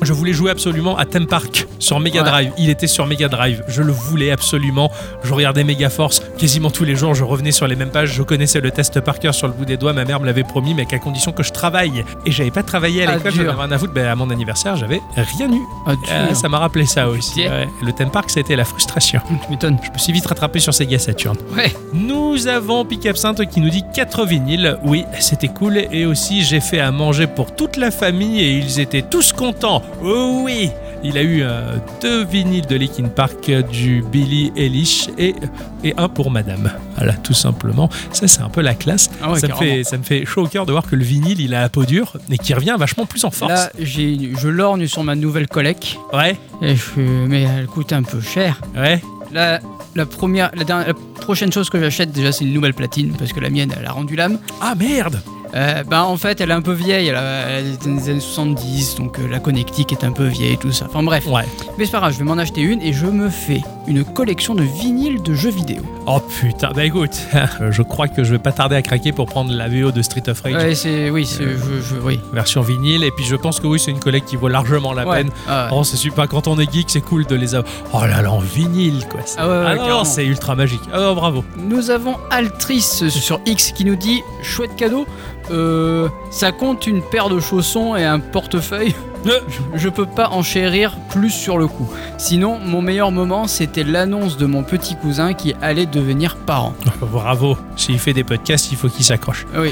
[SPEAKER 1] je voulais jouer absolument à Theme Park sur Mega
[SPEAKER 2] Ouais.
[SPEAKER 1] Drive. Il était sur Mega Drive, je le voulais absolument. Je regardais Mega Force quasiment tous les jours, je revenais sur les mêmes pages, je connaissais le test par cœur sur le bout des doigts, ma mère me l'avait promis, mais qu'à condition que je travaille. Et j'avais pas travaillé à
[SPEAKER 2] Ah,
[SPEAKER 1] l'école,
[SPEAKER 2] dur.
[SPEAKER 1] j'en avais rien à foutre, ben, à mon anniversaire, j'avais rien eu.
[SPEAKER 2] Ah, tu-
[SPEAKER 1] Ah, ça m'a rappelé ça aussi.
[SPEAKER 2] Tiens.
[SPEAKER 1] ouais. Le Theme Park, c'était la frustration.
[SPEAKER 2] Tu m'étonnes.
[SPEAKER 1] Je me suis vite rattrapé sur Sega Saturn.
[SPEAKER 2] Ouais.
[SPEAKER 1] Nous avons Pic Absinthe qui nous dit 4 vinyles. Oui, c'était cool. Et aussi, j'ai fait à manger pour toute la famille et ils étaient tous contents. Oh oui Il a eu euh, deux vinyles de Linkin Park, euh, du Billy Eilish et, et un pour Madame. Voilà, tout simplement. Ça, c'est un peu la classe.
[SPEAKER 2] Ah ouais,
[SPEAKER 1] ça, me
[SPEAKER 2] carrément.
[SPEAKER 1] fait, ça me fait chaud au cœur de voir que le vinyle, il a la peau dure et qui revient vachement plus en force.
[SPEAKER 2] Là, j'ai, je lorgne sur ma nouvelle collecte.
[SPEAKER 1] Ouais,
[SPEAKER 2] Et je, mais elle coûte un peu cher.
[SPEAKER 1] ouais.
[SPEAKER 2] La, la première, la, dernière- la prochaine chose que j'achète déjà, c'est une nouvelle platine parce que la mienne, elle a rendu l'âme.
[SPEAKER 1] Ah merde
[SPEAKER 2] Euh, ben, en fait, elle est un peu vieille. Elle, a, elle est des années 70, donc euh, la connectique est un peu vieille, tout ça. Enfin bref.
[SPEAKER 1] Ouais.
[SPEAKER 2] Mais c'est pas grave, je vais m'en acheter une et je me fais une collection de vinyles de jeux vidéo.
[SPEAKER 1] Oh putain, bah écoute, je crois que je vais pas tarder à craquer pour prendre la VO de Street of Rage
[SPEAKER 2] Ouais, c'est oui, c'est
[SPEAKER 1] Euh,
[SPEAKER 2] je, je- oui.
[SPEAKER 1] version vinyle, et puis je pense que oui, c'est une collecte qui vaut largement la
[SPEAKER 2] Ouais.
[SPEAKER 1] peine.
[SPEAKER 2] Ah, ouais.
[SPEAKER 1] Oh, c'est super, quand on est geek, c'est cool de les avoir. Oh là là, en vinyle quoi. c'est-
[SPEAKER 2] Ah ouais, ouais,
[SPEAKER 1] non,
[SPEAKER 2] carrément.
[SPEAKER 1] c'est ultra magique. Oh bravo.
[SPEAKER 2] Nous avons Altrice sur X qui nous dit chouette cadeau. Euh, ça compte une paire de chaussons et un portefeuille.
[SPEAKER 1] Euh.
[SPEAKER 2] Je peux pas enchérir plus sur le coup. Sinon, mon meilleur moment, c'était l'annonce de mon petit cousin qui allait devenir parent.
[SPEAKER 1] Oh, bravo. S'il fait des podcasts, il faut qu'il s'accroche.
[SPEAKER 2] Ah Oui,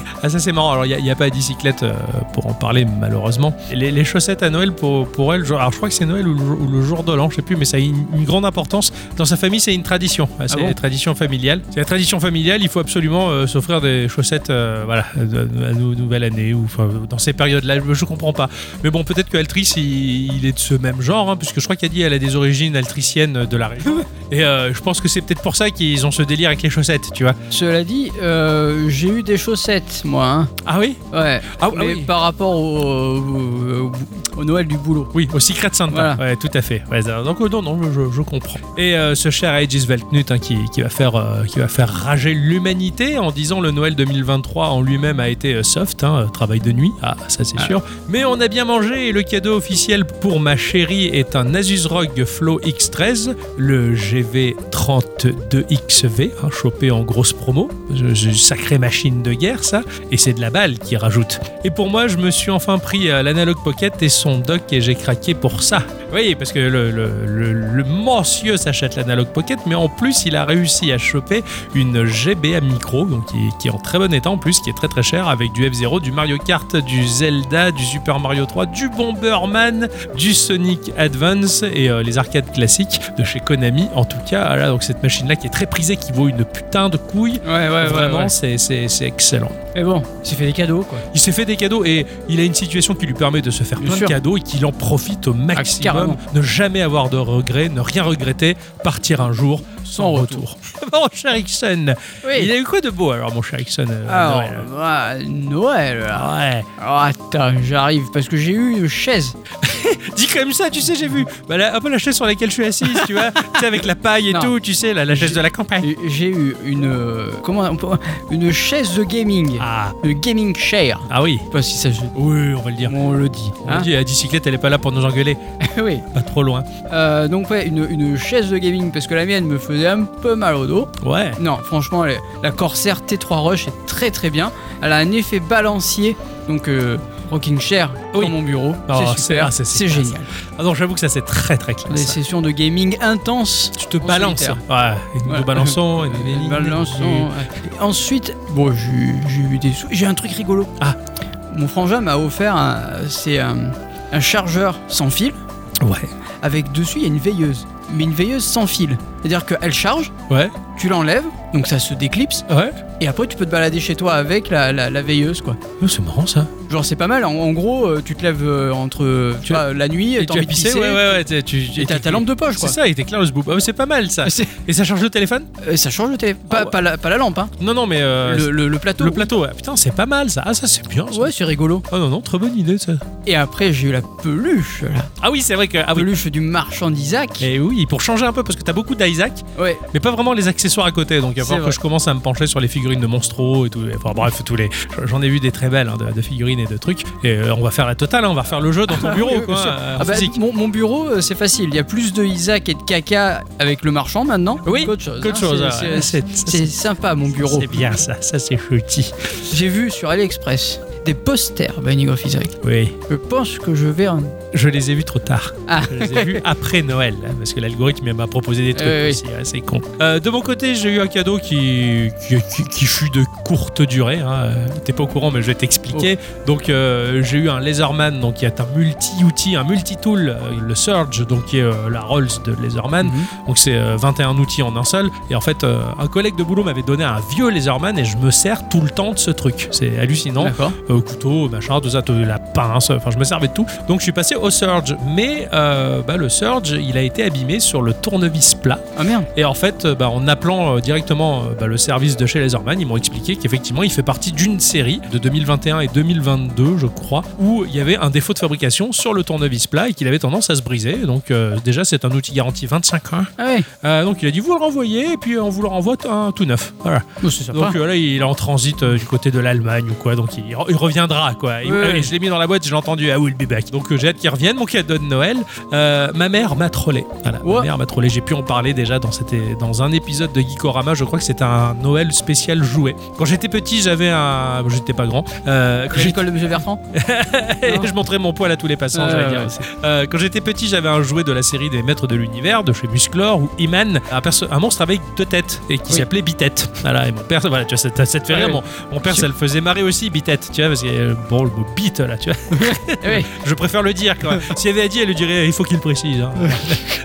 [SPEAKER 1] ah, ça c'est marrant. Alors, il n'y a, pas de bicyclette euh, pour en parler, malheureusement. Et Les, les chaussettes à Noël pour, pour elle, genre- alors je crois que c'est Noël ou le, jour- ou le jour de l'an, je sais plus, mais ça a une, une grande importance. Dans sa famille, c'est une tradition. Ah, C'est
[SPEAKER 2] bon
[SPEAKER 1] une tradition familiale. C'est la tradition familiale, il faut absolument euh, s'offrir des chaussettes euh, voilà, à, à nou- nouvelle année ou enfin, dans ces périodes-là. Je, je comprends pas. Mais bon, peut-être que Altrice, il, il est de ce même genre, hein, puisque je crois qu'elle dit elle a des origines altriciennes de la région. Et euh, je pense que c'est peut-être pour ça qu'ils ont ce délire avec les chaussettes, tu vois.
[SPEAKER 2] cela dit, euh, j'ai eu des chaussettes, moi. hein.
[SPEAKER 1] Ah oui
[SPEAKER 2] Ouais.
[SPEAKER 1] Ah, ah
[SPEAKER 2] Mais
[SPEAKER 1] oui.
[SPEAKER 2] par rapport au, au- au- au Noël du boulot.
[SPEAKER 1] Oui, au Secret Santa.
[SPEAKER 2] Voilà.
[SPEAKER 1] Ouais, tout à fait. Ouais, donc euh, non, non, je, je comprends. Et euh, ce cher Aegis Veltnut hein, qui, qui va faire, euh, qui va faire rager l'humanité en disant le Noël 2023 en lui-même a été euh, soft, hein, euh, travail de nuit, ah ça c'est sûr. Mais on a bien mangé et le cadeau officiel pour ma chérie est un Asus ROG Flow X13, le GV32XV, hein, chopé en grosse promo. Je- je- Sacrée machine de guerre ça. Et c'est de la balle qui rajoute. Et pour moi, je me suis enfin pris euh, l'Analog Pocket et son dock et j'ai craqué pour ça. Oui, parce que le, le- le- le monsieur s'achète l'Analog Pocket, mais en plus, il a réussi à choper une GBA micro, donc qui, qui est en très bon état en plus, qui est très très chère, avec du F-Zero, du Mario Kart, du Zelda, du Super Mario 3, du Bomberman, du Sonic Advance et euh, les arcades classiques de chez Konami, en tout cas. Voilà, donc cette machine-là qui est très prisée, qui vaut une putain de couille.
[SPEAKER 2] Ouais, ouais,
[SPEAKER 1] Vraiment,
[SPEAKER 2] ouais.
[SPEAKER 1] c'est- c'est c'est excellent.
[SPEAKER 8] Mais bon, il s'est fait des cadeaux, quoi.
[SPEAKER 1] Il s'est fait des cadeaux et il a une situation qui lui permet de se faire
[SPEAKER 2] Bien
[SPEAKER 1] plein
[SPEAKER 2] sûr. Ah,
[SPEAKER 1] de cadeaux et qu'il en profite au maximum.
[SPEAKER 2] carrément.
[SPEAKER 1] ne jamais avoir de regrets, ne rien regretter, partir un jour sans,
[SPEAKER 2] Sans
[SPEAKER 1] retour. mon cher Ixon, il a eu quoi de beau alors, mon cher Ixon euh,
[SPEAKER 2] Alors,
[SPEAKER 1] Noël
[SPEAKER 2] bah, Noël. alors.
[SPEAKER 1] Ouais.
[SPEAKER 2] Oh, attends, j'arrive parce que j'ai eu une chaise.
[SPEAKER 1] Dis comme ça, tu sais, j'ai vu. Bah, la- un peu la chaise sur laquelle je suis assise, tu vois. tu sais, avec la paille et
[SPEAKER 2] Non.
[SPEAKER 1] tout, tu sais, la, la chaise de la campagne.
[SPEAKER 2] Et J'ai eu une euh, comment on peut- une chaise de gaming,
[SPEAKER 1] Ah,
[SPEAKER 2] une gaming chair.
[SPEAKER 1] ah oui.
[SPEAKER 2] Je sais pas si ça se
[SPEAKER 1] Oui, on va le dire.
[SPEAKER 2] on le dit.
[SPEAKER 1] On
[SPEAKER 2] hein.
[SPEAKER 1] dit, la bicyclette, elle est pas là pour nous engueuler.
[SPEAKER 2] oui.
[SPEAKER 1] Pas trop loin.
[SPEAKER 2] Euh, donc ouais, une, une chaise de gaming parce que la mienne me faisait un peu mal au dos.
[SPEAKER 1] Ouais.
[SPEAKER 2] Non, franchement, elle est- la Corsair T3 Rush est très très bien. Elle a un effet balancier, donc euh, rocking chair
[SPEAKER 1] Oui.
[SPEAKER 2] dans mon bureau.
[SPEAKER 1] Oh,
[SPEAKER 2] c'est super,
[SPEAKER 1] ah,
[SPEAKER 2] c'est,
[SPEAKER 1] classe.
[SPEAKER 2] génial.
[SPEAKER 1] Ah non, j'avoue que ça, c'est très très clair.
[SPEAKER 2] Des sessions de gaming intenses.
[SPEAKER 1] Tu te
[SPEAKER 2] En
[SPEAKER 1] balances.
[SPEAKER 2] solitaire.
[SPEAKER 1] Ouais, et nous
[SPEAKER 2] Ouais.
[SPEAKER 1] nous balançons. et nous-
[SPEAKER 2] Des balances, non, ouais. Et Ensuite, bon, j'ai j'ai eu des sou- j'ai un truc rigolo.
[SPEAKER 1] Ah.
[SPEAKER 2] Mon frangin m'a offert un, c'est un, un chargeur sans fil
[SPEAKER 1] Ouais.
[SPEAKER 2] avec dessus il y a une veilleuse, mais une veilleuse sans fil. C'est-à-dire qu'elle charge,
[SPEAKER 1] Ouais.
[SPEAKER 2] tu l'enlèves, donc ça se déclipse,
[SPEAKER 1] Ouais.
[SPEAKER 2] et après tu peux te balader chez toi avec la, la- la veilleuse quoi.
[SPEAKER 1] Oh, c'est marrant ça.
[SPEAKER 2] Genre c'est pas mal. En, en gros, euh, tu te lèves euh, entre euh,
[SPEAKER 1] Tu-
[SPEAKER 2] tu vois, la nuit,
[SPEAKER 1] Et
[SPEAKER 2] t'as
[SPEAKER 1] tu as
[SPEAKER 2] envie de
[SPEAKER 1] pissé,
[SPEAKER 2] pisser,
[SPEAKER 1] ouais, ouais, ouais. t'es- Tu,
[SPEAKER 2] et t'as ta lampe de poche
[SPEAKER 1] C'est
[SPEAKER 2] quoi.
[SPEAKER 1] ça, il était clair le boob. Ah, mais c'est pas mal ça.
[SPEAKER 2] C'est-
[SPEAKER 1] Et ça charge le téléphone
[SPEAKER 2] euh, ça change le téléphone. Pas,
[SPEAKER 1] Ah ouais.
[SPEAKER 2] pas la, pas la lampe, hein.
[SPEAKER 1] Non, non, mais. euh,
[SPEAKER 2] le, le- le plateau.
[SPEAKER 1] le plateau, ouais. putain, c'est pas mal ça. Ah, ça, c'est bien. ça.
[SPEAKER 2] Ouais, c'est rigolo.
[SPEAKER 1] Oh non, non, très bonne idée ça.
[SPEAKER 2] Et après, j'ai eu la peluche, la
[SPEAKER 1] Ah oui, c'est vrai que. Ah oui.
[SPEAKER 2] peluche du marchand d'Isaac.
[SPEAKER 1] Et oui, pour changer un peu, parce que t'as beaucoup d'Isaac,
[SPEAKER 2] Ouais,
[SPEAKER 1] mais pas vraiment les accessoires à côté. Donc il va
[SPEAKER 2] C'est
[SPEAKER 1] falloir
[SPEAKER 2] vrai.
[SPEAKER 1] que je commence à me pencher sur les figurines de Monstro et tout. Enfin bref, tous les. J'en ai vu des très belles hein, de, de figurines et de trucs. Et euh, on va faire la totale, hein, on va faire le jeu dans ton bureau,
[SPEAKER 2] oui,
[SPEAKER 1] quoi.
[SPEAKER 2] bien sûr.
[SPEAKER 1] euh, en
[SPEAKER 2] Ah bah,
[SPEAKER 1] physique.
[SPEAKER 2] mon, mon bureau, euh, c'est facile. Il y a plus de Isaac et de caca avec le marchand maintenant
[SPEAKER 1] Oui,
[SPEAKER 2] qu'autre chose.
[SPEAKER 1] qu'autre
[SPEAKER 2] hein.
[SPEAKER 1] chose,
[SPEAKER 2] C'est-
[SPEAKER 1] ouais.
[SPEAKER 2] C'est
[SPEAKER 1] C'est-
[SPEAKER 2] c'est sympa, mon bureau.
[SPEAKER 1] C'est bien ça, ça c'est chouti.
[SPEAKER 2] J'ai vu sur AliExpress des posters Binding of Isaac.
[SPEAKER 1] Oui.
[SPEAKER 2] Je pense que je vais en.
[SPEAKER 1] Je les ai vus trop tard.
[SPEAKER 2] Ah.
[SPEAKER 1] Je les ai vus après Noël, hein, parce que l'algorithme il m'a proposé des trucs
[SPEAKER 2] Euh, oui.
[SPEAKER 1] aussi, hein, c'est con. Euh, de mon côté, j'ai eu un cadeau qui, qui, qui- qui fut de courte durée. hein. Euh, T'es pas au courant, mais je vais t'expliquer.
[SPEAKER 2] Oh.
[SPEAKER 1] Donc, euh, j'ai eu un Laserman, donc qui est un multi-outil, un multi-tool, euh, le Surge, donc qui est euh, la Rolls de
[SPEAKER 2] Mm.
[SPEAKER 1] Laserman.
[SPEAKER 2] Mmh.
[SPEAKER 1] Donc c'est euh, 21 outils en un seul. Et en fait, euh, un collègue de boulot m'avait donné un vieux Laserman et je me sers tout le temps de ce truc. C'est hallucinant.
[SPEAKER 2] D'accord.
[SPEAKER 1] Euh, couteau, machin, tout ça, tout- la pince, enfin je me servais de tout. Donc je suis passé au Surge. Mais euh, bah, le Surge, il a été abîmé sur le tournevis plat.
[SPEAKER 2] Ah merde.
[SPEAKER 1] Et en fait, euh, bah, en appelant euh, directement euh, bah, le service de chez Laserman, ils m'ont expliqué qu'effectivement, il fait partie d'une série de 2021 et 2022, je crois, où il y avait un défaut de fabrication sur le tournevis plat et qu'il avait tendance à se briser. Donc euh, déjà, c'est un outil garanti 25 ans.
[SPEAKER 2] Ah ouais.
[SPEAKER 1] Euh, donc il a dit vous le renvoyez et puis on vous le renvoie t- un tout neuf. Voilà.
[SPEAKER 2] Bon, Oh, c'est sympa.
[SPEAKER 1] Donc euh, là il est en transit euh, du côté de l'Allemagne ou quoi, donc il, re- il reviendra quoi. Et-
[SPEAKER 2] Ouais, ouais.
[SPEAKER 1] et je l'ai mis dans la boîte, je l'ai entendu I will be back. Donc euh, j'ai hâte qu'il revienne. Mon cadeau de Noël, Euh, ma mère m'a trollé. Voilà, ma
[SPEAKER 2] Ouais.
[SPEAKER 1] mère m'a trollé. J'ai pu en parler déjà dans cet é- dans un épisode de Geekorama. Je crois que c'était un Noël spécial jouet. Quand j'étais petit j'avais un, j'étais pas grand. Euh, quand
[SPEAKER 2] J'ai
[SPEAKER 1] j'étais-
[SPEAKER 2] l'école de Monsieur Bertrand.
[SPEAKER 1] je montrais mon poil à tous les passants.
[SPEAKER 2] Ouais,
[SPEAKER 1] j'allais dire.
[SPEAKER 2] ouais,
[SPEAKER 1] Euh, quand j'étais petit, j'avais un jouet de la série des Maîtres de l'Univers, de chez Musclor, ou Iman, un, perso- un monstre avec deux têtes, et qui
[SPEAKER 2] Oui. Ah
[SPEAKER 1] s'appelait Bitette. Voilà, et mon père, voilà, tu vois, ça, ça- ça te fait
[SPEAKER 2] Ouais,
[SPEAKER 1] rire.
[SPEAKER 2] ouais.
[SPEAKER 1] Mon, mon père, ça le faisait marrer aussi, Bitette, tu vois, parce que, euh, bon, le mot bite, là, tu vois.
[SPEAKER 2] Ah ouais.
[SPEAKER 1] Je préfère le dire quand même. S'il y avait à dire, elle lui dirait il faut qu'il le précise. hein.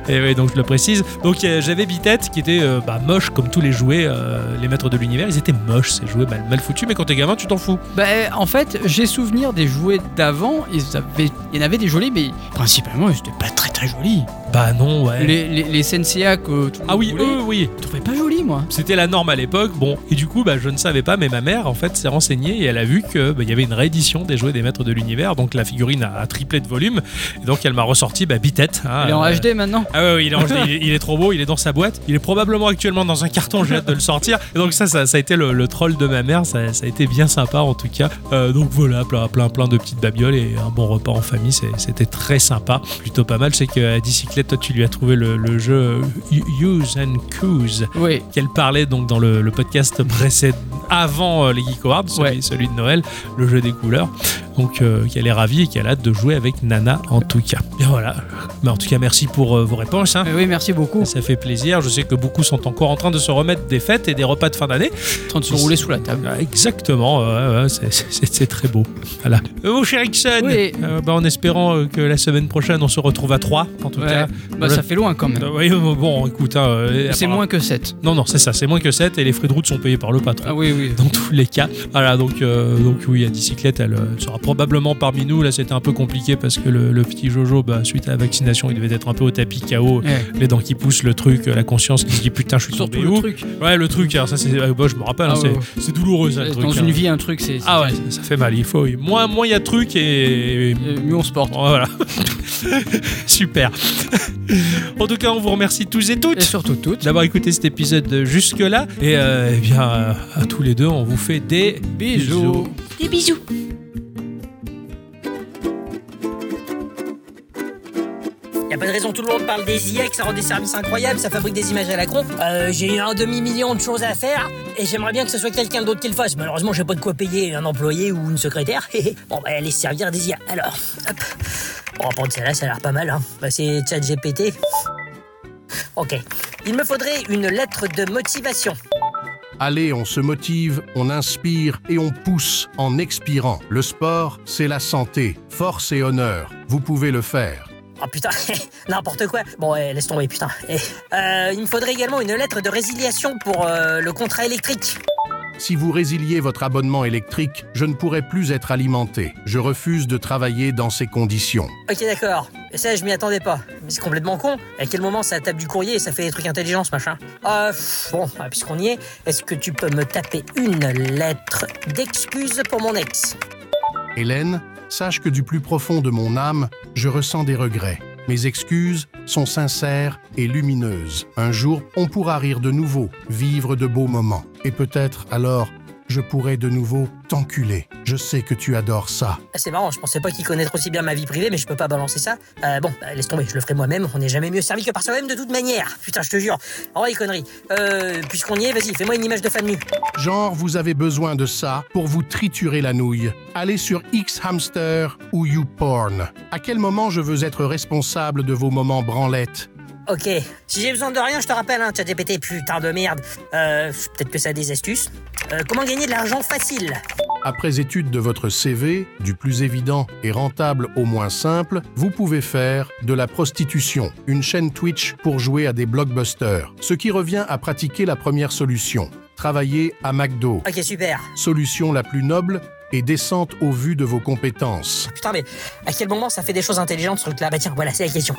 [SPEAKER 1] et oui, donc je le précise. Donc euh, j'avais Bitette qui était euh, bah, moche comme tous les jouets, euh, les maîtres de l'univers. Ils étaient moches, ces jouets mal, mal foutus, mais quand t'es gamin, tu t'en fous.
[SPEAKER 2] Bah, euh, en fait, j'ai souvenir des jouets d'avant. Ils avaient- Il y en avait des jolis, mais principalement, ils étaient pas très très jolis.
[SPEAKER 1] Bah non, ouais.
[SPEAKER 2] Les, les, les SNCA que tout le
[SPEAKER 1] Ah
[SPEAKER 2] monde
[SPEAKER 1] oui,
[SPEAKER 2] voulait,
[SPEAKER 1] eux, oui.
[SPEAKER 2] je trouvais pas jolis, moi.
[SPEAKER 1] C'était la norme à l'époque, bon, et du coup, bah, je ne savais pas, mais ma mère, en fait, s'est renseignée et elle a vu que bah, il y avait une réédition des jouets des maîtres de l'univers, donc la figurine a, a triplé de volume, et donc elle m'a ressorti bah, Bitette. hein,
[SPEAKER 2] Il est en
[SPEAKER 1] euh,
[SPEAKER 2] HD maintenant.
[SPEAKER 1] Ah ouais, ouais, il est en HD, il, est- il est trop beau, il est dans sa boîte, il est probablement actuellement dans un carton, j'ai hâte de le sortir. Et donc ça, ça, ça a été le, le troll de ma mère, ça, ça a été bien sympa en tout cas. Euh, donc voilà, plein, plein, plein de petites babioles et un bon repas en famille, c'est- c'était très sympa, plutôt pas mal. Je sais qu'à Dicyclette, toi, tu lui as trouvé le, le jeu euh, Use and Cuse
[SPEAKER 2] Oui.
[SPEAKER 1] qu'elle parlait donc dans le, le podcast précédent avant euh, les Geek Awards, celui,
[SPEAKER 2] Ouais.
[SPEAKER 1] celui de Noël, le jeu des couleurs. Donc, euh, qu'elle est ravie et qu'elle a hâte de jouer avec Nana en tout cas. Et voilà. Mais en tout cas, merci pour euh, vos réponses. hein.
[SPEAKER 2] Euh, oui, merci beaucoup.
[SPEAKER 1] Ça fait plaisir. Je sais que beaucoup sont encore en train de se remettre des fêtes et des repas de fin d'année.
[SPEAKER 2] En train de se rouler sous la table.
[SPEAKER 1] Ouais, Exactement, ouais, ouais, c'est- c'est c'est très beau. Voilà. Euh, Mon cher Ixon,
[SPEAKER 2] Oui.
[SPEAKER 1] euh, bah, en espérant euh, que la semaine prochaine on se retrouve à 3, en tout
[SPEAKER 2] Ouais.
[SPEAKER 1] cas.
[SPEAKER 2] Bah, ça fait loin quand même.
[SPEAKER 1] Euh, oui, euh, bon, écoute. hein, euh,
[SPEAKER 2] C'est
[SPEAKER 1] apparemment-
[SPEAKER 2] moins que 7.
[SPEAKER 1] Non, non, c'est ça, c'est moins que 7 et les frais de route sont payés par le patron.
[SPEAKER 2] Ah oui, oui.
[SPEAKER 1] Dans tous les cas. Voilà, donc, euh, donc oui, la bicyclette, elle, euh, elle sera probablement parmi nous. Là, c'était un peu compliqué parce que le, le petit Jojo, bah, suite à la vaccination, il devait être un peu au tapis KO.
[SPEAKER 2] Eh,
[SPEAKER 1] Les dents qui poussent, le truc, euh, la conscience qui se dit putain, je suis
[SPEAKER 2] Surtout
[SPEAKER 1] tombé
[SPEAKER 2] le
[SPEAKER 1] où
[SPEAKER 2] truc.
[SPEAKER 1] Ouais, le truc, alors ça, c'est, euh, bah, je me rappelle,
[SPEAKER 2] Ah,
[SPEAKER 1] hein, c'est,
[SPEAKER 2] ouais, ouais.
[SPEAKER 1] c'est douloureux ça, le truc.
[SPEAKER 2] Dans
[SPEAKER 1] hein.
[SPEAKER 2] une vie, un truc, c'est. c'est-
[SPEAKER 1] Ah ouais, ça, ça fait mal. Il faut moins, moins il y a de trucs et
[SPEAKER 2] Euh, Mieux on se porte.
[SPEAKER 1] Bon, voilà. Super. en tout cas, on vous remercie tous et
[SPEAKER 2] Et
[SPEAKER 1] toutes
[SPEAKER 2] surtout toutes.
[SPEAKER 1] d'avoir écouté cet épisode jusque là. Et euh, eh bien, euh, à tous les deux, on vous fait des
[SPEAKER 2] Bisous.
[SPEAKER 7] Des bisous.
[SPEAKER 9] Y a pas de raison, tout le monde parle des IA, que ça rend des services incroyables, ça fabrique des images à la con. Euh, j'ai un demi-million de choses à faire et j'aimerais bien que ce soit quelqu'un d'autre qui le fasse. Malheureusement, j'ai pas de quoi payer un employé ou une secrétaire. bon, bah, allez se servir des IA. Alors, hop. On va prendre celle-là, ça a l'air pas mal, hein. Bah, c'est ChatGPT. Ok. Il me faudrait une lettre de motivation.
[SPEAKER 10] Allez, on se motive, on inspire et on pousse en expirant. Le sport, c'est la santé, force et honneur. Vous pouvez le faire.
[SPEAKER 9] Oh putain, n'importe quoi. Bon, eh, laisse tomber, putain. Eh. Euh, il me faudrait également une lettre de résiliation pour euh, le contrat électrique.
[SPEAKER 10] Si vous résiliez votre abonnement électrique, je ne pourrai plus être alimenté. Je refuse de travailler dans ces conditions.
[SPEAKER 9] Ok, d'accord. Et ça, je m'y attendais pas. C'est complètement con. À quel moment ça tape du courrier et ça fait des trucs intelligents, ce machin Euh, pff, bon, ah, puisqu'on y est, est-ce que tu peux me taper une lettre d'excuse pour mon ex
[SPEAKER 10] Hélène, sache que du plus profond de mon âme, je ressens des regrets. Mes excuses sont sincères et lumineuses. Un jour, on pourra rire de nouveau, vivre de beaux moments. Et peut-être alors, je pourrai de nouveau t'enculer. Je sais que tu adores ça.
[SPEAKER 9] Ah, C'est marrant, je pensais pas qu'il connaître aussi bien ma vie privée, mais je peux pas balancer ça. Euh, bon, bah, laisse tomber, je le ferai moi-même. On n'est jamais mieux servi que par soi-même de toute manière. Putain, je te jure. Oh, les conneries. Euh, puisqu'on y est, vas-y, fais-moi une image de fan nu.
[SPEAKER 10] Genre, vous avez besoin de ça pour vous triturer la nouille. Allez sur X-Hamster ou YouPorn. À quel moment je veux être responsable de vos moments branlettes
[SPEAKER 9] Ok. Si j'ai besoin de rien, je te rappelle, hein, ChatGPT, putain de merde. Euh, peut-être que ça a des astuces. Euh, comment gagner de l'argent facile
[SPEAKER 10] Après étude de votre CV, du plus évident et rentable au moins simple, vous pouvez faire de la prostitution, une chaîne Twitch pour jouer à des blockbusters, ce qui revient à pratiquer la première solution, travailler à McDo,
[SPEAKER 9] Ok, super.
[SPEAKER 10] solution la plus noble et décente au vu de vos compétences.
[SPEAKER 9] Putain, mais à quel moment ça fait des choses intelligentes ce truc-là Bah tiens, voilà, c'est la question.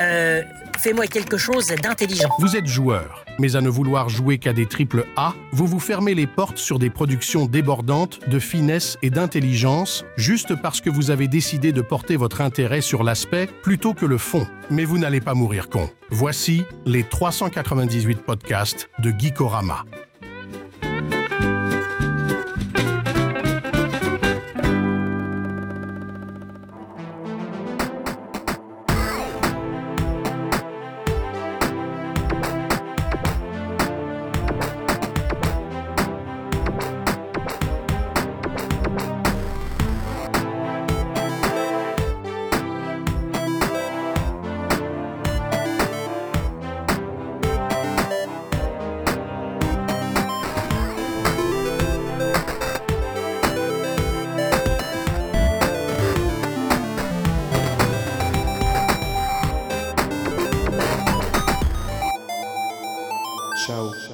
[SPEAKER 9] Euh, fais-moi quelque chose d'intelligent.
[SPEAKER 10] Vous êtes joueur, mais à ne vouloir jouer qu'à des triple A, vous vous fermez les portes sur des productions débordantes de finesse et d'intelligence, juste parce que vous avez décidé de porter votre intérêt sur l'aspect plutôt que le fond. Mais vous n'allez pas mourir con. Voici les 398 podcasts de Geekorama.
[SPEAKER 11] Ciao.